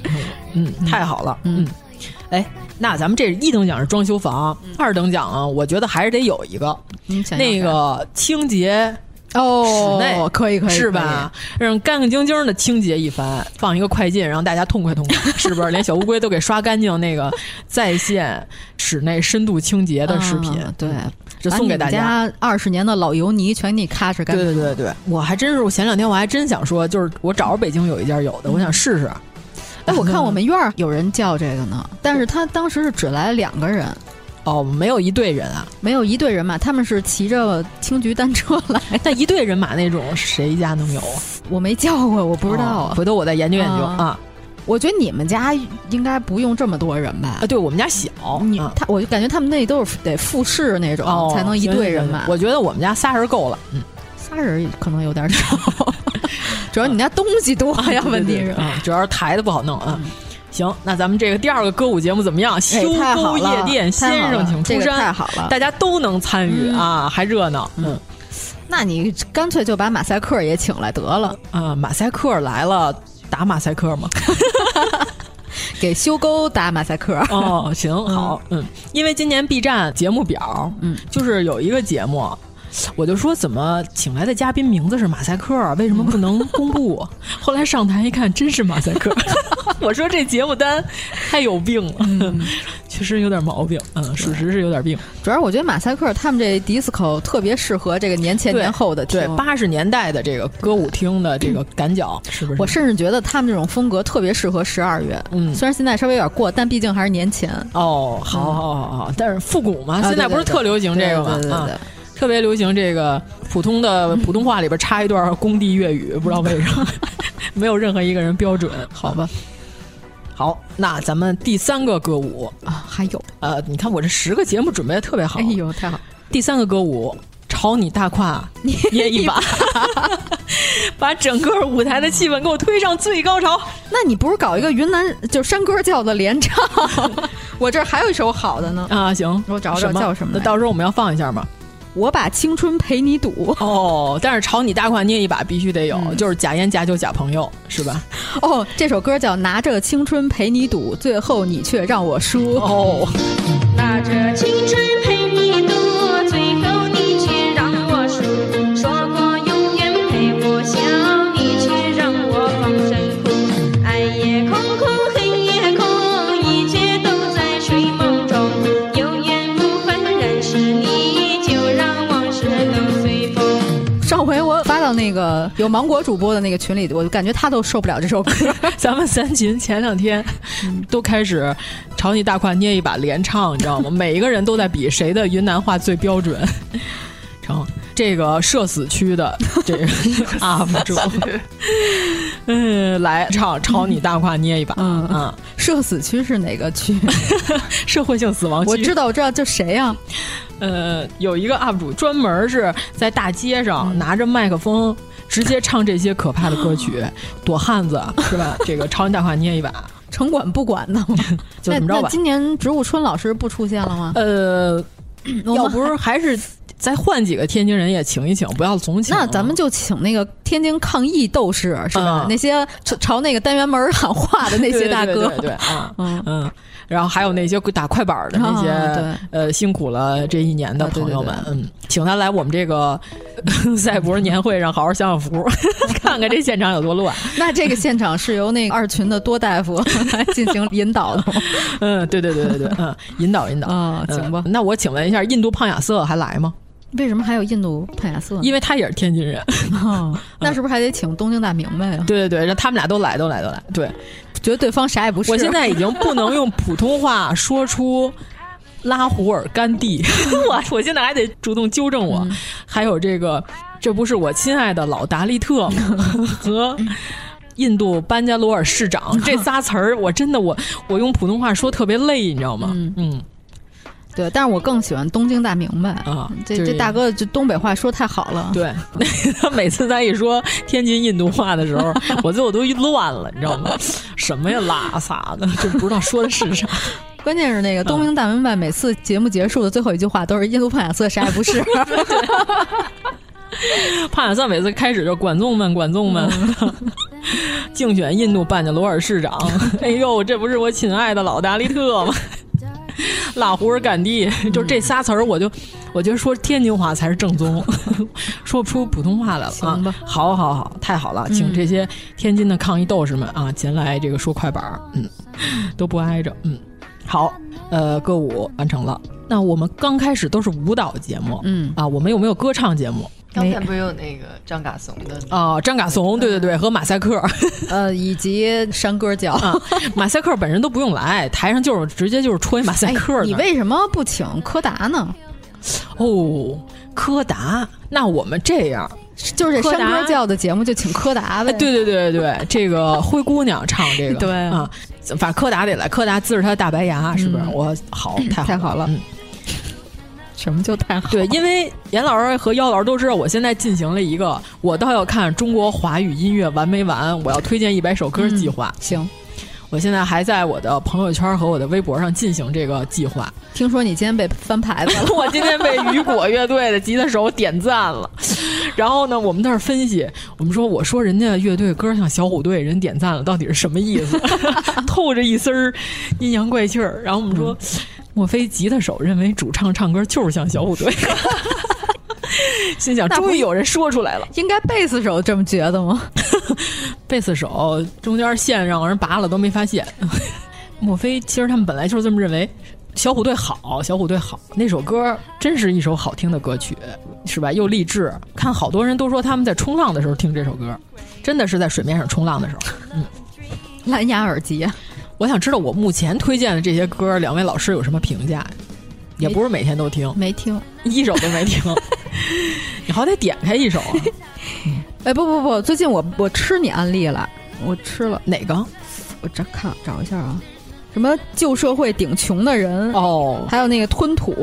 J: 嗯，太好了，嗯，哎，那咱们这一等奖是装修房，嗯、二等奖啊，我觉得还是得有一个，
I: 嗯、
J: 那个清洁。
I: 哦，
J: 室内
I: 可以可以
J: 是吧？让干干净净的清洁一番，放一个快进，让大家痛快 痛快，是不是？连小乌龟都给刷干净那个在线室内深度清洁的视频，
I: 嗯、对，
J: 这送给大
I: 家。二十年的老油泥全给你咔哧干净。
J: 对对对对，我还真是，我前两天我还真想说，就是我找着北京有一家有的，我想试试。
I: 哎，我看我们院儿有人叫这个呢，但是他当时是只来了两个人。
J: 哦，没有一队人啊，
I: 没有一队人马，他们是骑着青桔单车来。
J: 但一队人马哎那种，谁家能有？
I: 我没叫过，我不知道啊。
J: 哦、回头我再研究研究、嗯、啊。
I: 我觉得你们家应该不用这么多人吧？
J: 啊，对我们家小，啊
I: 你他，我就感觉他们那都是得复式那种、
J: 嗯哦、
I: 才能一队人马。
J: 我觉得我们家仨人 够了，嗯，
I: 仨人可能有点少， 主要你们家东西多
J: 啊
I: 哎 呀，问题是，
J: 主要是台子不好弄啊。嗯行，那咱们这个第二个歌舞节目怎么样？
I: 哎
J: 修沟夜店，先生请出山，
I: 太好了，
J: 大家都能参与啊，还热闹。嗯，
I: 那你干脆就把马赛克也请来得了
J: 啊！马赛克来了，打马赛克吗？
I: 给修沟打马赛 克
J: 哦，行好，嗯，因为今年 B 站节目表，嗯，就是有一个节目。我就说怎么请来的嘉宾名字是马赛克、啊，为什么不能公布？嗯 后来上台一看，真是马赛克。 我说这节目单太有病了，嗯、确实有点毛病。嗯，属实是有点病。
I: 主要我觉得马赛克他们这 disco 特别适合这个年前年后的
J: 对八十年代的这个歌舞厅的这个赶脚，是不是？
I: 我甚至觉得他们这种风格特别适合十二月。嗯，虽然现在稍微有点过，但毕竟还是年前。
J: 哦，好好好好，但是复古嘛，现在不是特流行这个啊嗯吗？
I: 对对对。
J: 特别流行这个普通的普通话里边插一段工地粤语，不知道为什么， 没有任何一个人标准，好吧？好，那咱们第三个歌舞
I: 啊，还有
J: 呃，你看我这十个节目准备的特别好，
I: 哎呦，太好！
J: 第三个歌舞，朝你大胯捏一把， 把整个舞台的气氛给我推上最高潮。
I: 那你不如搞一个云南就山歌叫的联唱？ 我这还有一首好的呢
J: 啊，行，
I: 我找找叫什么？
J: 那到时候我们要放一下嘛。
I: 我把青春陪你赌
J: 哦，但是朝你大胯捏一把必须得有，嗯、就是假烟假酒假朋友是吧？
I: 哦，这首歌叫《拿着青春陪你赌》，最后你却让我输
J: 哦。
K: 拿着青春陪你赌，最后你却让我输。说过永远陪我笑，你却让我放声哭。暗夜空空，黑夜空，一切都在睡梦中，有缘无分认识你。
I: 上回我发到那个有芒果主播的那个群里，我就感觉他都受不了这首歌。
J: 咱们三群前两天
I: 嗯
J: 都开始朝你大胯捏一把连唱，你知道吗？每一个人都在比谁的云南话最标准。成这个社死区的 这个 UP 主，嗯，来唱朝你大胯捏一把。嗯嗯，
I: 社死区是哪个区？
J: 社会性死亡 区。
I: 我知道，我知道，就谁呀、啊？
J: 呃，有一个 UP 主专门是在大街
I: 嗯
J: 上拿着麦克风，直接唱这些可怕的歌 曲，躲汉子是吧？这个朝你大胯捏一把。
I: 城管不管呢吗？
J: 就怎么着吧。
I: 今年植物春老师不出现了吗？
J: 呃。要不是还是再换几个天津人也请一请，不要总请。
I: 那咱们就请那个天津抗疫斗士是吧？那些朝那个单元门喊话的那些大哥，
J: 嗯对嗯嗯，然后还有那些打快板的那
I: 啊
J: 些，呃，辛苦了这一年的朋友们，嗯，请他来我们这个 赛博年会上好好享享福， 看看这现场有多乱。
I: 那这个现场是由那个二群的多大夫 来进行引导的，
J: 嗯，对对对对对，嗯，引导引导嗯
I: 啊，行吧。
J: 那我请问一下，印度胖亚瑟还来吗？
I: 为什么还有印度帕亚瑟？
J: 因为嗯他也是天津人，
I: 哦，那是不是还得请东京大明白呀？
J: 对对对，让他们俩都来，都来，都来。对，
I: 觉得对方啥也不是。
J: 我现在已经不能用普通话说出拉胡尔甘地， 我我现在还得主动纠正我。嗯、还有这个，这不是我亲爱的老达利特 和。印度班加罗尔市 长这仨词儿，我真的我我用普通话说特别累，你知道吗？嗯。嗯
I: 对，但是我更喜欢东京大明白嗯
J: 啊！
I: 这这大哥这东北话说太好了。
J: 对， 他每次他一说天津印度话的时 候，我最后都乱了，你知道吗？什么呀，拉撒的，就不知道说的是啥。
I: 关键是那个东京大明白，每次节目结束的最后一句话都是“印度帕亚瑟啥也不是”。
J: 帕亚瑟每次开始就“管仲们，管仲们”，竞选印度班加罗尔市长。哎呦，这不是我亲爱的老达利特吗？拉胡尔甘地，就这仨词儿，我就我觉得说天津话才是正宗， 说不出普通话来了啊！好，好，好，太好了，请这些天津的抗疫斗士们啊，前来这个说快板儿，嗯，都不挨着，嗯，好，呃，歌舞完成了。那我们刚开始都是舞蹈节目，
I: 嗯
J: 啊，我们有没有歌唱节目？
A: 刚才不是有那个张嘎怂的
J: 哦，张嘎怂，对对对，和马赛克，
I: 呃，以及山歌脚啊，
J: 马赛克本人都不用来，台上就是直接就是戳一马赛克、哎。
I: 你为什么不请柯达呢？
J: 哦，柯达，那我们这样，
I: 就是山歌教的节目就请柯达呗。
J: 对哎对对对， 这个灰姑娘唱这个，
I: 对
J: 啊，反正柯达得来，柯达呲着他的大白牙，是不是？
I: 嗯、
J: 我好
I: 太
J: 好
I: 了。
J: 嗯
I: 什么就太好？
J: 对，因为严老师和姚老师都知道，我现在进行了一个，我倒要看中国华语音乐完没完，我要推荐一百首歌计划。
I: 嗯、行，
J: 我现在还在我的朋友圈和我的微博上进行这个计划。
I: 听说你今天被翻牌子了？
J: 我今天被雨果乐队的吉他手点赞了。然后呢，我们那儿分析，我们说，我说人家乐队歌像小虎队，人点赞了，到底是什么意思？ 透着一丝儿阴阳怪气儿。然后我们说。嗯莫非吉他手认为主唱唱歌就是像小虎队？ 心想，终于有人说出来了。
I: 应该贝斯手这么觉得 吗？
J: 贝斯手中间线让人拔了都没发现。莫非其实他们本来就是这么认为？小虎队好，小虎队好，那首歌真是一首好听的歌曲，是吧？又励志。看好多人都说他们在冲浪的时候听这首歌，真的是在水面上冲浪的时候。嗯，
I: 蓝牙耳机。
J: 啊我想知道我目前推荐的这些歌，两位老师有什么评价？也不是每天都听，
I: 没听
J: 一首都 没听，你好歹点开一首啊！
I: 哎，不不不，最近我我吃你安利了，我吃了
J: 哪 个？
I: 我这看找一下啊，什么旧社会顶穷的人
J: 哦，
I: 还有那个吞吐，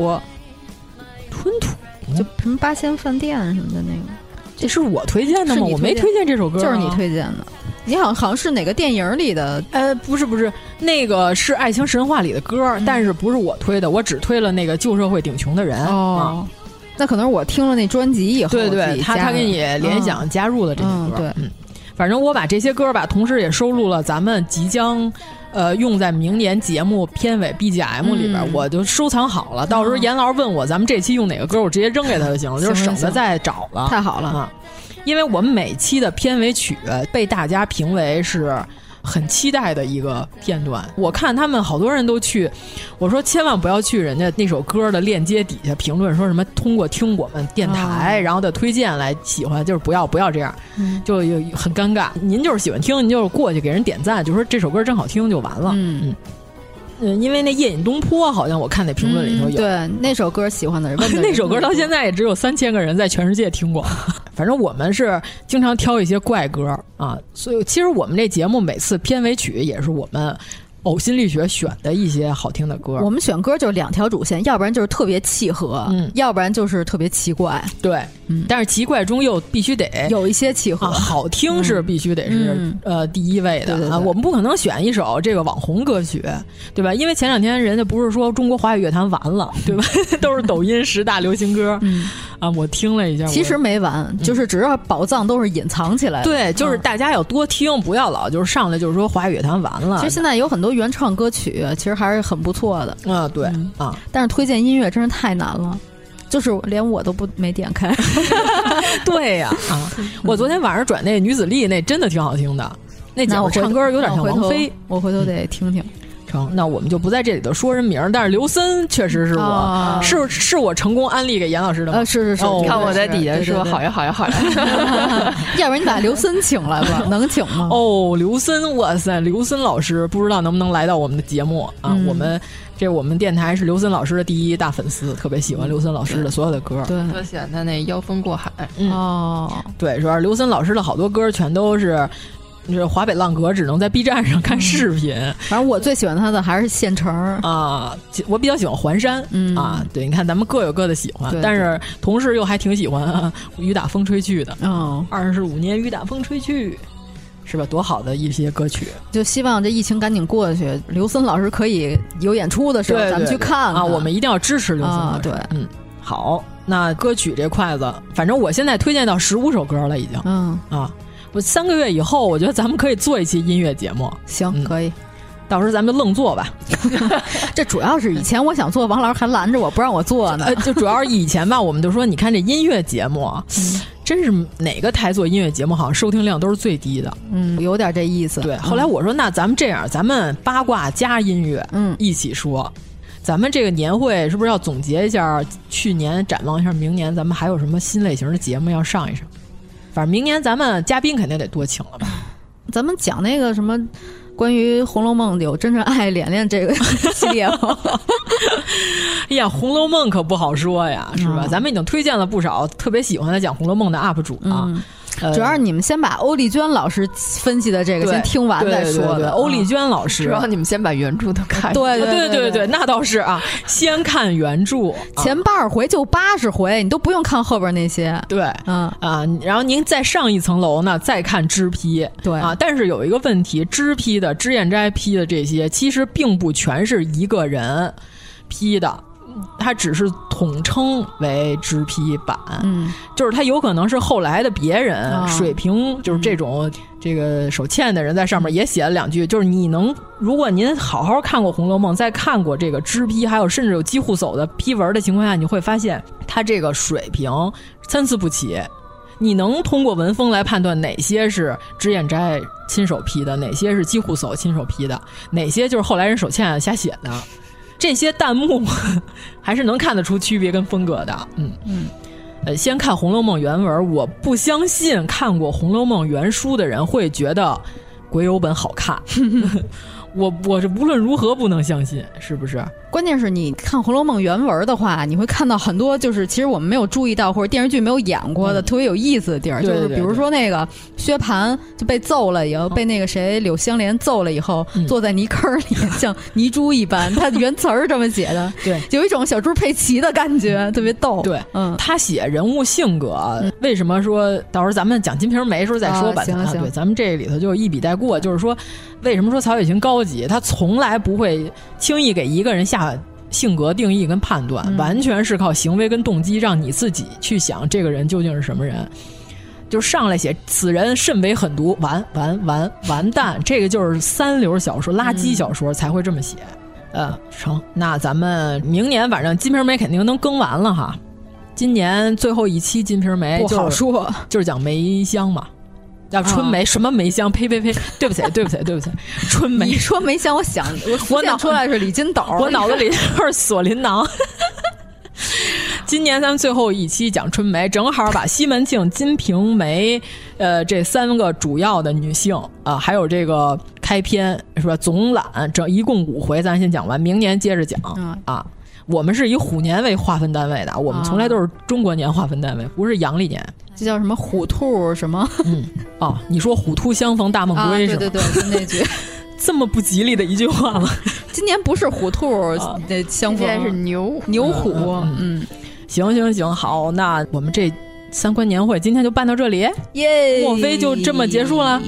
J: 吞吐
I: 就什么八仙饭店什么的那个，
J: 这是我推荐的吗？我没推荐这首歌，啊
I: 就是你推荐的。你好像好像是哪个电影里的？
J: 呃，不是不是，那个是《爱情神话》里的歌，嗯、但是不是我推的，我只推了那个旧社会顶穷的人。啊
I: 哦，嗯、那可能是我听了那专辑以后，
J: 对对，他他给你联想加入了这些歌。
I: 嗯、对，嗯，
J: 反正我把这些歌吧，同时也收录了咱们即将呃用在明年节目片尾 BGM 里边，我就收藏好了。到时候严老师问我咱们这期用哪个歌，我直接扔给他就行了，就是省得再找了。
I: 太好了
J: 嗯
I: 啊！
J: 因为我们每期的片尾曲被大家评为是很期待的一个片段，我看他们好多人都去，我说千万不要去人家那首歌的链接底下评论说什么通过听我们电台、哦、然后的推荐来喜欢，就是不要不要这样，嗯、就很尴尬。您就是喜欢听，您就是过去给人点赞，就说这首歌真好听就完了。
I: 嗯。嗯
J: 嗯，因为那夜饮东坡好像我看那评论里头
I: 嗯、
J: 有、
I: 对那首歌喜欢的人，问
J: 那首歌到现在也只有三千个人在全世界听过。 反正我们是经常挑一些怪歌啊，所以其实我们这节目每次片尾曲也是我们呕心沥血选的一些好听的歌。
I: 我们选歌就两条主线，要不然就是特别契合，嗯，要不然就是特别奇怪。
J: 对，嗯，但是奇怪中又必须得
I: 有一些契合，啊、
J: 好听是必须得是、嗯、呃第一位的、
I: 嗯、
J: 啊。我们不可能选一首这个网红歌曲，对吧？因为前两天人家不是说中国华语乐坛完了，对吧？ 都是抖音十大流行歌，嗯啊，我听了一下，
I: 其实没完，就是只要宝藏都是隐藏起来的。
J: 嗯对，就是大家要多听，不要老就是上来就是说华语乐坛完了。
I: 其实现在有很多。原创歌曲其实还是很不错的
J: 啊，对、嗯、啊，
I: 但是推荐音乐真是太难了，就是连我都不没点开。
J: 对呀、啊，啊，
I: 嗯
J: 我昨天晚上转那女子力那真的挺好听的，那姐们唱歌有点像王菲，
I: 我回头得听听。
J: 嗯成，那我们就不在这里头说人名，但是刘森确实是我，啊、是是我成功安利给严老师的吗？
I: 哦呃、啊，是是是，
A: 你、哦、看我在底下说好呀好呀好呀，
I: 要不然你把刘森请来 吧，能请吗？
J: 哦，刘森，哇塞，刘森老师不知道能不能来到我们的节目啊？嗯、我们这我们电台是刘森老师的第一大粉丝，特别喜欢刘森老师的所有的歌，
I: 对，
A: 特喜欢他那《妖风过海》
J: 嗯、
I: 哦，
J: 对，主要是刘森老师的好多歌全都是。这华北浪哥只能在 B 站上看视频。嗯、
I: 反正我最喜欢他的还是县城
J: 啊，我比较喜欢环山、嗯、啊。对，你看咱们各有各的喜欢，
I: 对对
J: 但是同时又还挺喜欢、 啊《雨打风吹去》的。
I: 嗯，
J: 二十五年雨打风吹去，是吧？多好的一些歌曲！
I: 就希望这疫情赶紧过去，刘森老师可以有演出的时候，
J: 对
I: 咱们去看
J: 啊。我们一定要支持刘森老师。
I: 啊、对，
J: 嗯，好。那歌曲这筷子，反正我现在推荐到十五首歌了，已经。
I: 嗯
J: 啊。我三个月以后，我觉得咱们可以做一期音乐节目。
I: 行，
J: 嗯、
I: 可以，
J: 到时候咱们就愣做吧。
I: 这主要是以前我想做，王老师还拦着我不让我做 呢。
J: 呃就主要是以前吧，我们就说，你看这音乐节目，嗯、真是哪个台做音乐节目，好像收听量都是最低的。
I: 嗯，有点这意思。
J: 对，后来我说，那咱们这样，咱们八卦加音乐，
I: 嗯，
J: 一起说。咱们这个年会是不是要总结一下去年，展望一下明年，咱们还有什么新类型的节目要上一上？反正明年咱们嘉宾肯定得多请 了吧？
I: 咱们讲那个什么，关于《红楼梦》有真正爱莲莲这个 系列吗？
J: 哎呀，《红楼梦》可不好说呀，是吧？
I: 嗯、
J: 咱们已经推荐了不少特别喜欢来讲《红楼梦》的 UP 主 啊。
I: 嗯主要是你们先把欧丽娟老师分析的这个先听完再说嗯
J: 的。欧丽娟老师，
A: 主要你们先把原著都看。
J: 啊对对对对，那倒是啊，先看原著，啊
I: 前八十回就八十回，你都不用看后边那些。
J: 对，
I: 嗯
J: 啊，然后您再上一层楼呢，再看支批。
I: 对
J: 啊，但是有一个问题，支批的脂砚斋批的这些，其实并不全是一个人批的。它只是统称为直批版，
I: 嗯，
J: 就是它有可能是后来的别人、
I: 哦、
J: 水平，就是这种、嗯、这个手欠的人在上面也写了两句，就是你能，如果您好好看过《红楼梦》，再看过这个支批，还有甚至有机互叟的批文的情况下，你会发现它这个水平参差不齐。你能通过文风来判断哪些是脂砚斋亲手批的，哪些是机互叟亲手批的，哪些就是后来人手欠瞎写的。这些弹幕还是能看得出区别跟风格的，嗯
I: 嗯，
J: 呃，先看《红楼梦》原文，我不相信看过《红楼梦》原书的人会觉得鬼友本好看， 我我是无论如何不能相信，是不是？
I: 关键是你看《红楼梦》原文的话，你会看到很多就是其实我们没有注意到或者电视剧没有演过的、
J: 嗯、
I: 特别有意思的地儿，
J: 对对对
I: 就是比如说那个薛蟠就被揍了以后，嗯、被那个谁柳湘莲揍了以后，
J: 嗯、
I: 坐在泥坑里 像泥猪一般，他原词儿这么写的，
J: 对，
I: 有一种小猪佩奇的感觉，特别逗。
J: 对，
I: 嗯，
J: 他写人物性格，为什么说到时候咱们讲《金瓶梅》时候再说吧？
I: 啊、行行、
J: 啊，对，咱们这里头就一笔带过，就是说为什么说曹雪芹高级，他从来不会轻易给一个人下。性格定义跟判断，
I: 嗯、
J: 完全是靠行为跟动机，让你自己去想这个人究竟是什么人。就上来写此人甚为狠毒，完完完完蛋，这个就是三流小说、垃
I: 嗯》
J: 圾小说才会这么写。嗯、呃，成，那咱们明年反正《金瓶梅》肯定能更完了哈。今年最后一期《金瓶梅、就是
I: 不好说，
J: 就是讲梅香嘛。叫春梅、
I: 啊、
J: 什么梅香？呸呸呸！对不起，对不起，对不 起，春梅。
I: 你说梅香，我想我脑出来是李金斗，
J: 我脑子里是锁麟囊。 今年咱们最后一期讲春梅，正好把西门庆、金瓶梅，呃，这三个主要的女性啊、呃，还有这个开篇是吧？总览整一共五回，咱先讲完，明年接着讲、
I: 嗯、
J: 啊。我们是以虎年为划分单位的，我们从来都是中国年划分单位，不是阳历年。
I: 这叫什么虎兔什么？ 啊
J: 嗯，哦，你说虎兔相逢大梦归、
I: 啊、对对对，那句
J: 这么不吉利的一句话吗？
I: 今年不是虎兔的相逢，
A: 现在是牛
I: 牛虎。
J: 啊嗯，行行行，好，那我们这三观年会今天就办到这里，
I: 耶！
J: 莫非就这么结束了？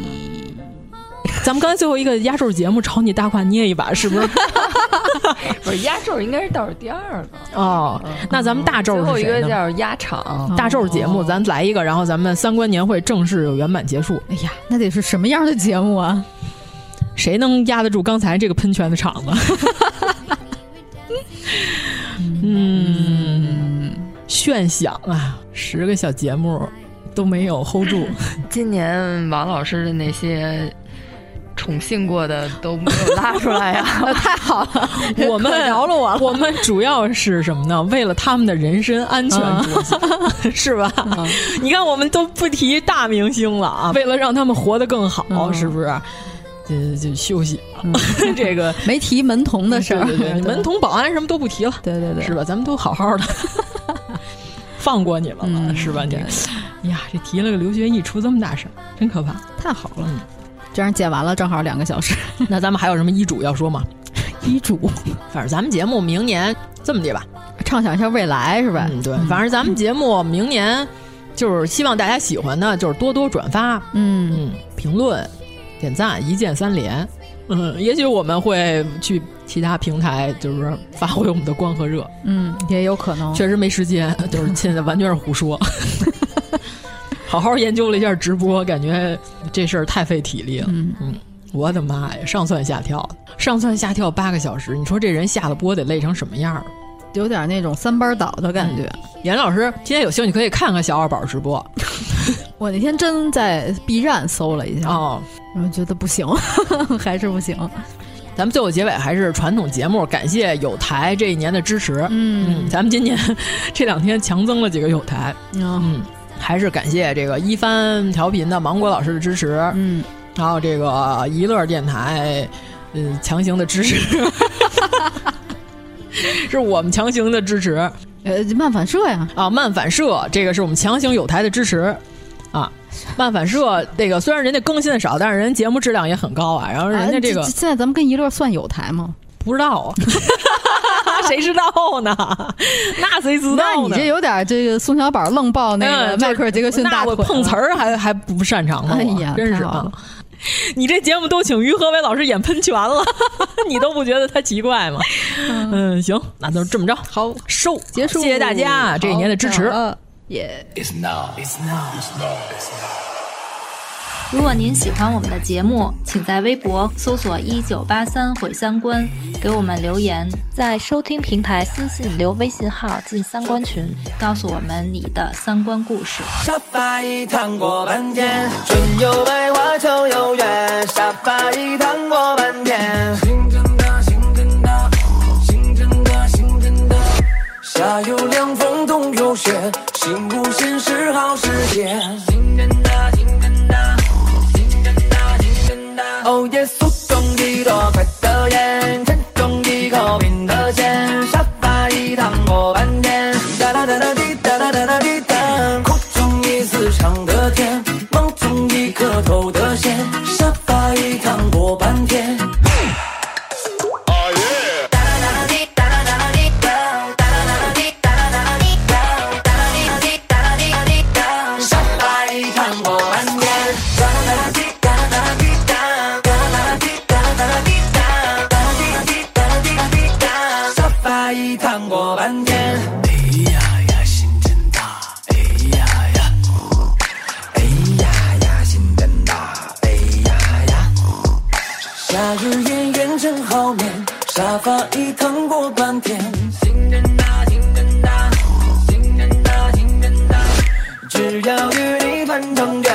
J: 咱们刚才最后一个压轴节目朝你大胯捏一把，是 不是？
A: 不是压轴，应该是倒数第二个
J: 哦。那咱们大轴
A: 最后一个哦叫压场，
J: 大轴节目咱来一个，然后咱们三观年会正式圆满结束。
I: 哎呀，那得是什么样的节目啊？
J: 谁能压得住刚才这个喷泉的场 子？嗯，炫享啊，十个小节目都没有 hold 住。
A: 今年王老师的那些。宠幸过的都没有拉出来呀、 啊，
I: 太好了！
J: 我们
I: 饶了我了。
J: 我们主要是什么呢？为了他们的人身安全着想，嗯、 是吧？嗯、你看，我们都不提大明星了啊，为了让他们活得更好，嗯、是不是？就就休息了。 这个
I: 没提门童的事儿，
J: 对对对门童、保安什么都不提了。
I: 对对对，
J: 是吧？咱们都好好 的，放过你们
I: 嗯
J: 了，是吧？你哎呀，这提了个刘学义出这么大事，真可 怕！
I: 太好
J: 嗯
I: 了。这样剪完了，正好两个小时。
J: 那咱们还有什么医嘱要说吗？
I: 医嘱，
J: 反正咱们节目明年这么的吧，
I: 畅想一下未来是吧？
J: 嗯，对。反正咱们节目明年就是希望大家喜欢的，就是多多转发，
I: 嗯
J: 嗯，评论、点赞，一键三连。嗯，也许我们会去其他平台，就是发挥我们的光和热。
I: 嗯，也有可能。
J: 确实没时间，就是现在完全是胡说。 好好研究了一下直播，感觉这事儿太费体力了。嗯嗯，我的妈呀，上蹿下跳，上蹿下跳八个小时，你说这人下了播得累成什么样？
I: 有点那种三班倒的感觉。
J: 嗯、严老师，今天有兴趣可以看看小二宝直播。
I: 我那天真在 B 站搜了一下，
J: 哦，
I: 然后觉得不行， 还是不行。
J: 咱们最后结尾还是传统节目，感谢有台这一年的支持。
I: 嗯,
J: 嗯，咱们今年 这两天强增了几个有台。
I: 哦、嗯。
J: 还是感谢这个一帆调频的芒果老师的支持，
I: 嗯，
J: 然后这个一乐电台，嗯、呃，强行的支持， 是我们强行的支持，
I: 呃，漫反射呀，
J: 啊，漫反射，这个是我们强行有台的支持，啊，漫反射这个虽然人家更新的少，但是人节目质量也很高啊，然后人家这个、啊、
I: 现在咱们跟一乐算有台吗？
J: 不知 道。啊谁知道呢？ 那谁知道呢？
I: 那你这有点这个宋小宝愣抱那个迈克尔·杰克逊大腿、
J: 嗯，我碰瓷儿还还不擅长吗？
I: 哎呀，
J: 真是啊！ 你这节目都请于和伟老师演喷泉了， 你都不觉得他奇怪吗？嗯，行，那就这么着，
I: 好
J: 收
I: 结束，嗯
J: 谢谢大家啊这一年的支持。
I: 耶！
K: 如果您喜欢我们的节目，请在微博搜索“一九八三毁三观”，给我们留言；在收听平台私信留微信号进三观群，告诉我们你的三观故事。
L: 沙发一躺过半天，春有百花，秋有月，沙发一躺过半天。心真的，心真的，心真的，心真的。夏有凉风，冬有雪，幸不幸是好时节。心真的，心真的。哦耶，手中的多快的烟，沉重的口瓶的线，沙发一躺过半天，哒哒哒哒滴哒哒哒哒滴哒，空中一丝长的天，梦中一颗透的线，沙发一躺过半天。哎哎沙发一躺过半天，心真大，心真大，心真大，心真大。只要与你翻成卷，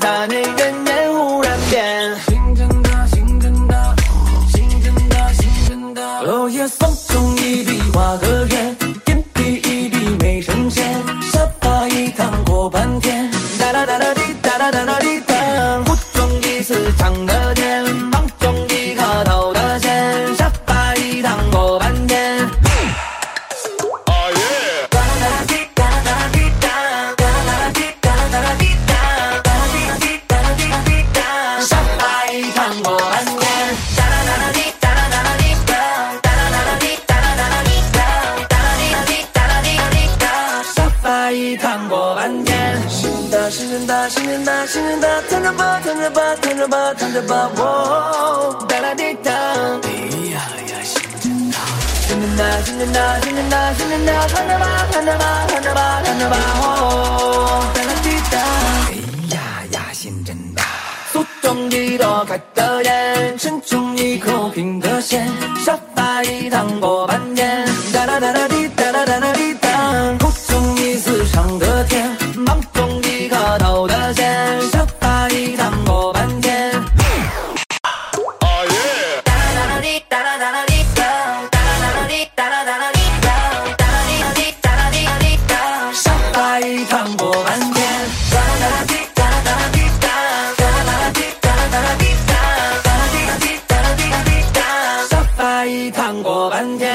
L: 它内人烟忽然变。心真大，心真大，心真大，心真大。落叶送中一笔画个圆，点滴一滴没成线。沙发一躺过半天，哒哒哒哒滴哒哒哒哒滴哒。不中一次长的天，梦中一颗头的线。一趟过万年。信任它，躺着吧，躺着吧，躺着吧，躺着吧，哦，哒啦滴哒，咿呀呀，信任它，信任它，信任它，信任它，信任它，躺着吧，躺着吧，躺着吧，躺着吧，哦，哒啦滴哒，咿呀呀，信任它。소정기로 갔더래 신중히 고긴 것에 샷바이 당고 반년 다라다라디 다라다라디 땅 고정기 수상 그게 맘동기가 나오다제 샷바이 당고 반년 다라다라디 다라다라디 땅 다라다라디 다라다라디 땅 다라디디 다라디디 땅 샷바이 당고 반년 다라다라디 다라다라디 땅 샤파이 당고 반대